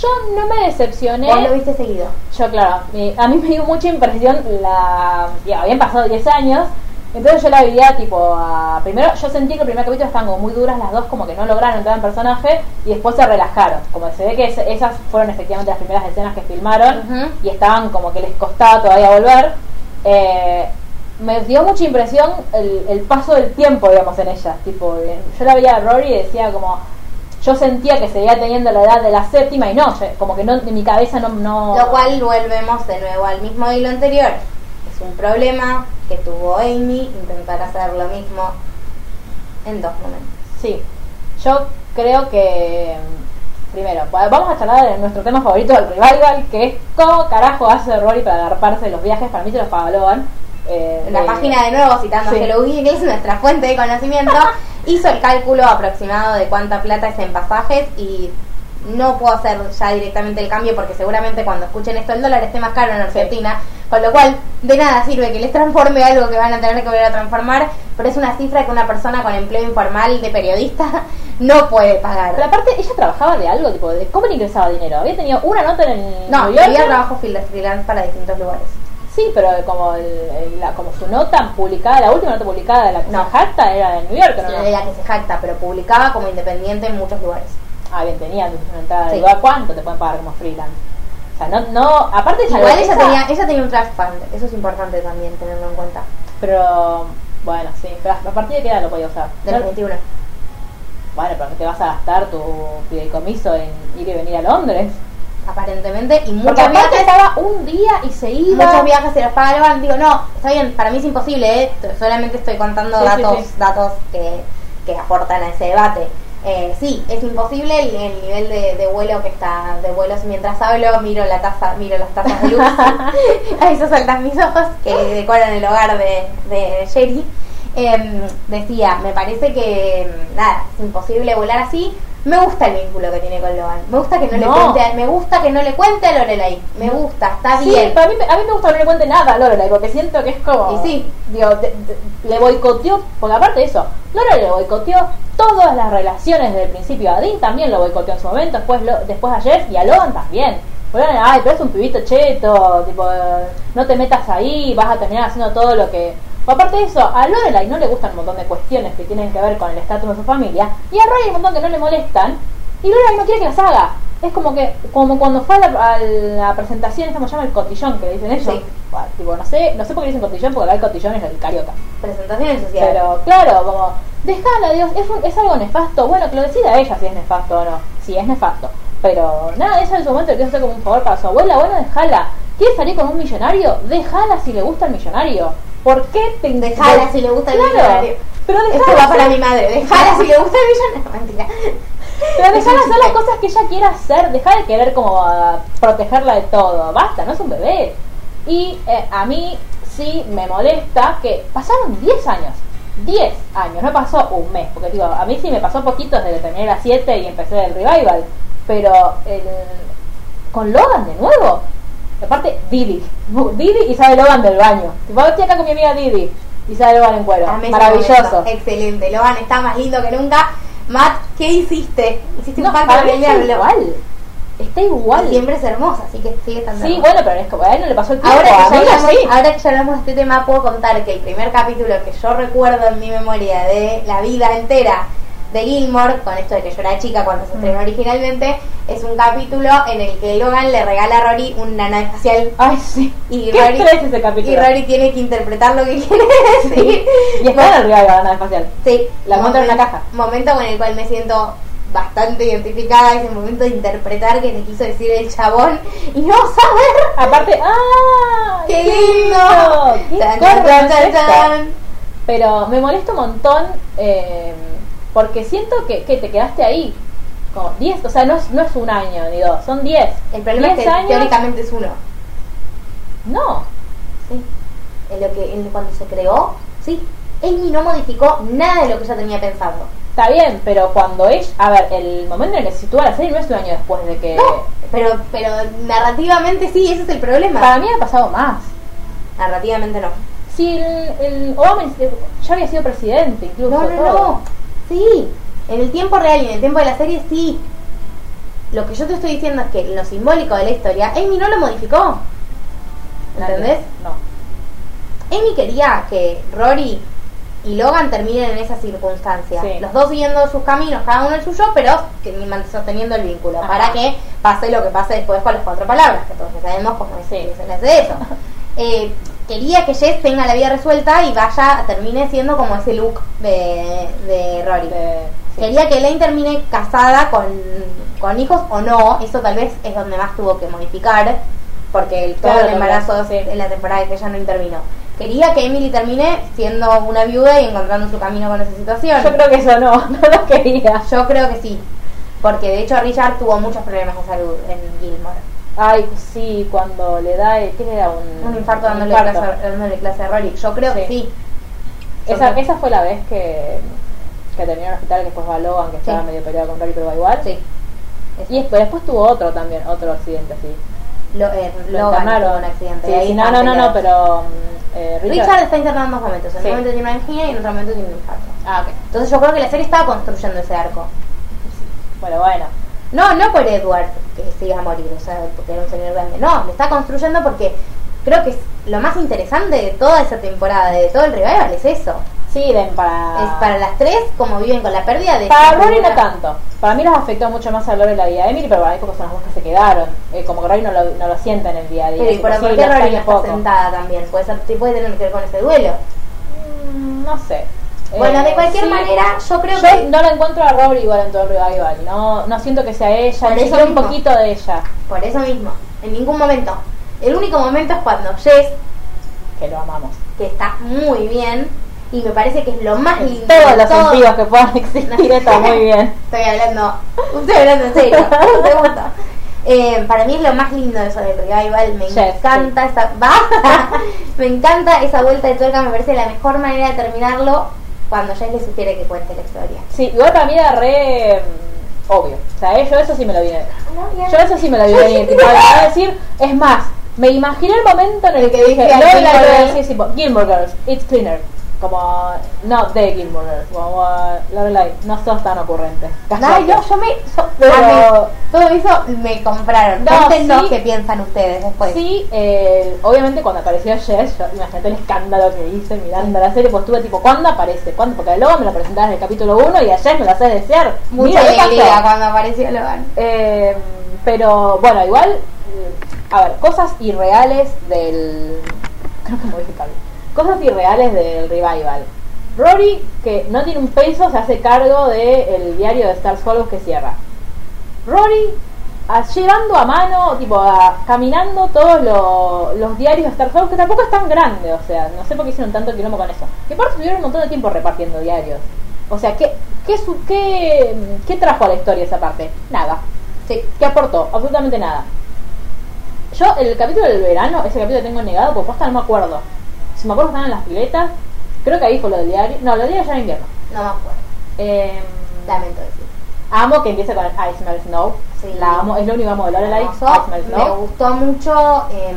[SPEAKER 1] Yo no me decepcioné.
[SPEAKER 2] Vos lo viste seguido.
[SPEAKER 1] Yo, claro, me- a mí me dio mucha impresión la. Ya, habían pasado 10 años, entonces yo la veía tipo a. Primero, yo sentí que el primer capítulo estaban como muy duras las dos, como que no lograron entrar en personaje y después se relajaron. Como que se ve que es- esas fueron efectivamente las primeras escenas que filmaron
[SPEAKER 2] Ujú.
[SPEAKER 1] y estaban como que les costaba todavía volver. Eh, me dio mucha impresión el, el paso del tiempo, digamos, en ellas. Tipo, eh, yo la veía a Rory y decía como. Yo sentía que seguía teniendo la edad de la séptima y no, yo- como que no, en mi cabeza no, no
[SPEAKER 2] Lo cual volvemos de nuevo al mismo hilo anterior. Es un problema que tuvo Amy intentar hacer lo mismo en dos momentos.
[SPEAKER 1] Sí, yo creo que primero va- vamos a charlar de nuestro tema favorito del revival, que es cómo carajo hace Rory para agarrarse los viajes. Para mí se los pagaban. Eh,
[SPEAKER 2] En la página de nuevo, citando
[SPEAKER 1] Sí.
[SPEAKER 2] a Hello Eagles, nuestra fuente de conocimiento, hizo el cálculo aproximado de cuánta plata es en pasajes y no puedo hacer ya directamente el cambio porque seguramente cuando escuchen esto el dólar esté más caro en Argentina, con lo cual de nada sirve que les transforme algo que van a tener que volver a transformar, pero es una cifra que una persona con empleo informal de periodista no puede pagar.
[SPEAKER 1] Pero aparte, ella trabajaba de algo, tipo, de cómo le ingresaba dinero. Había tenido una nota en
[SPEAKER 2] No,
[SPEAKER 1] New Yorker.
[SPEAKER 2] había trabajo fila- freelance para distintos lugares.
[SPEAKER 1] Sí, pero como, el- el- la- como su nota publicada, la última nota publicada de la
[SPEAKER 2] No.
[SPEAKER 1] no. era de New York,
[SPEAKER 2] No
[SPEAKER 1] ¿no?
[SPEAKER 2] de la que se jacta, pero publicaba como independiente en muchos lugares.
[SPEAKER 1] Ah, bien, tenía una entrada.
[SPEAKER 2] Sí.
[SPEAKER 1] Digo, ¿a cuánto te pueden pagar como freelance? O sea, no, no, aparte ella
[SPEAKER 2] Igual
[SPEAKER 1] lo-
[SPEAKER 2] ella
[SPEAKER 1] esa-
[SPEAKER 2] tenía, ella tenía un trust fund, eso es importante también tenerlo en cuenta.
[SPEAKER 1] Pero bueno, sí, pero a partir de qué edad lo podía usar.
[SPEAKER 2] Del
[SPEAKER 1] No-
[SPEAKER 2] 21.
[SPEAKER 1] bueno, pero que te vas a gastar tu fideicomiso en ir y venir a Londres.
[SPEAKER 2] Aparentemente,
[SPEAKER 1] Porque
[SPEAKER 2] y muchos
[SPEAKER 1] aparte
[SPEAKER 2] viajes,
[SPEAKER 1] estaba un día y se iba.
[SPEAKER 2] muchos viajes se los pagaban, digo, no, está bien, para mí es imposible, ¿eh? t- solamente estoy contando
[SPEAKER 1] Sí, sí,
[SPEAKER 2] datos,
[SPEAKER 1] sí.
[SPEAKER 2] datos que, que aportan a ese debate. Eh, sí, es imposible el, el nivel de, de vuelo que está, de vuelos mientras hablo, miro la taza, miro las tazas de luz, a eso saltan mis ojos que decoran el hogar de, de Sherry. Em, decía, me parece que em, nada, es imposible volar así. Me gusta el vínculo que tiene con Logan. Me gusta que
[SPEAKER 1] No.
[SPEAKER 2] no, le cuente, a- me gusta que no le cuente a Lorelai. Me gusta, está
[SPEAKER 1] Sí,
[SPEAKER 2] bien.
[SPEAKER 1] para mí, a mí me gusta que no le cuente nada a Lorelai, porque siento que es como.
[SPEAKER 2] Y sí.
[SPEAKER 1] Digo, te- te- le boicoteó, porque aparte de eso, Lorelai le boicoteó todas las relaciones desde el principio. A Dean también lo boicoteó en su momento, después, lo- después a Jeff y a Logan también. Fueron, ay, pero es un pibito cheto, tipo, eh, no te metas ahí, vas a terminar haciendo todo lo que. Pero aparte de eso, a Lorelai no le gustan un montón de cuestiones que tienen que ver con el estatus de su familia, y a Rory hay un montón que no le molestan, y Lorelai no quiere que las haga. Es como que, como cuando fue a la, a la presentación, esta se llama el cotillón, que le dicen ellos.
[SPEAKER 2] Sí.
[SPEAKER 1] Bueno, tipo, no sé, no sé por qué le dicen cotillón, porque acá el cotillón es el carioca.
[SPEAKER 2] Presentaciones sociales.
[SPEAKER 1] Pero claro, como, dejala, Dios, es, un- es algo nefasto. Bueno, que lo decida ella si es nefasto o no. Si es nefasto. Pero nada, ella en su momento le quiso hacer como un favor para su abuela. Bueno, dejala. ¿Quieres salir con un millonario? Dejala si le gusta el millonario. ¿Por qué te
[SPEAKER 2] Dejala si le gusta el
[SPEAKER 1] Claro,
[SPEAKER 2] millonario.
[SPEAKER 1] Pero dejala.
[SPEAKER 2] Esto va
[SPEAKER 1] hacer-
[SPEAKER 2] para mi madre. Dejala si le gusta el millonario. Mentira.
[SPEAKER 1] Pero dejar
[SPEAKER 2] Es un
[SPEAKER 1] hacer las
[SPEAKER 2] chiste.
[SPEAKER 1] cosas que ella quiera hacer, dejar de querer como ah, protegerla de todo, basta, no es un bebé. Y eh, a mí sí me molesta que pasaron 10 años, 10 años, no pasó un mes, porque digo, a mí sí me pasó poquito desde que terminé las 7 y empecé el revival, pero el- con Logan de nuevo, aparte Didi, Didi y sale Logan del baño, tipo, estoy acá con mi amiga Didi y sale Logan en cuero,
[SPEAKER 2] Amé ese
[SPEAKER 1] maravilloso.
[SPEAKER 2] momento. Excelente. Logan está más lindo que nunca. Matt, ¿qué hiciste? Hiciste
[SPEAKER 1] No,
[SPEAKER 2] un pacto
[SPEAKER 1] para
[SPEAKER 2] con
[SPEAKER 1] mí
[SPEAKER 2] el
[SPEAKER 1] está
[SPEAKER 2] diablo.
[SPEAKER 1] igual, está
[SPEAKER 2] Y
[SPEAKER 1] igual.
[SPEAKER 2] Siempre es hermosa, así que sigue estando
[SPEAKER 1] Sí,
[SPEAKER 2] hermosa.
[SPEAKER 1] bueno, pero es como a él no le pasó el tiempo.
[SPEAKER 2] Ahora
[SPEAKER 1] a
[SPEAKER 2] que,
[SPEAKER 1] mí
[SPEAKER 2] ya hablamos,
[SPEAKER 1] sí.
[SPEAKER 2] ahora que ya hablamos de este tema, puedo contar que el primer capítulo que yo recuerdo en mi memoria de la vida entera de Gilmore, con esto de que yo era chica cuando
[SPEAKER 1] Mm.
[SPEAKER 2] se estrenó originalmente, es un capítulo en el que Logan le regala a Rory una nave espacial
[SPEAKER 1] Ay, sí.
[SPEAKER 2] y
[SPEAKER 1] ¿Qué
[SPEAKER 2] Rory,
[SPEAKER 1] estrés ese
[SPEAKER 2] y
[SPEAKER 1] capítulo?
[SPEAKER 2] Rory tiene que interpretar lo que quiere decir.
[SPEAKER 1] Y está
[SPEAKER 2] Bueno,
[SPEAKER 1] arriba de la nave espacial.
[SPEAKER 2] Sí.
[SPEAKER 1] La encuentra en una caja.
[SPEAKER 2] Momento con el cual me siento bastante identificada a ese momento de interpretar que te quiso decir el chabón y no saber.
[SPEAKER 1] Aparte, ¡ah!
[SPEAKER 2] ¡Qué lindo!
[SPEAKER 1] ¡Qué
[SPEAKER 2] Tan,
[SPEAKER 1] corto
[SPEAKER 2] tan,
[SPEAKER 1] es
[SPEAKER 2] tan,
[SPEAKER 1] esto!
[SPEAKER 2] tan.
[SPEAKER 1] Pero me molesta un montón eh, porque siento que, que te quedaste ahí. Como 10, o sea, no es, no es un año ni dos, son 10.
[SPEAKER 2] El problema es
[SPEAKER 1] 10
[SPEAKER 2] que
[SPEAKER 1] años-
[SPEAKER 2] teóricamente es uno.
[SPEAKER 1] No,
[SPEAKER 2] Sí. En lo que, en cuando se creó, sí. Amy no modificó nada de lo que ella tenía pensado.
[SPEAKER 1] está bien, pero cuando ella. A ver, el momento en el que se sitúa la serie no es un año después de que.
[SPEAKER 2] No, pero, pero narrativamente sí, ese es el problema.
[SPEAKER 1] Para mí ha pasado más.
[SPEAKER 2] Narrativamente no.
[SPEAKER 1] Si el, el Obama ya había sido presidente, incluso.
[SPEAKER 2] No, no,
[SPEAKER 1] todo.
[SPEAKER 2] no. Sí, en el tiempo real y en el tiempo de la serie sí. Lo que yo te estoy diciendo es que en lo simbólico de la historia, Amy no lo modificó. ¿Entendés?
[SPEAKER 1] No.
[SPEAKER 2] Amy quería que Rory y Logan terminen en esa circunstancia.
[SPEAKER 1] Sí.
[SPEAKER 2] Los dos siguiendo sus caminos, cada uno el suyo, pero que- manteniendo el vínculo.
[SPEAKER 1] Ajá.
[SPEAKER 2] Para que pase lo que pase después con las cuatro palabras, que todos ya sabemos cómo es,
[SPEAKER 1] Sí.
[SPEAKER 2] es- es de eso. Eh, quería que Jess tenga la vida resuelta y vaya, termine siendo como ese look de, de Rory.
[SPEAKER 1] De- sí.
[SPEAKER 2] Quería que Elaine termine casada con, con hijos o no, eso tal vez es donde más tuvo que modificar, porque el, todo
[SPEAKER 1] Claro,
[SPEAKER 2] el embarazo
[SPEAKER 1] sí.
[SPEAKER 2] en la temporada que ella no intervino. Quería que Emily termine siendo una viuda y encontrando su camino con esa situación.
[SPEAKER 1] Yo creo que eso no, no lo quería.
[SPEAKER 2] Yo creo que sí, porque de hecho Richard tuvo muchos problemas de salud en Gilmore.
[SPEAKER 1] Ay, sí, cuando le da. el- ¿Qué le da? Un,
[SPEAKER 2] Un infarto dándole,
[SPEAKER 1] Mm. infarto.
[SPEAKER 2] Clase, dándole clase a Rory. Yo creo que
[SPEAKER 1] Sí.
[SPEAKER 2] sí. Yo
[SPEAKER 1] Esa,
[SPEAKER 2] creo-
[SPEAKER 1] esa fue la vez que, que terminó en el hospital, que después va Logan, que estaba
[SPEAKER 2] Sí.
[SPEAKER 1] medio peleado con Rory, pero va igual.
[SPEAKER 2] Sí.
[SPEAKER 1] Y después, después tuvo otro también, otro accidente, sí.
[SPEAKER 2] Lo, eh,
[SPEAKER 1] Lo
[SPEAKER 2] Logan
[SPEAKER 1] internaron.
[SPEAKER 2] tuvo un accidente.
[SPEAKER 1] Sí,
[SPEAKER 2] y ahí
[SPEAKER 1] sí, no,
[SPEAKER 2] están
[SPEAKER 1] no, no, no,
[SPEAKER 2] peleados.
[SPEAKER 1] pero mm, eh, Richard...
[SPEAKER 2] Richard, está internado en dos momentos. En
[SPEAKER 1] Sí.
[SPEAKER 2] un momento tiene una angina y en otro momento tiene un infarto.
[SPEAKER 1] Ah, ok.
[SPEAKER 2] Entonces yo creo que la serie estaba construyendo ese arco.
[SPEAKER 1] Bueno, bueno.
[SPEAKER 2] No, no por Edward que se iba a morir, o sea, porque era un señor grande. No, lo está construyendo porque creo que es lo más interesante de toda esa temporada, de todo el revival, es eso.
[SPEAKER 1] Sí, den para...
[SPEAKER 2] Es para las tres como viven con la pérdida de...
[SPEAKER 1] Ah. Para
[SPEAKER 2] esta
[SPEAKER 1] Rory no
[SPEAKER 2] figura.
[SPEAKER 1] tanto. Para mí los afectó mucho más a Rory la vida de Emily, pero para mí porque son las dos que se quedaron. Eh, como que Rory no lo, no lo siente en el día a día.
[SPEAKER 2] Pero y por
[SPEAKER 1] Sí,
[SPEAKER 2] por
[SPEAKER 1] lo
[SPEAKER 2] qué Rory no
[SPEAKER 1] extraña
[SPEAKER 2] está sentada también, puede, ser, sí, puede tener que ver con ese duelo.
[SPEAKER 1] Mm, No sé.
[SPEAKER 2] bueno,
[SPEAKER 1] Eh,
[SPEAKER 2] de cualquier
[SPEAKER 1] sí.
[SPEAKER 2] manera, yo creo
[SPEAKER 1] Yo
[SPEAKER 2] que...
[SPEAKER 1] no la encuentro a Rory igual en todo el revival. No, no siento que sea ella. ni
[SPEAKER 2] Por eso
[SPEAKER 1] siquiera un
[SPEAKER 2] mismo.
[SPEAKER 1] poquito de ella.
[SPEAKER 2] Por eso mismo, en ningún momento. El único momento es cuando Jess
[SPEAKER 1] Que lo amamos.
[SPEAKER 2] que está muy bien y me parece que es lo más lindo.
[SPEAKER 1] Todos
[SPEAKER 2] de
[SPEAKER 1] los
[SPEAKER 2] todo.
[SPEAKER 1] sentidos que puedan existir está muy bien.
[SPEAKER 2] Estoy hablando, estoy hablando en serio, un segundo. Eh, para mí es lo más lindo eso del revival, me
[SPEAKER 1] Yes,
[SPEAKER 2] encanta esa ¡Basta! me encanta esa vuelta de tuerca, me parece la mejor manera de terminarlo cuando Jess le sugiere que cuente la historia.
[SPEAKER 1] Sí, igual para mí era re mm, obvio. O sea, eh, yo eso sí me lo vi venir. Yo eso sí me lo vi
[SPEAKER 2] Yo
[SPEAKER 1] venir.
[SPEAKER 2] sí
[SPEAKER 1] Tipo,
[SPEAKER 2] me-
[SPEAKER 1] voy a decir, es más, me imaginé el momento en el que dije,
[SPEAKER 2] dije,
[SPEAKER 1] no, la voy
[SPEAKER 2] Gilmore
[SPEAKER 1] a
[SPEAKER 2] Girls.
[SPEAKER 1] decir tipo, Gilmore Girls, it's cleaner. Como, no, de Gilmore Girls, como, Lorelai, no sos tan ocurrente.
[SPEAKER 2] Ay,
[SPEAKER 1] Callate.
[SPEAKER 2] no, yo me so-
[SPEAKER 1] Pero-
[SPEAKER 2] amé. todo eso me compraron.
[SPEAKER 1] No,
[SPEAKER 2] Cuéntenos
[SPEAKER 1] sí.
[SPEAKER 2] qué piensan ustedes después.
[SPEAKER 1] Sí, eh, obviamente cuando apareció Jess, yo- imagínate el escándalo que hice mirando la serie, pues estuve tipo, ¿cuándo aparece? ¿Cuándo? Porque luego me lo presentabas en el capítulo 1 y a Jess me lo haces desear.
[SPEAKER 2] Mucha
[SPEAKER 1] Mira, ¿qué
[SPEAKER 2] alegría
[SPEAKER 1] pasó?
[SPEAKER 2] cuando apareció Logan.
[SPEAKER 1] Eh, pero bueno, igual, eh, a ver, cosas irreales del. Creo que me voy a explicar. Cosas irreales del revival. Rory, que no tiene un peso, se hace cargo del diario de Star Swallows que cierra. Rory, a- llevando a mano, tipo, a- caminando todos lo- los diarios de Star Swallows, que tampoco es tan grande, o sea, no sé por qué hicieron tanto quilombo con eso. Que aparte estuvieron un montón de tiempo repartiendo diarios. O sea, ¿qué, qué, su- qué, qué trajo a la historia esa parte? Nada
[SPEAKER 2] Sí.
[SPEAKER 1] que aportó absolutamente nada. Yo, el capítulo del verano, ese capítulo tengo negado porque posta no me acuerdo. Si me acuerdo que estaban en las piletas, creo que ahí dijo lo del diario. No, lo del diario ya era invierno.
[SPEAKER 2] No me acuerdo,
[SPEAKER 1] Eh,
[SPEAKER 2] lamento decir.
[SPEAKER 1] amo que empiece con el I smell snow.
[SPEAKER 2] Sí.
[SPEAKER 1] La amo, es lo único que amo de Lorelai. I
[SPEAKER 2] hermoso.
[SPEAKER 1] smell
[SPEAKER 2] Me
[SPEAKER 1] snow.
[SPEAKER 2] gustó mucho em,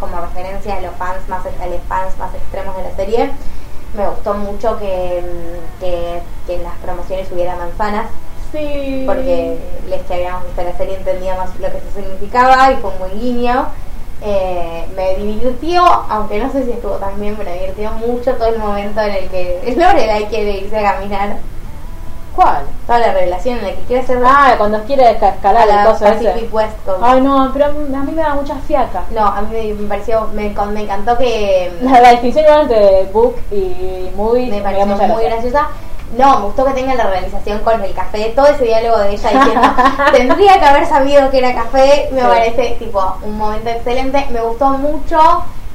[SPEAKER 2] como referencia a los fans más a los fans más extremos de la serie. Me gustó mucho que, em, que, que en las promociones hubiera manzanas,
[SPEAKER 1] Sí.
[SPEAKER 2] porque les que habíamos visto la serie entendíamos lo que eso significaba y fue un buen guiño. Eh, me divirtió, aunque no sé si estuvo tan bien, pero me divirtió mucho todo el momento en el que Lorelai quiere irse a caminar.
[SPEAKER 1] ¿Cuál?
[SPEAKER 2] Toda la revelación en la que quiere hacer
[SPEAKER 1] Ah, cuando quiere escalar
[SPEAKER 2] a
[SPEAKER 1] el
[SPEAKER 2] la
[SPEAKER 1] coso ese. Ah,
[SPEAKER 2] Pacific West Coast.
[SPEAKER 1] Ay, no, pero a mí a mí me da mucha fiaca.
[SPEAKER 2] No, a mí me pareció, me, con- me encantó que
[SPEAKER 1] La, la distinción igual entre book y movie
[SPEAKER 2] me pareció
[SPEAKER 1] da mucha
[SPEAKER 2] muy
[SPEAKER 1] gracia.
[SPEAKER 2] graciosa. no, me gustó que tengan la realización con el café, todo ese diálogo de ella diciendo, tendría que haber sabido que era café, me
[SPEAKER 1] Sí.
[SPEAKER 2] parece tipo un momento excelente, me gustó mucho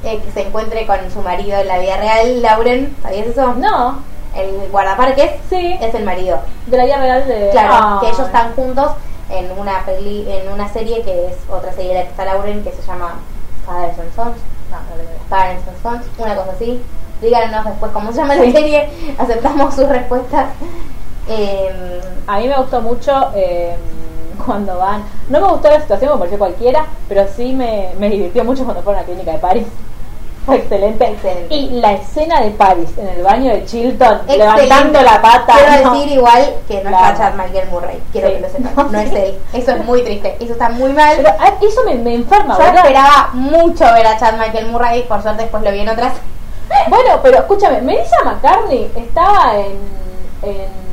[SPEAKER 2] eh, que se encuentre con su marido en la vida real, Lauren, ¿sabías eso?
[SPEAKER 1] No,
[SPEAKER 2] El guardaparques
[SPEAKER 1] sí,
[SPEAKER 2] es el marido.
[SPEAKER 1] de la vida real de.
[SPEAKER 2] Claro,
[SPEAKER 1] Ah.
[SPEAKER 2] que ellos están juntos en una peli, en una serie que es otra serie de la que está Lauren que se llama Fathers and Sons, no, no creo que era Parents and Sons, una cosa así. Díganos después cómo se llama la serie, aceptamos sus respuestas. Eh,
[SPEAKER 1] A mí me gustó mucho eh, cuando van. No me gustó la situación, me pareció cualquiera, pero sí me, me divirtió mucho cuando fueron a la clínica de París. Fue excelente.
[SPEAKER 2] Excelente.
[SPEAKER 1] Y la escena de París en el baño de Chilton,
[SPEAKER 2] excelente.
[SPEAKER 1] levantando la pata.
[SPEAKER 2] Quiero
[SPEAKER 1] ¿no?
[SPEAKER 2] decir igual que no
[SPEAKER 1] Claro.
[SPEAKER 2] es Richard Michael Murray, quiero
[SPEAKER 1] Sí.
[SPEAKER 2] que lo sepan, no es él. Eso es muy triste, eso está muy mal.
[SPEAKER 1] Pero ah, eso me, me enferma,
[SPEAKER 2] yo
[SPEAKER 1] ¿verdad?
[SPEAKER 2] esperaba mucho ver a Chad Michael Murray, por suerte después lo vi en otras
[SPEAKER 1] Bueno, pero escúchame, Melissa McCartney estaba en. en,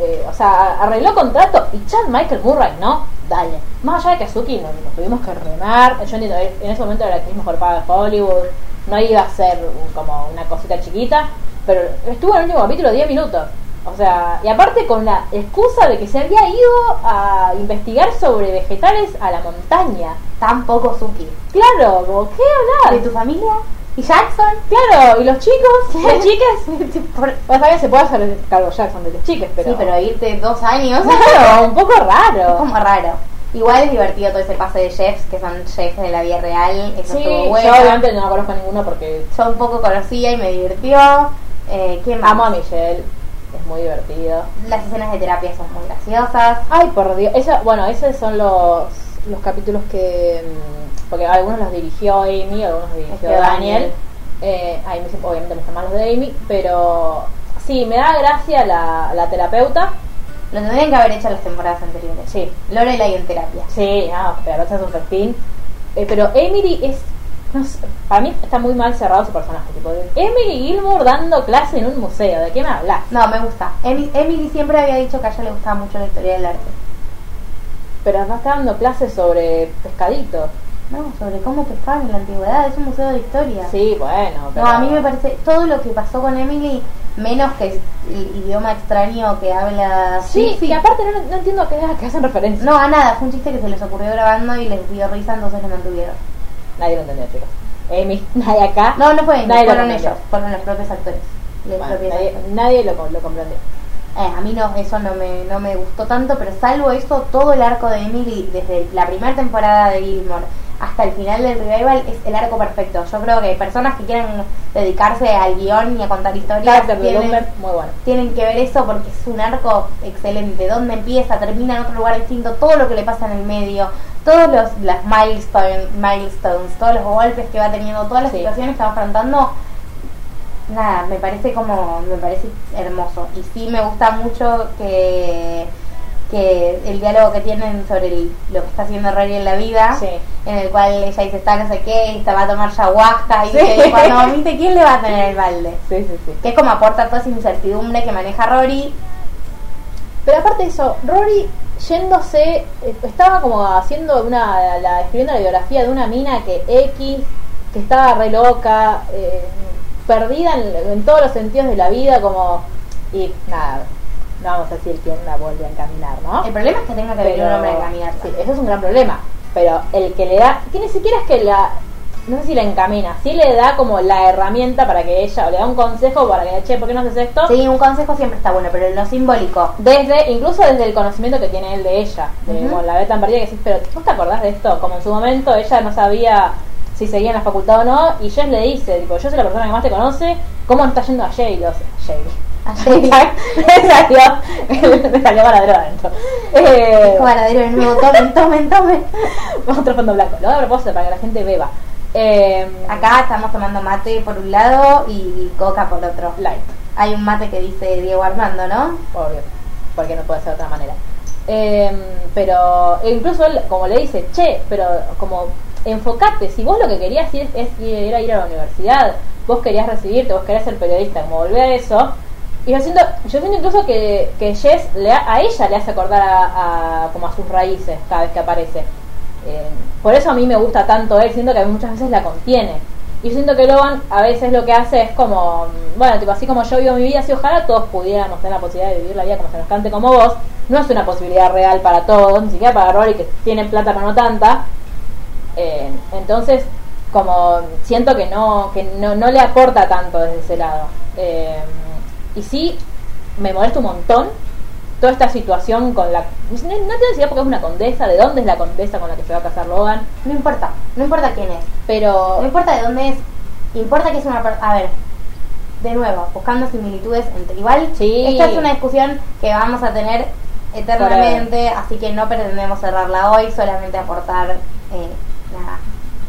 [SPEAKER 1] eh, o sea, arregló contrato y Chad Michael Murray, ¿no? Dale. Más allá de que a Suki nos, nos tuvimos que remar. Yo entiendo, él- en ese momento era la actriz mejor pagada de Hollywood. No iba a ser un- como una cosita chiquita. Pero estuvo en el último capítulo 10 minutos. O sea, y aparte con la excusa de que se había ido a investigar sobre vegetales a la montaña.
[SPEAKER 2] tampoco Suki.
[SPEAKER 1] Claro, como, ¿qué
[SPEAKER 2] ¿De
[SPEAKER 1] hablar?
[SPEAKER 2] tu familia? ¿Y Jackson?
[SPEAKER 1] Claro, y los chicos, las chicas,
[SPEAKER 2] Por-
[SPEAKER 1] Bueno, también se puede hacer cargo Jackson de los chiques, pero.
[SPEAKER 2] Sí, pero irte dos años
[SPEAKER 1] Claro, un poco
[SPEAKER 2] es
[SPEAKER 1] raro.
[SPEAKER 2] como raro. Igual es divertido todo ese pase de chefs, que son chefs de la vida real, eso
[SPEAKER 1] Sí,
[SPEAKER 2] estuvo
[SPEAKER 1] yo
[SPEAKER 2] bueno.
[SPEAKER 1] obviamente no la conozco a ninguno porque
[SPEAKER 2] Yo un poco conocía y me divirtió. Eh, ¿Qué más?
[SPEAKER 1] amo a Michelle, es muy divertido.
[SPEAKER 2] Las escenas de terapia son muy graciosas.
[SPEAKER 1] Ay, por Dios. Esa, bueno, esos son los, los capítulos que. mm, Porque algunos los dirigió Amy, algunos los
[SPEAKER 2] Es que
[SPEAKER 1] dirigió
[SPEAKER 2] Daniel.
[SPEAKER 1] Daniel. Eh, ay, me- obviamente me gustan más los de Amy, pero. Sí, me da gracia la, la terapeuta.
[SPEAKER 2] Lo tendrían que haber hecho en las temporadas anteriores.
[SPEAKER 1] Sí,
[SPEAKER 2] Lorelai en terapia.
[SPEAKER 1] Sí, no, pero ese es un festín. Eh, pero Emily es. No sé, para mí está muy mal cerrado su personaje. Tipo, de Emily Gilmore dando clase en un museo. ¿De qué me hablas?
[SPEAKER 2] No, me gusta. Emi- Emily siempre había dicho que a ella le gustaba mucho la historia del arte.
[SPEAKER 1] Pero acá está dando clases sobre pescaditos.
[SPEAKER 2] No, sobre cómo pescaban en la antigüedad. Es un museo de historia.
[SPEAKER 1] Sí, bueno. Pero...
[SPEAKER 2] No, a mí me parece todo lo que pasó con Emily, menos que el idioma extraño que habla.
[SPEAKER 1] Sí,
[SPEAKER 2] Sissy.
[SPEAKER 1] y aparte no, no entiendo a qué, a qué hacen referencia.
[SPEAKER 2] No, a nada, fue un chiste que se les ocurrió grabando y les dio risa, entonces lo mantuvieron.
[SPEAKER 1] Nadie lo entendió, chicos. Amy, nadie acá.
[SPEAKER 2] No, no fue Emily,
[SPEAKER 1] Nadie lo
[SPEAKER 2] fueron
[SPEAKER 1] entendió.
[SPEAKER 2] ellos, fueron los propios actores. los
[SPEAKER 1] Bueno,
[SPEAKER 2] propios
[SPEAKER 1] nadie
[SPEAKER 2] actores.
[SPEAKER 1] nadie lo, lo comprendió.
[SPEAKER 2] Eh, a mí no, eso no me, no me gustó tanto, pero salvo eso, todo el arco de Emily, desde la primera temporada de Gilmore hasta el final del revival, es el arco perfecto. Yo creo que hay personas que quieran dedicarse al guión y a contar historias,
[SPEAKER 1] Character
[SPEAKER 2] tienen-
[SPEAKER 1] development, muy bueno.
[SPEAKER 2] tienen que ver eso porque es un arco excelente. Donde empieza, termina en otro lugar distinto, todo lo que le pasa en el medio, todos los las milestone- milestones, todos los golpes que va teniendo, todas las
[SPEAKER 1] Sí.
[SPEAKER 2] situaciones que va afrontando. Nada, me parece como, me parece hermoso. Y sí me gusta mucho que, que el diálogo que tienen sobre el- lo que está haciendo Rory en la vida
[SPEAKER 1] Sí.
[SPEAKER 2] en el cual ella dice está no sé qué, y está va a tomar ayahuasca y
[SPEAKER 1] Sí.
[SPEAKER 2] dice, "Y cuando vomite quién le va a tener el balde,
[SPEAKER 1] Sí, sí, sí.
[SPEAKER 2] que es como aporta toda esa incertidumbre que maneja Rory
[SPEAKER 1] Pero aparte de eso, Rory yéndose, eh, estaba como haciendo una, la, escribiendo la biografía de una mina que X, que estaba re loca, eh, perdida en, en todos los sentidos de la vida, como, y nada, no vamos a decir quién la vuelve a encaminar, ¿no?
[SPEAKER 2] El problema es que tenga que venir un hombre a caminar.
[SPEAKER 1] sí, eso es un gran problema, pero el que le da, que ni siquiera es que la, no sé si la encamina, sí le da como la herramienta para que ella, o le da un consejo para que, che, ¿por qué no haces esto?
[SPEAKER 2] Sí, un consejo siempre está bueno, pero en lo simbólico.
[SPEAKER 1] Desde, incluso desde el conocimiento que tiene él de ella, de,
[SPEAKER 2] Ujú.
[SPEAKER 1] bueno, la ve tan perdida que decís, pero ¿vos te acordás de esto? Como en su momento ella no sabía si seguía en la facultad o no, y Jess le dice, tipo, yo soy la persona que más te conoce, ¿cómo está yendo a Jade? O sea, Jade.
[SPEAKER 2] Ayer
[SPEAKER 1] me salió, me salió para droga adentro. Eh,
[SPEAKER 2] Guardadero de nuevo, tomen, tomen, tomen.
[SPEAKER 1] otro fondo blanco, lo hago a propósito para que la gente beba. Eh,
[SPEAKER 2] Acá estamos tomando mate por un lado y coca por otro.
[SPEAKER 1] light.
[SPEAKER 2] Hay un mate que dice Diego Armando, ¿no?
[SPEAKER 1] obvio, porque no puede ser de otra manera. Eh, pero e incluso él, como le dice, che, pero como enfocate, si vos lo que querías ir, es, ir- era ir a la universidad, vos querías recibirte, vos querías ser periodista, como volver a eso. Y yo siento, yo siento incluso que, que Jess le ha- a ella le hace acordar a, a- como a sus raíces cada vez que aparece. Eh, por eso a mí me gusta tanto él, siento que muchas veces la contiene. Y yo siento que Logan a veces lo que hace es como, mm, bueno, tipo así como yo vivo mi vida, así ojalá todos pudiéramos tener la posibilidad de vivir la vida como se nos cante como vos, no es una posibilidad real para todos, ni siquiera para Rory que tienen plata pero no tanta. Eh, entonces, como mm, siento que no, que no, no le aporta tanto desde ese lado. Eh, y sí, me molesta un montón toda esta situación con la... No, no te decía porque es una condesa, de dónde es la condesa con la que se va a casar Logan,
[SPEAKER 2] No importa, no importa quién es, no
[SPEAKER 1] pero...
[SPEAKER 2] importa de dónde es, importa que es una persona. A ver, de nuevo, buscando similitudes entre. Igual,
[SPEAKER 1] Sí.
[SPEAKER 2] esta es una discusión que vamos a tener eternamente, así que no pretendemos cerrarla hoy, solamente aportar eh, nada,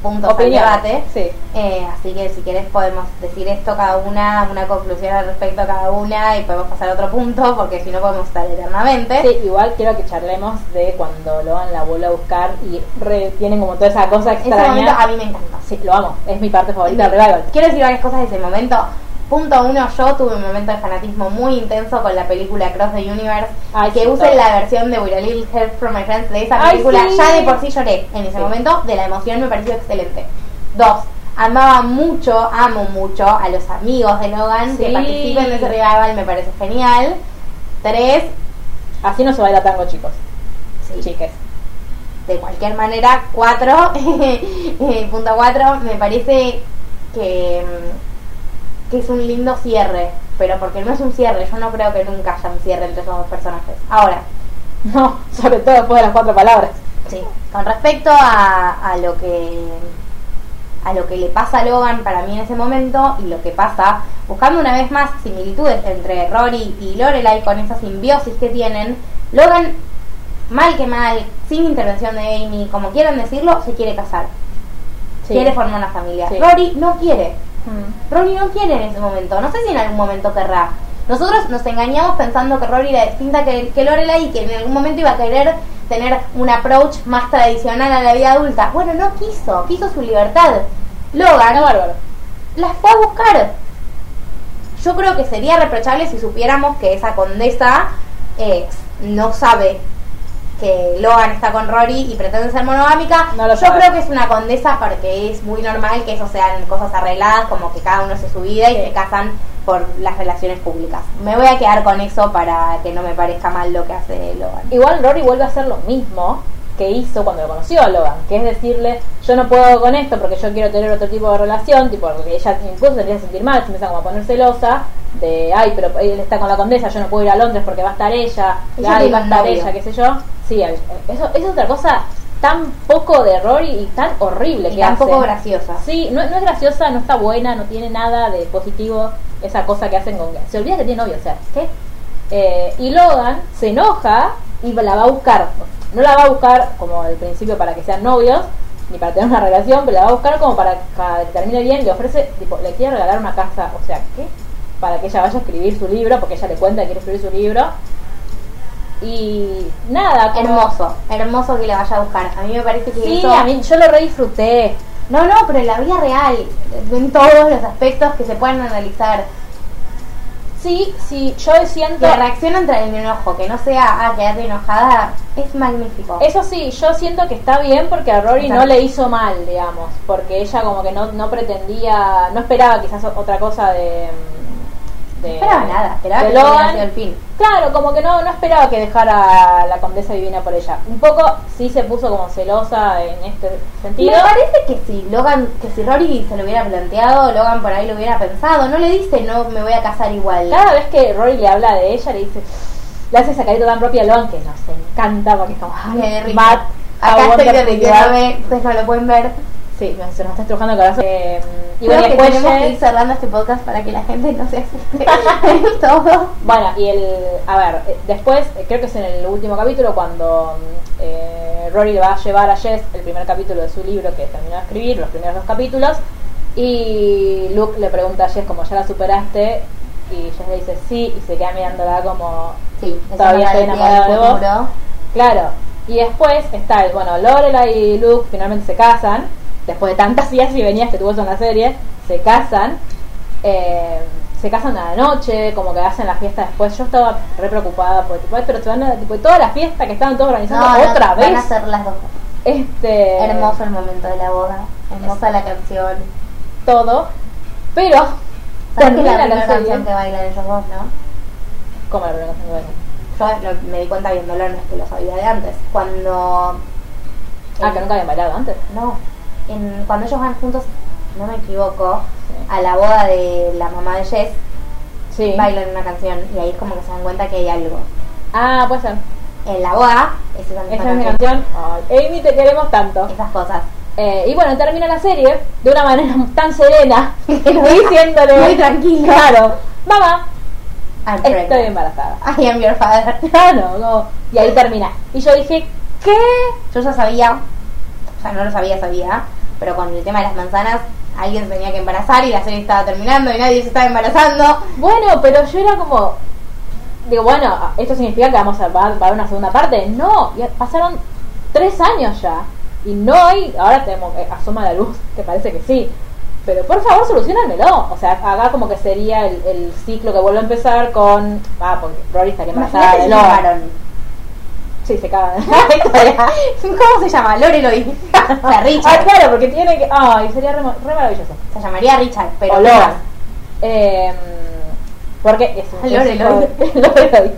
[SPEAKER 2] puntos al
[SPEAKER 1] Opinión.
[SPEAKER 2] debate.
[SPEAKER 1] Sí.
[SPEAKER 2] Eh, así que si querés podemos decir esto cada una, una conclusión al respecto a cada una y podemos pasar a otro punto porque si no podemos estar eternamente.
[SPEAKER 1] Sí, igual quiero que charlemos de cuando Logan la vuelve a buscar y re- tienen como toda esa cosa
[SPEAKER 2] Ese este momento a
[SPEAKER 1] extraña.
[SPEAKER 2] mí me encanta.
[SPEAKER 1] Sí, lo amo, es mi parte favorita
[SPEAKER 2] Bien.
[SPEAKER 1] del revival.
[SPEAKER 2] Quiero decir varias cosas de ese momento. Punto uno, yo tuve un momento de fanatismo muy intenso con la película Cross the Universe.
[SPEAKER 1] Ay,
[SPEAKER 2] que
[SPEAKER 1] sí,
[SPEAKER 2] usen
[SPEAKER 1] todo.
[SPEAKER 2] la versión de With a Little Help from My Friends de esa
[SPEAKER 1] Ay,
[SPEAKER 2] película.
[SPEAKER 1] sí.
[SPEAKER 2] Ya de por sí lloré en ese
[SPEAKER 1] Sí.
[SPEAKER 2] momento. De la emoción me pareció excelente. Dos, amaba mucho, amo mucho a los amigos de Logan que
[SPEAKER 1] Sí.
[SPEAKER 2] participen de ese revival. Me parece genial. Tres,
[SPEAKER 1] Así no se baila tango, chicos.
[SPEAKER 2] sí,
[SPEAKER 1] Chiques.
[SPEAKER 2] de cualquier manera, 4, eh, punto 4, me parece que, mm, que es un lindo cierre, pero porque no es un cierre, yo no creo que nunca haya un cierre entre esos dos personajes. Ahora,
[SPEAKER 1] No, sobre todo después de las cuatro palabras.
[SPEAKER 2] sí, con respecto a, a lo que a lo que le pasa a Logan para mí en ese momento y lo que pasa, buscando una vez más similitudes entre Rory y Lorelai con esa simbiosis que tienen, Logan mal que mal, sin intervención de Amy, como quieran decirlo, se quiere casar.
[SPEAKER 1] Sí.
[SPEAKER 2] Quiere formar una familia.
[SPEAKER 1] Sí.
[SPEAKER 2] Rory no quiere.
[SPEAKER 1] Mm.
[SPEAKER 2] Rory no quiere en ese momento. No sé si en algún momento querrá. Nosotros nos engañamos pensando que Rory era distinta que, que Lorelai y que en algún momento iba a querer tener un approach más tradicional a la vida adulta. Bueno, no quiso. Quiso su libertad. Logan
[SPEAKER 1] Ganó bárbaro.
[SPEAKER 2] las fue a buscar. Yo creo que sería reprochable si supiéramos que esa condesa eh, no sabe que Logan está con Rory y pretende ser monogámica.
[SPEAKER 1] No lo
[SPEAKER 2] Yo
[SPEAKER 1] sabe.
[SPEAKER 2] creo que es una condesa porque es muy normal que eso sean cosas arregladas, como que cada uno hace su vida y
[SPEAKER 1] Sí.
[SPEAKER 2] se casan por las relaciones públicas. Me voy a quedar con eso para que no me parezca mal lo que hace Logan.
[SPEAKER 1] Igual Rory vuelve a hacer lo mismo que hizo cuando lo conoció a Logan, que es decirle, yo no puedo con esto porque yo quiero tener otro tipo de relación, tipo, ella incluso se empieza a sentir mal, se empieza como a poner celosa, de, ay, pero él está con la condesa, yo no puedo ir a Londres porque va a estar ella,
[SPEAKER 2] Ella
[SPEAKER 1] ay,
[SPEAKER 2] tiene
[SPEAKER 1] va a
[SPEAKER 2] un
[SPEAKER 1] estar
[SPEAKER 2] novio.
[SPEAKER 1] ella, qué sé yo. Sí, eso, eso es otra cosa tan poco de Rory y tan horrible
[SPEAKER 2] Y
[SPEAKER 1] que
[SPEAKER 2] tampoco
[SPEAKER 1] hace.
[SPEAKER 2] graciosa.
[SPEAKER 1] Sí, no, no es graciosa, no está buena, no tiene nada de positivo esa cosa que hacen con... Se olvida que tiene novio, o sea, ¿qué? Eh, y Logan se enoja y la va a buscar. No la va a buscar como al principio para que sean novios, ni para tener una relación, pero la va a buscar como para que termine bien. Le ofrece, tipo, le quiere regalar una casa, o sea, ¿qué? Para que ella vaya a escribir su libro, porque ella le cuenta que quiere escribir su libro. Y nada, como-
[SPEAKER 2] Hermoso, hermoso que la vaya a buscar. A mí me parece que
[SPEAKER 1] Sí,
[SPEAKER 2] eso-
[SPEAKER 1] a mí, yo lo re disfruté.
[SPEAKER 2] No, no, pero en la vida real, en todos los aspectos que se pueden analizar.
[SPEAKER 1] Sí, sí, yo siento...
[SPEAKER 2] La reacción entre el enojo, que no sea ah, quedarte enojada, es magnífico.
[SPEAKER 1] Eso sí, yo siento que está bien porque a Rory
[SPEAKER 2] Exacto.
[SPEAKER 1] no le hizo mal, digamos, porque ella como que no, no pretendía, no esperaba quizás o- otra cosa de... mm, de-
[SPEAKER 2] no esperaba nada, esperaba
[SPEAKER 1] de
[SPEAKER 2] que hubiera
[SPEAKER 1] Logan.
[SPEAKER 2] sido el fin.
[SPEAKER 1] Claro, como que no, no esperaba que dejara a la condesa divina por ella. Un poco sí se puso como celosa en este sentido.
[SPEAKER 2] Me parece que si Logan, que si Rory se lo hubiera planteado, Logan por ahí lo hubiera pensado, no le dice no me voy a casar igual.
[SPEAKER 1] Cada vez que Rory le habla de ella, le dice, le hace esa carita tan propia a Logan que nos encanta porque es como,
[SPEAKER 2] Me
[SPEAKER 1] ay,
[SPEAKER 2] derrito.
[SPEAKER 1] Matt, a
[SPEAKER 2] Acá estoy
[SPEAKER 1] wonderful guy".
[SPEAKER 2] derritiéndome, ustedes no lo pueden ver.
[SPEAKER 1] Sí, nos- se nos está estrujando el corazón. Eh, y
[SPEAKER 2] Creo
[SPEAKER 1] bueno,
[SPEAKER 2] que
[SPEAKER 1] después
[SPEAKER 2] tenemos
[SPEAKER 1] Jess-
[SPEAKER 2] que ir cerrando este podcast para que la gente no se asuste del todo.
[SPEAKER 1] Bueno, y el. A ver, eh, después, eh, creo que es en el último capítulo cuando mm, eh, Rory le va a llevar a Jess el primer capítulo de su libro que terminó de escribir, los primeros dos capítulos. Y Luke le pregunta a Jess, como ya la superaste, y Jess le dice sí, y se queda mirándola como.
[SPEAKER 2] Sí,
[SPEAKER 1] Todavía
[SPEAKER 2] eso
[SPEAKER 1] estoy
[SPEAKER 2] me
[SPEAKER 1] enamorada de vos.
[SPEAKER 2] futuro.
[SPEAKER 1] Claro. Y después está el. Bueno, Lorelai y Luke finalmente se casan, después de tantas idas y venidas que tuvo eso en la serie, se casan. eh, se casan a la noche, como que hacen la fiesta después. Yo estaba re preocupada porque tipo, "Ay, pero se van a, tipo, toda la fiesta que estaban todos organizando
[SPEAKER 2] No, no,
[SPEAKER 1] otra vez.
[SPEAKER 2] Van a ser las dos.
[SPEAKER 1] Este
[SPEAKER 2] Hermoso el momento de la boda. Hermosa la canción.
[SPEAKER 1] todo, pero
[SPEAKER 2] ¿Sabes que es
[SPEAKER 1] termina
[SPEAKER 2] la
[SPEAKER 1] la
[SPEAKER 2] primera
[SPEAKER 1] serie
[SPEAKER 2] canción que bailan ellos dos, no?
[SPEAKER 1] como la primera canción que bailan?
[SPEAKER 2] Yo lo- me di cuenta viéndolo, no es que lo sabía de antes. Cuando.
[SPEAKER 1] Ah, que nunca habían bailado antes.
[SPEAKER 2] No, en- cuando ellos van juntos, no me equivoco, a la boda de la mamá de Jess,
[SPEAKER 1] Sí.
[SPEAKER 2] bailan una canción y ahí es como que se dan cuenta que hay algo.
[SPEAKER 1] Ah, puede ser.
[SPEAKER 2] En la boda, es esa misma
[SPEAKER 1] Esa es mi
[SPEAKER 2] canción.
[SPEAKER 1] canción. Ay, Amy, te queremos tanto.
[SPEAKER 2] Esas cosas.
[SPEAKER 1] Eh, y bueno, termina la serie de una manera tan serena, diciéndole.
[SPEAKER 2] Muy tranquila.
[SPEAKER 1] Claro, mamá,
[SPEAKER 2] I'm
[SPEAKER 1] estoy
[SPEAKER 2] pregnant.
[SPEAKER 1] embarazada.
[SPEAKER 2] I am your father.
[SPEAKER 1] Claro, como- y ahí termina. Y yo dije,
[SPEAKER 2] ¿Qué? Yo ya sabía, o sea, no lo sabía, sabía, pero con el tema de las manzanas, alguien se tenía que embarazar y la serie estaba terminando y nadie se estaba embarazando.
[SPEAKER 1] bueno, pero yo era como. Digo, bueno, ¿esto significa que vamos a va- va a haber una segunda parte? No, ya pasaron tres años ya. Y no hay. Ahora tenemos. eh, asoma la luz, que parece que sí. Pero por favor, solucionármelo. O sea, haga como que sería el, el ciclo que vuelve a empezar con. Ah, porque Rory estaría embarazada.
[SPEAKER 2] Imagínate si
[SPEAKER 1] de Logan.
[SPEAKER 2] llamaron.
[SPEAKER 1] Sí, se cagan.
[SPEAKER 2] ¿Cómo se llama? Loreloi. O sea,
[SPEAKER 1] Ah,
[SPEAKER 2] Richard.
[SPEAKER 1] claro, porque tiene que. Ay, sería re, re maravilloso.
[SPEAKER 2] Se llamaría Richard, pero.
[SPEAKER 1] o Logan. Eh, porque es un es
[SPEAKER 2] Lore,
[SPEAKER 1] hijo de- Lore,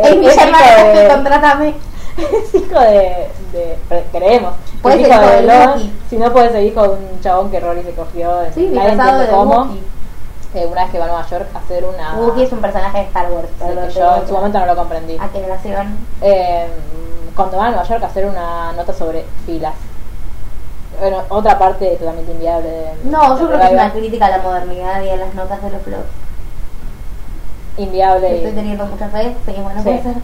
[SPEAKER 2] Es mi
[SPEAKER 1] hijo
[SPEAKER 2] hermana,
[SPEAKER 1] de,
[SPEAKER 2] contrátame.
[SPEAKER 1] es hijo de, de- pre- creemos
[SPEAKER 2] Puede
[SPEAKER 1] es
[SPEAKER 2] ser hijo de Bucky.
[SPEAKER 1] si no puede ser hijo de un chabón que Rory se cogió en-
[SPEAKER 2] Sí, mi
[SPEAKER 1] nadie
[SPEAKER 2] pasado
[SPEAKER 1] entiende
[SPEAKER 2] de
[SPEAKER 1] cómo
[SPEAKER 2] Wookiee.
[SPEAKER 1] Eh, una vez que va a Nueva York a hacer una
[SPEAKER 2] Wookiee es un personaje de Star Wars.
[SPEAKER 1] que
[SPEAKER 2] perdón,
[SPEAKER 1] yo en
[SPEAKER 2] perdón.
[SPEAKER 1] su momento no lo comprendí
[SPEAKER 2] ¿A qué relación?
[SPEAKER 1] eh, cuando van a Nueva York a hacer una nota sobre filas bueno otra parte totalmente inviable de-
[SPEAKER 2] No, yo
[SPEAKER 1] de
[SPEAKER 2] creo que es
[SPEAKER 1] Survivor.
[SPEAKER 2] una crítica a la modernidad y a las notas de los blogs.
[SPEAKER 1] inviable y-
[SPEAKER 2] Estoy teniendo mucha fe, pero bueno,
[SPEAKER 1] Sí.
[SPEAKER 2] puede ser.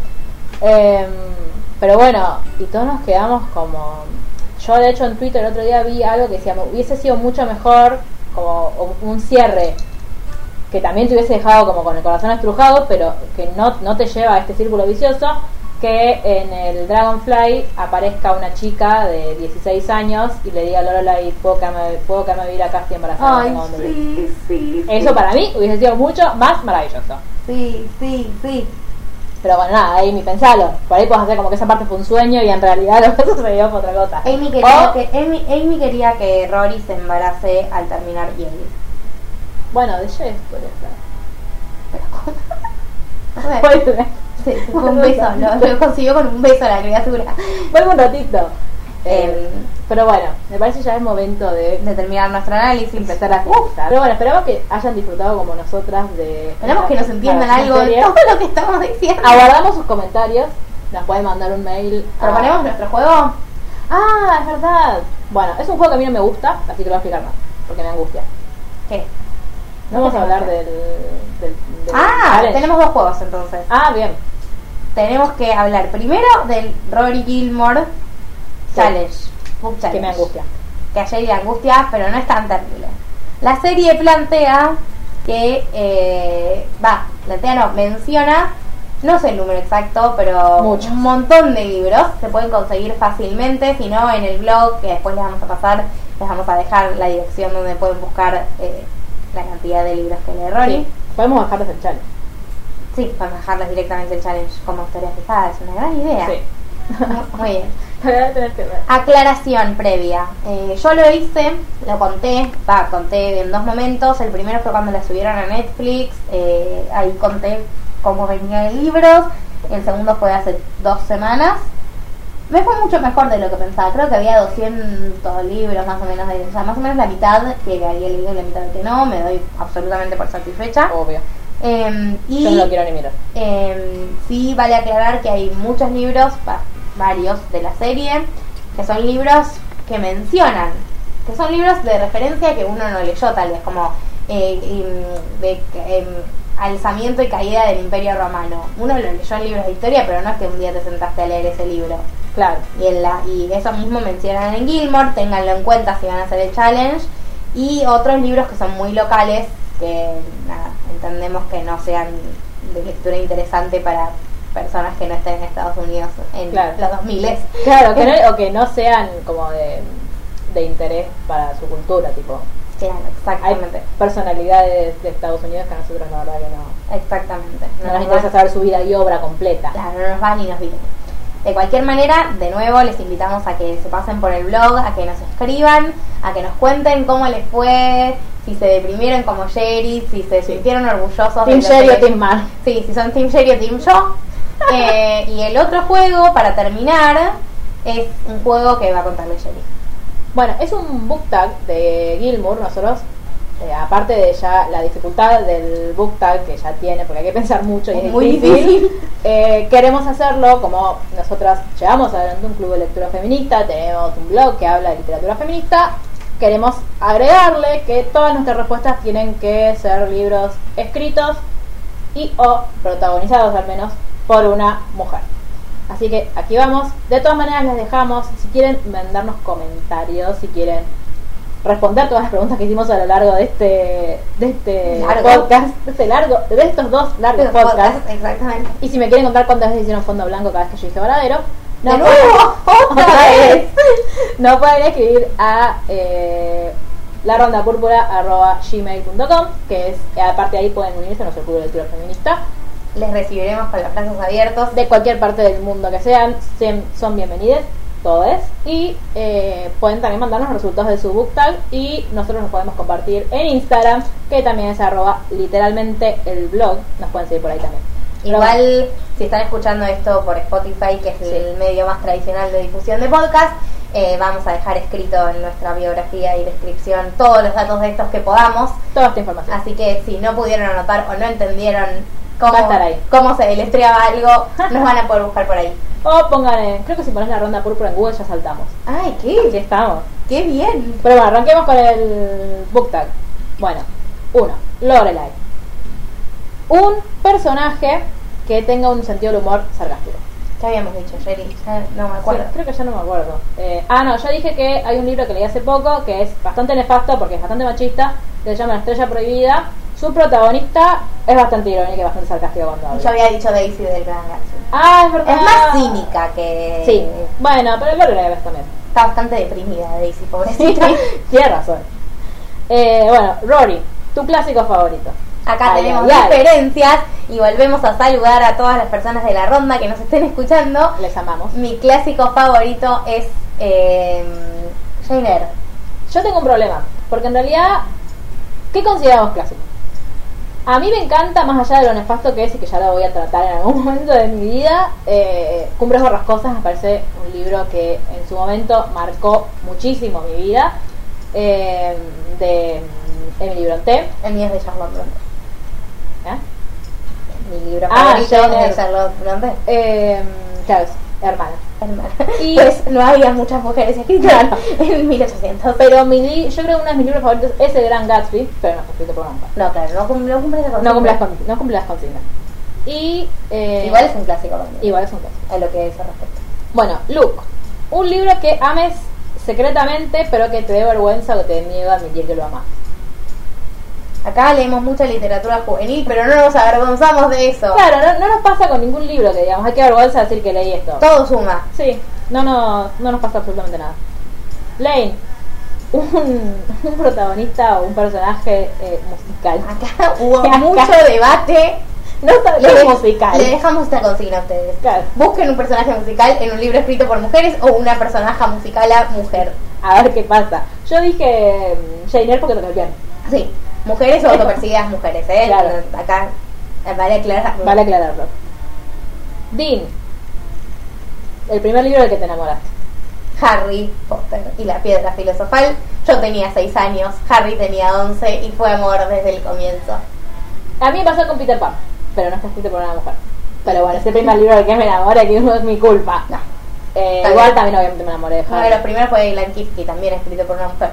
[SPEAKER 1] Em, pero bueno, y todos nos quedamos como. Yo, de hecho, en Twitter el otro día vi algo que decía: me hubiese sido mucho mejor como u- un cierre que también te hubiese dejado como con el corazón estrujado, pero que no, no te lleva a este círculo vicioso. Que en el Dragonfly aparezca una chica de 16 años y le diga a Lorelai: Puedo quedarme, puedo quedarme a vivir acá, estoy embarazada. no
[SPEAKER 2] Ay,
[SPEAKER 1] tengo dónde vivir".
[SPEAKER 2] sí, sí.
[SPEAKER 1] Eso para mí hubiese sido mucho más maravilloso.
[SPEAKER 2] Sí, sí, sí.
[SPEAKER 1] Pero bueno, nada, ahí mi pensalo. Por ahí puedes hacer como que esa parte fue un sueño y en realidad lo que sucedió fue otra cosa.
[SPEAKER 2] Amy quería,
[SPEAKER 1] O,
[SPEAKER 2] que, Amy, Amy quería que Rory se embarace al terminar Yale.
[SPEAKER 1] Bueno, de Jess puede ser.
[SPEAKER 2] Bueno,
[SPEAKER 1] Puede ser.
[SPEAKER 2] se- se fue un beso, lo, lo consiguió con un beso la criatura.
[SPEAKER 1] Vuelvo un ratito.
[SPEAKER 2] Eh,
[SPEAKER 1] Eh, pero bueno, me parece ya es momento de
[SPEAKER 2] de terminar nuestro análisis, empezar
[SPEAKER 1] empezar a
[SPEAKER 2] a...
[SPEAKER 1] gustar. Pero bueno, esperamos que hayan disfrutado como nosotras de...
[SPEAKER 2] Esperamos que nos entiendan
[SPEAKER 1] esta
[SPEAKER 2] algo de
[SPEAKER 1] serie.
[SPEAKER 2] todo lo que estamos diciendo.
[SPEAKER 1] Aguardamos sus comentarios. Nos pueden mandar un mail. a-
[SPEAKER 2] ¿Proponemos nuestro juego?
[SPEAKER 1] Ah, es verdad. Bueno, es un juego que a mí no me gusta, así que lo voy a explicar más, porque me angustia.
[SPEAKER 2] ¿Qué?
[SPEAKER 1] No vamos a hablar del... del, del
[SPEAKER 2] Ah,
[SPEAKER 1] challenge.
[SPEAKER 2] tenemos dos juegos entonces.
[SPEAKER 1] Ah, bien.
[SPEAKER 2] Tenemos que hablar primero del Rory Gilmore Challenge. Book Challenge.
[SPEAKER 1] Que me angustia.
[SPEAKER 2] que ayer y la angustia, pero no es tan terrible. La serie plantea que, eh, va, plantea no, menciona, no sé el número exacto, pero
[SPEAKER 1] Muchos.
[SPEAKER 2] un montón de libros se pueden conseguir fácilmente, si no en el blog, que después les vamos a pasar, les vamos a dejar la dirección donde pueden buscar eh, la cantidad de libros que lee Rory.
[SPEAKER 1] Sí. Podemos bajarles el challenge.
[SPEAKER 2] Sí, vamos a dejarles directamente el challenge como historia fijada, es una gran idea.
[SPEAKER 1] Sí.
[SPEAKER 2] Muy bien.
[SPEAKER 1] Tenés que ver.
[SPEAKER 2] Aclaración previa. Eh, yo lo hice, lo conté, va, conté en dos momentos. El primero fue cuando la subieron a Netflix, eh, ahí conté cómo venía de libros. El segundo fue hace dos semanas. Me fue mucho mejor de lo que pensaba. Creo que había 200 libros más o menos, de, o sea, más o menos la mitad que había leído y la mitad que no. Me doy absolutamente por satisfecha.
[SPEAKER 1] Obvio.
[SPEAKER 2] Em, y
[SPEAKER 1] Oh. Yo no lo quiero ni mirar.
[SPEAKER 2] eh, sí, vale aclarar que hay muchos libros, va- varios de la serie, que son libros que mencionan, que son libros de referencia que uno no leyó, tal vez, como eh, em, de, em, Alzamiento y Caída del Imperio Romano. Uno lo leyó en libros de historia, pero no es que un día te sentaste a leer ese libro.
[SPEAKER 1] Claro.
[SPEAKER 2] Y, en la- y eso mismo mencionan en Gilmore, ténganlo en cuenta si van a hacer el challenge. Y otros libros que son muy locales, que nada, entendemos que no sean de lectura interesante para personas que no estén en Estados Unidos en
[SPEAKER 1] Claro.
[SPEAKER 2] los 2000.
[SPEAKER 1] Claro, que no, o que no sean como de, de interés para su cultura, tipo.
[SPEAKER 2] Claro,
[SPEAKER 1] Hay
[SPEAKER 2] exactamente.
[SPEAKER 1] personalidades de Estados Unidos que a nosotros la verdad que no,
[SPEAKER 2] Exactamente.
[SPEAKER 1] no nos
[SPEAKER 2] No nos
[SPEAKER 1] interesa
[SPEAKER 2] va-
[SPEAKER 1] saber su vida y obra completa.
[SPEAKER 2] Claro, no nos va ni nos viene. De cualquier manera, de nuevo les invitamos a que se pasen por el blog, a que nos escriban, a que nos cuenten cómo les fue, si se deprimieron como Jerry, si se sintieron orgullosos. de
[SPEAKER 1] Team
[SPEAKER 2] lo
[SPEAKER 1] Sherry
[SPEAKER 2] que-
[SPEAKER 1] o Team Mar.
[SPEAKER 2] Sí, si son Team Jerry o Team Yo. Eh, y el otro juego, para terminar, es un juego que va a contarle Jerry.
[SPEAKER 1] Bueno, es un book tag de Gilmour, nosotros, eh, aparte de ya la dificultad del book tag que ya tiene, porque hay que pensar mucho y
[SPEAKER 2] Es
[SPEAKER 1] es
[SPEAKER 2] muy
[SPEAKER 1] difícil,
[SPEAKER 2] difícil.
[SPEAKER 1] eh, queremos hacerlo como nosotras llevamos adelante un club de lectura feminista, tenemos un blog que habla de literatura feminista, queremos agregarle que todas nuestras respuestas tienen que ser libros escritos y o protagonizados al menos por una mujer. Así que aquí vamos. De todas maneras les dejamos, si quieren mandarnos comentarios, si quieren responder todas las preguntas que hicimos a lo largo de este, de este
[SPEAKER 2] Largo.
[SPEAKER 1] podcast, de este largo, de estos dos largos
[SPEAKER 2] Ah, Los podcasts,
[SPEAKER 1] podcasts.
[SPEAKER 2] Exactamente.
[SPEAKER 1] Y si me quieren contar cuántas veces hicieron fondo blanco cada vez que yo dije varadero,
[SPEAKER 2] De nuevo, otra vez.
[SPEAKER 1] no pueden escribir a eh, la ronda gmail.com, que es, aparte ahí pueden unirse a nuestro club de lectura feminista.
[SPEAKER 2] Les recibiremos con los brazos abiertos.
[SPEAKER 1] de cualquier parte del mundo que sean, sem- son bienvenidos todos y eh, pueden también mandarnos los resultados de su book tag y nosotros los podemos compartir en Instagram que también es arroba literalmente el blog nos pueden seguir por ahí también Pero bueno,
[SPEAKER 2] Igual, si están escuchando esto por Spotify, que es
[SPEAKER 1] Sí.
[SPEAKER 2] el medio más tradicional de difusión de podcast, eh, vamos a dejar escrito en nuestra biografía y descripción todos los datos de estos que podamos.
[SPEAKER 1] toda esta información
[SPEAKER 2] Así que si no pudieron anotar o no entendieron
[SPEAKER 1] Va a
[SPEAKER 2] cómo,
[SPEAKER 1] estar ahí.
[SPEAKER 2] cómo se deletreaba algo, nos van a poder buscar por ahí.
[SPEAKER 1] o pongan en- creo que si pones la ronda púrpura en Google ya saltamos
[SPEAKER 2] ¡Ay,
[SPEAKER 1] ya
[SPEAKER 2] qué,
[SPEAKER 1] estamos
[SPEAKER 2] qué bien!
[SPEAKER 1] pero bueno arranquemos con el book tag bueno uno Lorelai un personaje que tenga un sentido del humor sarcástico
[SPEAKER 2] ¿Qué habíamos dicho, Jerry? Ya no me
[SPEAKER 1] Sí,
[SPEAKER 2] acuerdo.
[SPEAKER 1] creo que ya no me acuerdo. Eh, ah, no, yo dije que hay un libro que leí hace poco que es bastante nefasto porque es bastante machista, que se llama La Estrella Prohibida. Su protagonista es bastante irónica y bastante sarcástica cuando
[SPEAKER 2] Yo
[SPEAKER 1] habla.
[SPEAKER 2] había dicho Daisy del Gran Gatsby.
[SPEAKER 1] Ah, es verdad.
[SPEAKER 2] Es más cínica que...
[SPEAKER 1] Sí, bueno, pero lo ves también.
[SPEAKER 2] Está bastante deprimida Daisy, pobrecita.
[SPEAKER 1] Tienes razón. Eh, bueno, Rory, tu clásico favorito.
[SPEAKER 2] Acá
[SPEAKER 1] Ay,
[SPEAKER 2] tenemos
[SPEAKER 1] ay, ay.
[SPEAKER 2] diferencias y volvemos a saludar a todas las personas de la ronda que nos estén escuchando.
[SPEAKER 1] Les amamos.
[SPEAKER 2] Mi clásico favorito es eh, Jane Eyre.
[SPEAKER 1] Yo tengo un problema, porque en realidad, ¿qué consideramos clásico? A mí me encanta, más allá de lo nefasto que es y que ya lo voy a tratar en algún momento de mi vida, eh, Cumbres Borrascosas me parece un libro que en su momento marcó muchísimo mi vida, eh, de Emily ¿eh? Bronte. ¿eh?
[SPEAKER 2] El mío es de Charlotte Bronte. Mi libro
[SPEAKER 1] Ah,
[SPEAKER 2] favorito
[SPEAKER 1] Jane
[SPEAKER 2] es de
[SPEAKER 1] Eyre.
[SPEAKER 2] Charlotte Bronte.
[SPEAKER 1] Eh, claro, es hermana.
[SPEAKER 2] Hermana.
[SPEAKER 1] Y-
[SPEAKER 2] Pues no había muchas mujeres escritas en 1800.
[SPEAKER 1] Pero mi li- yo creo que uno de mis libros favoritos es El Gran Gatsby, pero no fue escrito por una mujer.
[SPEAKER 2] No, claro, no, cum- no cumple esa
[SPEAKER 1] No cumple las,
[SPEAKER 2] consigna.
[SPEAKER 1] con- no cumple las consignas. Y, eh,
[SPEAKER 2] Igual es un clásico también,
[SPEAKER 1] igual es un clásico.
[SPEAKER 2] a lo que eso respecta.
[SPEAKER 1] Bueno, Luke, un libro que ames secretamente, pero que te dé vergüenza o que te niega a admitir que lo amas.
[SPEAKER 2] Acá leemos mucha literatura juvenil, pero no nos avergonzamos de eso.
[SPEAKER 1] Claro, no, no nos pasa con ningún libro que digamos, hay que vergüenza decir que leí esto.
[SPEAKER 2] Todo suma.
[SPEAKER 1] Sí, no, no, no nos pasa absolutamente nada. Lane, un, un protagonista o un personaje eh, musical.
[SPEAKER 2] Acá hubo
[SPEAKER 1] Acá.
[SPEAKER 2] mucho debate.
[SPEAKER 1] No solo
[SPEAKER 2] Le-
[SPEAKER 1] musical.
[SPEAKER 2] Le dejamos esta consigna a ustedes.
[SPEAKER 1] Claro.
[SPEAKER 2] Busquen un personaje musical en un libro escrito por mujeres o una personaje musical a mujer.
[SPEAKER 1] A ver qué pasa. Yo dije mm, Jane Eyre porque lo cambiaron.
[SPEAKER 2] Sí, mujeres o autopercibidas mujeres, ¿eh?
[SPEAKER 1] Claro.
[SPEAKER 2] Acá eh, vale aclarar.
[SPEAKER 1] Vale aclararlo. Dean, el primer libro del que te enamoraste.
[SPEAKER 2] Harry Potter y la piedra filosofal. Yo tenía 6 años, Harry tenía 11 y fue amor desde el comienzo.
[SPEAKER 1] A mí me pasó con Peter Pan, pero no está escrito por una mujer. Pero bueno, es el primer libro del que me enamoré, que no es mi culpa.
[SPEAKER 2] No.
[SPEAKER 1] Eh,
[SPEAKER 2] Está
[SPEAKER 1] igual
[SPEAKER 2] bien.
[SPEAKER 1] también obviamente me enamoré de
[SPEAKER 2] Uno de los
[SPEAKER 1] Harry.
[SPEAKER 2] primeros fue Ilan Kifke, también escrito por una mujer.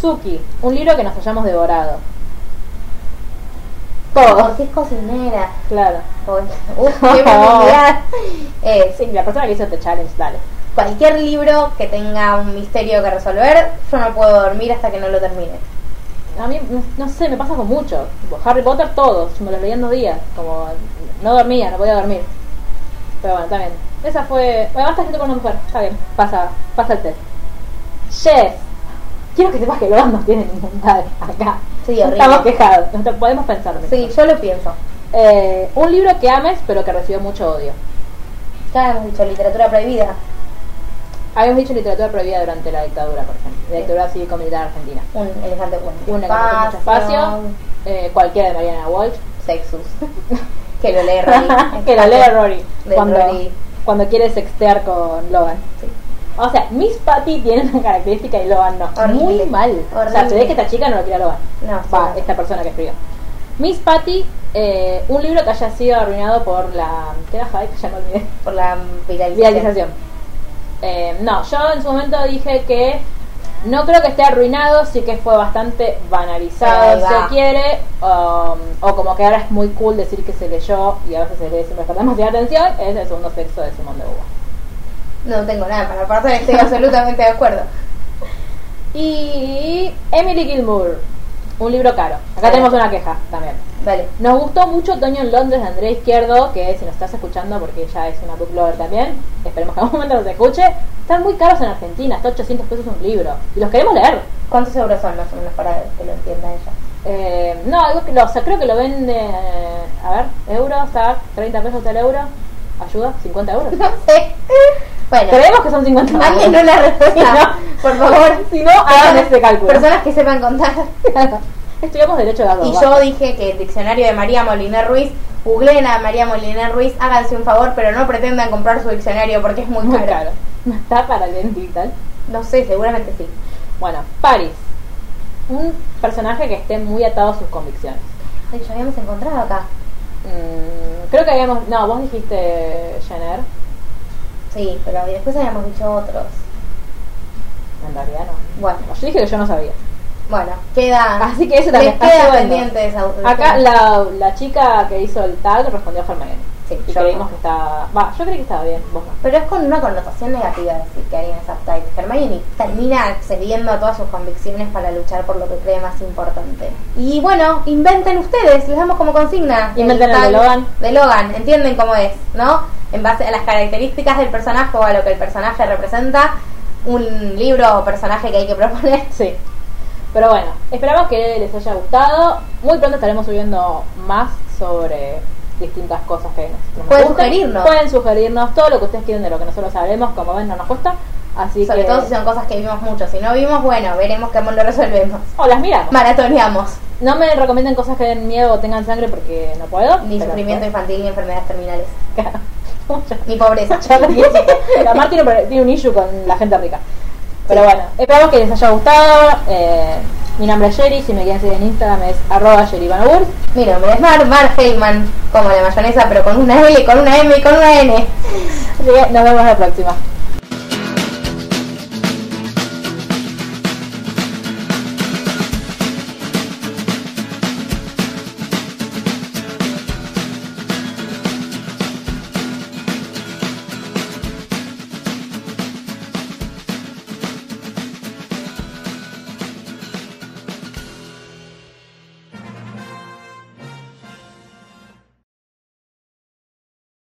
[SPEAKER 1] Suki, un libro que nos hayamos devorado.
[SPEAKER 2] ¿Por
[SPEAKER 1] Todos,
[SPEAKER 2] Oh, qué es cocinera? Oh,
[SPEAKER 1] claro.
[SPEAKER 2] Uy, uf, qué profundidad. Eh,
[SPEAKER 1] Sí, la persona que hizo este challenge, dale.
[SPEAKER 2] Cualquier libro que tenga un misterio que resolver, yo no puedo dormir hasta que no lo termine.
[SPEAKER 1] A mí, no, no sé, me pasa con mucho. Tipo, Harry Potter todos, me los leí en dos días. Como, no dormía, no podía dormir. Pero bueno, también. Esa fue... Bueno, basta escrito por una mujer, está bien. Pasa, pasa el test. Yes. Quiero que sepas que los dos nos tienen inmunidad acá.
[SPEAKER 2] Sí,
[SPEAKER 1] No
[SPEAKER 2] horrible.
[SPEAKER 1] Estamos quejados, no te- podemos pensarlo.
[SPEAKER 2] Sí, yo lo pienso.
[SPEAKER 1] Eh, un libro que ames pero que recibió mucho odio.
[SPEAKER 2] Ya hemos dicho literatura prohibida.
[SPEAKER 1] Habíamos dicho literatura prohibida durante la dictadura, por ejemplo. La dictadura cívico-militar argentina.
[SPEAKER 2] Un elefante cuento.
[SPEAKER 1] Un espacio, espacio eh, cualquiera de Mariana Walsh.
[SPEAKER 2] Sexus. que lo lee Rory.
[SPEAKER 1] que la lea Rory.
[SPEAKER 2] De
[SPEAKER 1] Cuando,
[SPEAKER 2] Rory.
[SPEAKER 1] cuando quiere sextear con Logan.
[SPEAKER 2] Sí.
[SPEAKER 1] O sea, Miss Patty tiene una característica y Logan no.
[SPEAKER 2] Horrible.
[SPEAKER 1] Muy mal. O sea, se
[SPEAKER 2] Horrible.
[SPEAKER 1] ve que esta chica no lo quiere a Logan.
[SPEAKER 2] No, sí,
[SPEAKER 1] Va,
[SPEAKER 2] no.
[SPEAKER 1] esta persona que escribió. Miss Patty, eh, un libro que haya sido arruinado por la... ¿Qué era Hyde? Ya me olvidé.
[SPEAKER 2] Por la viralización.
[SPEAKER 1] Viralización. Eh, no, yo en su momento dije que no creo que esté arruinado, sí que fue bastante
[SPEAKER 2] Ahí
[SPEAKER 1] banalizado,
[SPEAKER 2] va.
[SPEAKER 1] se quiere, um, o como que ahora es muy cool decir que se leyó y a veces se lee sin prestar demasiada atención, es el segundo sexo de Simón de Uva.
[SPEAKER 2] No tengo nada para aportar, estoy absolutamente de acuerdo.
[SPEAKER 1] Y Emily Gilmour, un libro caro. Acá
[SPEAKER 2] Sí.
[SPEAKER 1] tenemos una queja también.
[SPEAKER 2] Vale.
[SPEAKER 1] Nos gustó mucho Toño en Londres de Andrés Izquierdo, que si nos estás escuchando, porque ella es una book lover también, esperemos que algún momento nos escuche. Están muy caros en Argentina, está 800 pesos un libro. Y los queremos leer.
[SPEAKER 2] ¿Cuántos euros son más o menos para que lo entienda ella?
[SPEAKER 1] Eh, no, algo que lo, o sea, creo que lo vende, eh, a ver, euros, está 30 pesos el euro. Ayuda, 50 euros.
[SPEAKER 2] No sé. Bueno,
[SPEAKER 1] Creemos que son 50 euros.
[SPEAKER 2] mándenos la respuesta,
[SPEAKER 1] Sí, no.
[SPEAKER 2] por favor.
[SPEAKER 1] Si no, hagan este cálculo.
[SPEAKER 2] Personas que sepan contar.
[SPEAKER 1] Estudiamos derecho de
[SPEAKER 2] Y
[SPEAKER 1] autor.
[SPEAKER 2] yo dije que el diccionario de María Moliner Ruiz, googleen a María Moliner Ruiz, háganse un favor, pero no pretendan comprar su diccionario porque es muy,
[SPEAKER 1] Muy
[SPEAKER 2] caro.
[SPEAKER 1] caro. No está para el dental.
[SPEAKER 2] No sé, seguramente sí.
[SPEAKER 1] Bueno, Paris. Un personaje que esté muy atado a sus convicciones.
[SPEAKER 2] De hecho, habíamos encontrado acá.
[SPEAKER 1] Mm, creo que habíamos. No, vos dijiste Jenner.
[SPEAKER 2] Sí, pero después habíamos dicho otros.
[SPEAKER 1] En realidad no.
[SPEAKER 2] Bueno,
[SPEAKER 1] Yo dije que yo no sabía.
[SPEAKER 2] bueno, queda.
[SPEAKER 1] Así que ese también
[SPEAKER 2] les
[SPEAKER 1] está
[SPEAKER 2] queda
[SPEAKER 1] ayudando.
[SPEAKER 2] pendiente esa.
[SPEAKER 1] Acá la, la chica que hizo el tag respondió Hermione.
[SPEAKER 2] Sí,
[SPEAKER 1] Y
[SPEAKER 2] yo-
[SPEAKER 1] creímos que estaba. Va, yo creí que estaba bien, vos no.
[SPEAKER 2] Pero es con una connotación negativa decir que alguien es uptight. Hermione termina accediendo a todas sus convicciones para luchar por lo que cree más importante. Y bueno, inventen ustedes, les damos como consigna.
[SPEAKER 1] Inventen el de
[SPEAKER 2] tag
[SPEAKER 1] Logan.
[SPEAKER 2] De Logan, entienden cómo es, ¿no? En base a las características del personaje o a lo que el personaje representa, un libro o personaje que hay que proponer.
[SPEAKER 1] Sí. Pero bueno, esperamos que les haya gustado. Muy pronto estaremos subiendo más sobre distintas cosas que nos
[SPEAKER 2] Pueden
[SPEAKER 1] gustan.
[SPEAKER 2] sugerirnos.
[SPEAKER 1] Pueden sugerirnos todo lo que ustedes quieren de lo que nosotros hablemos. Como ven, no nos cuesta. Así
[SPEAKER 2] Sobre
[SPEAKER 1] que.
[SPEAKER 2] todo si son cosas que vimos mucho. Si no vimos, bueno, veremos cómo lo resolvemos.
[SPEAKER 1] O las miramos.
[SPEAKER 2] Maratoneamos.
[SPEAKER 1] No me recomienden cosas que den miedo o tengan sangre porque no puedo.
[SPEAKER 2] Ni
[SPEAKER 1] pero-
[SPEAKER 2] sufrimiento infantil, ni enfermedades terminales.
[SPEAKER 1] Ya-
[SPEAKER 2] Ni pobreza.
[SPEAKER 1] ya lo dije. La Mar tiene, pro- tiene un issue con la gente rica. Pero bueno, esperamos que les haya gustado. Eh, mi nombre es Jerry. Si me quieren seguir en Instagram es arroba Jerry Van Oort.
[SPEAKER 2] Mi nombre es Mar, Mar Heyman, como la mayonesa, pero con una L, con una M y con una N.
[SPEAKER 1] Así que nos vemos la próxima.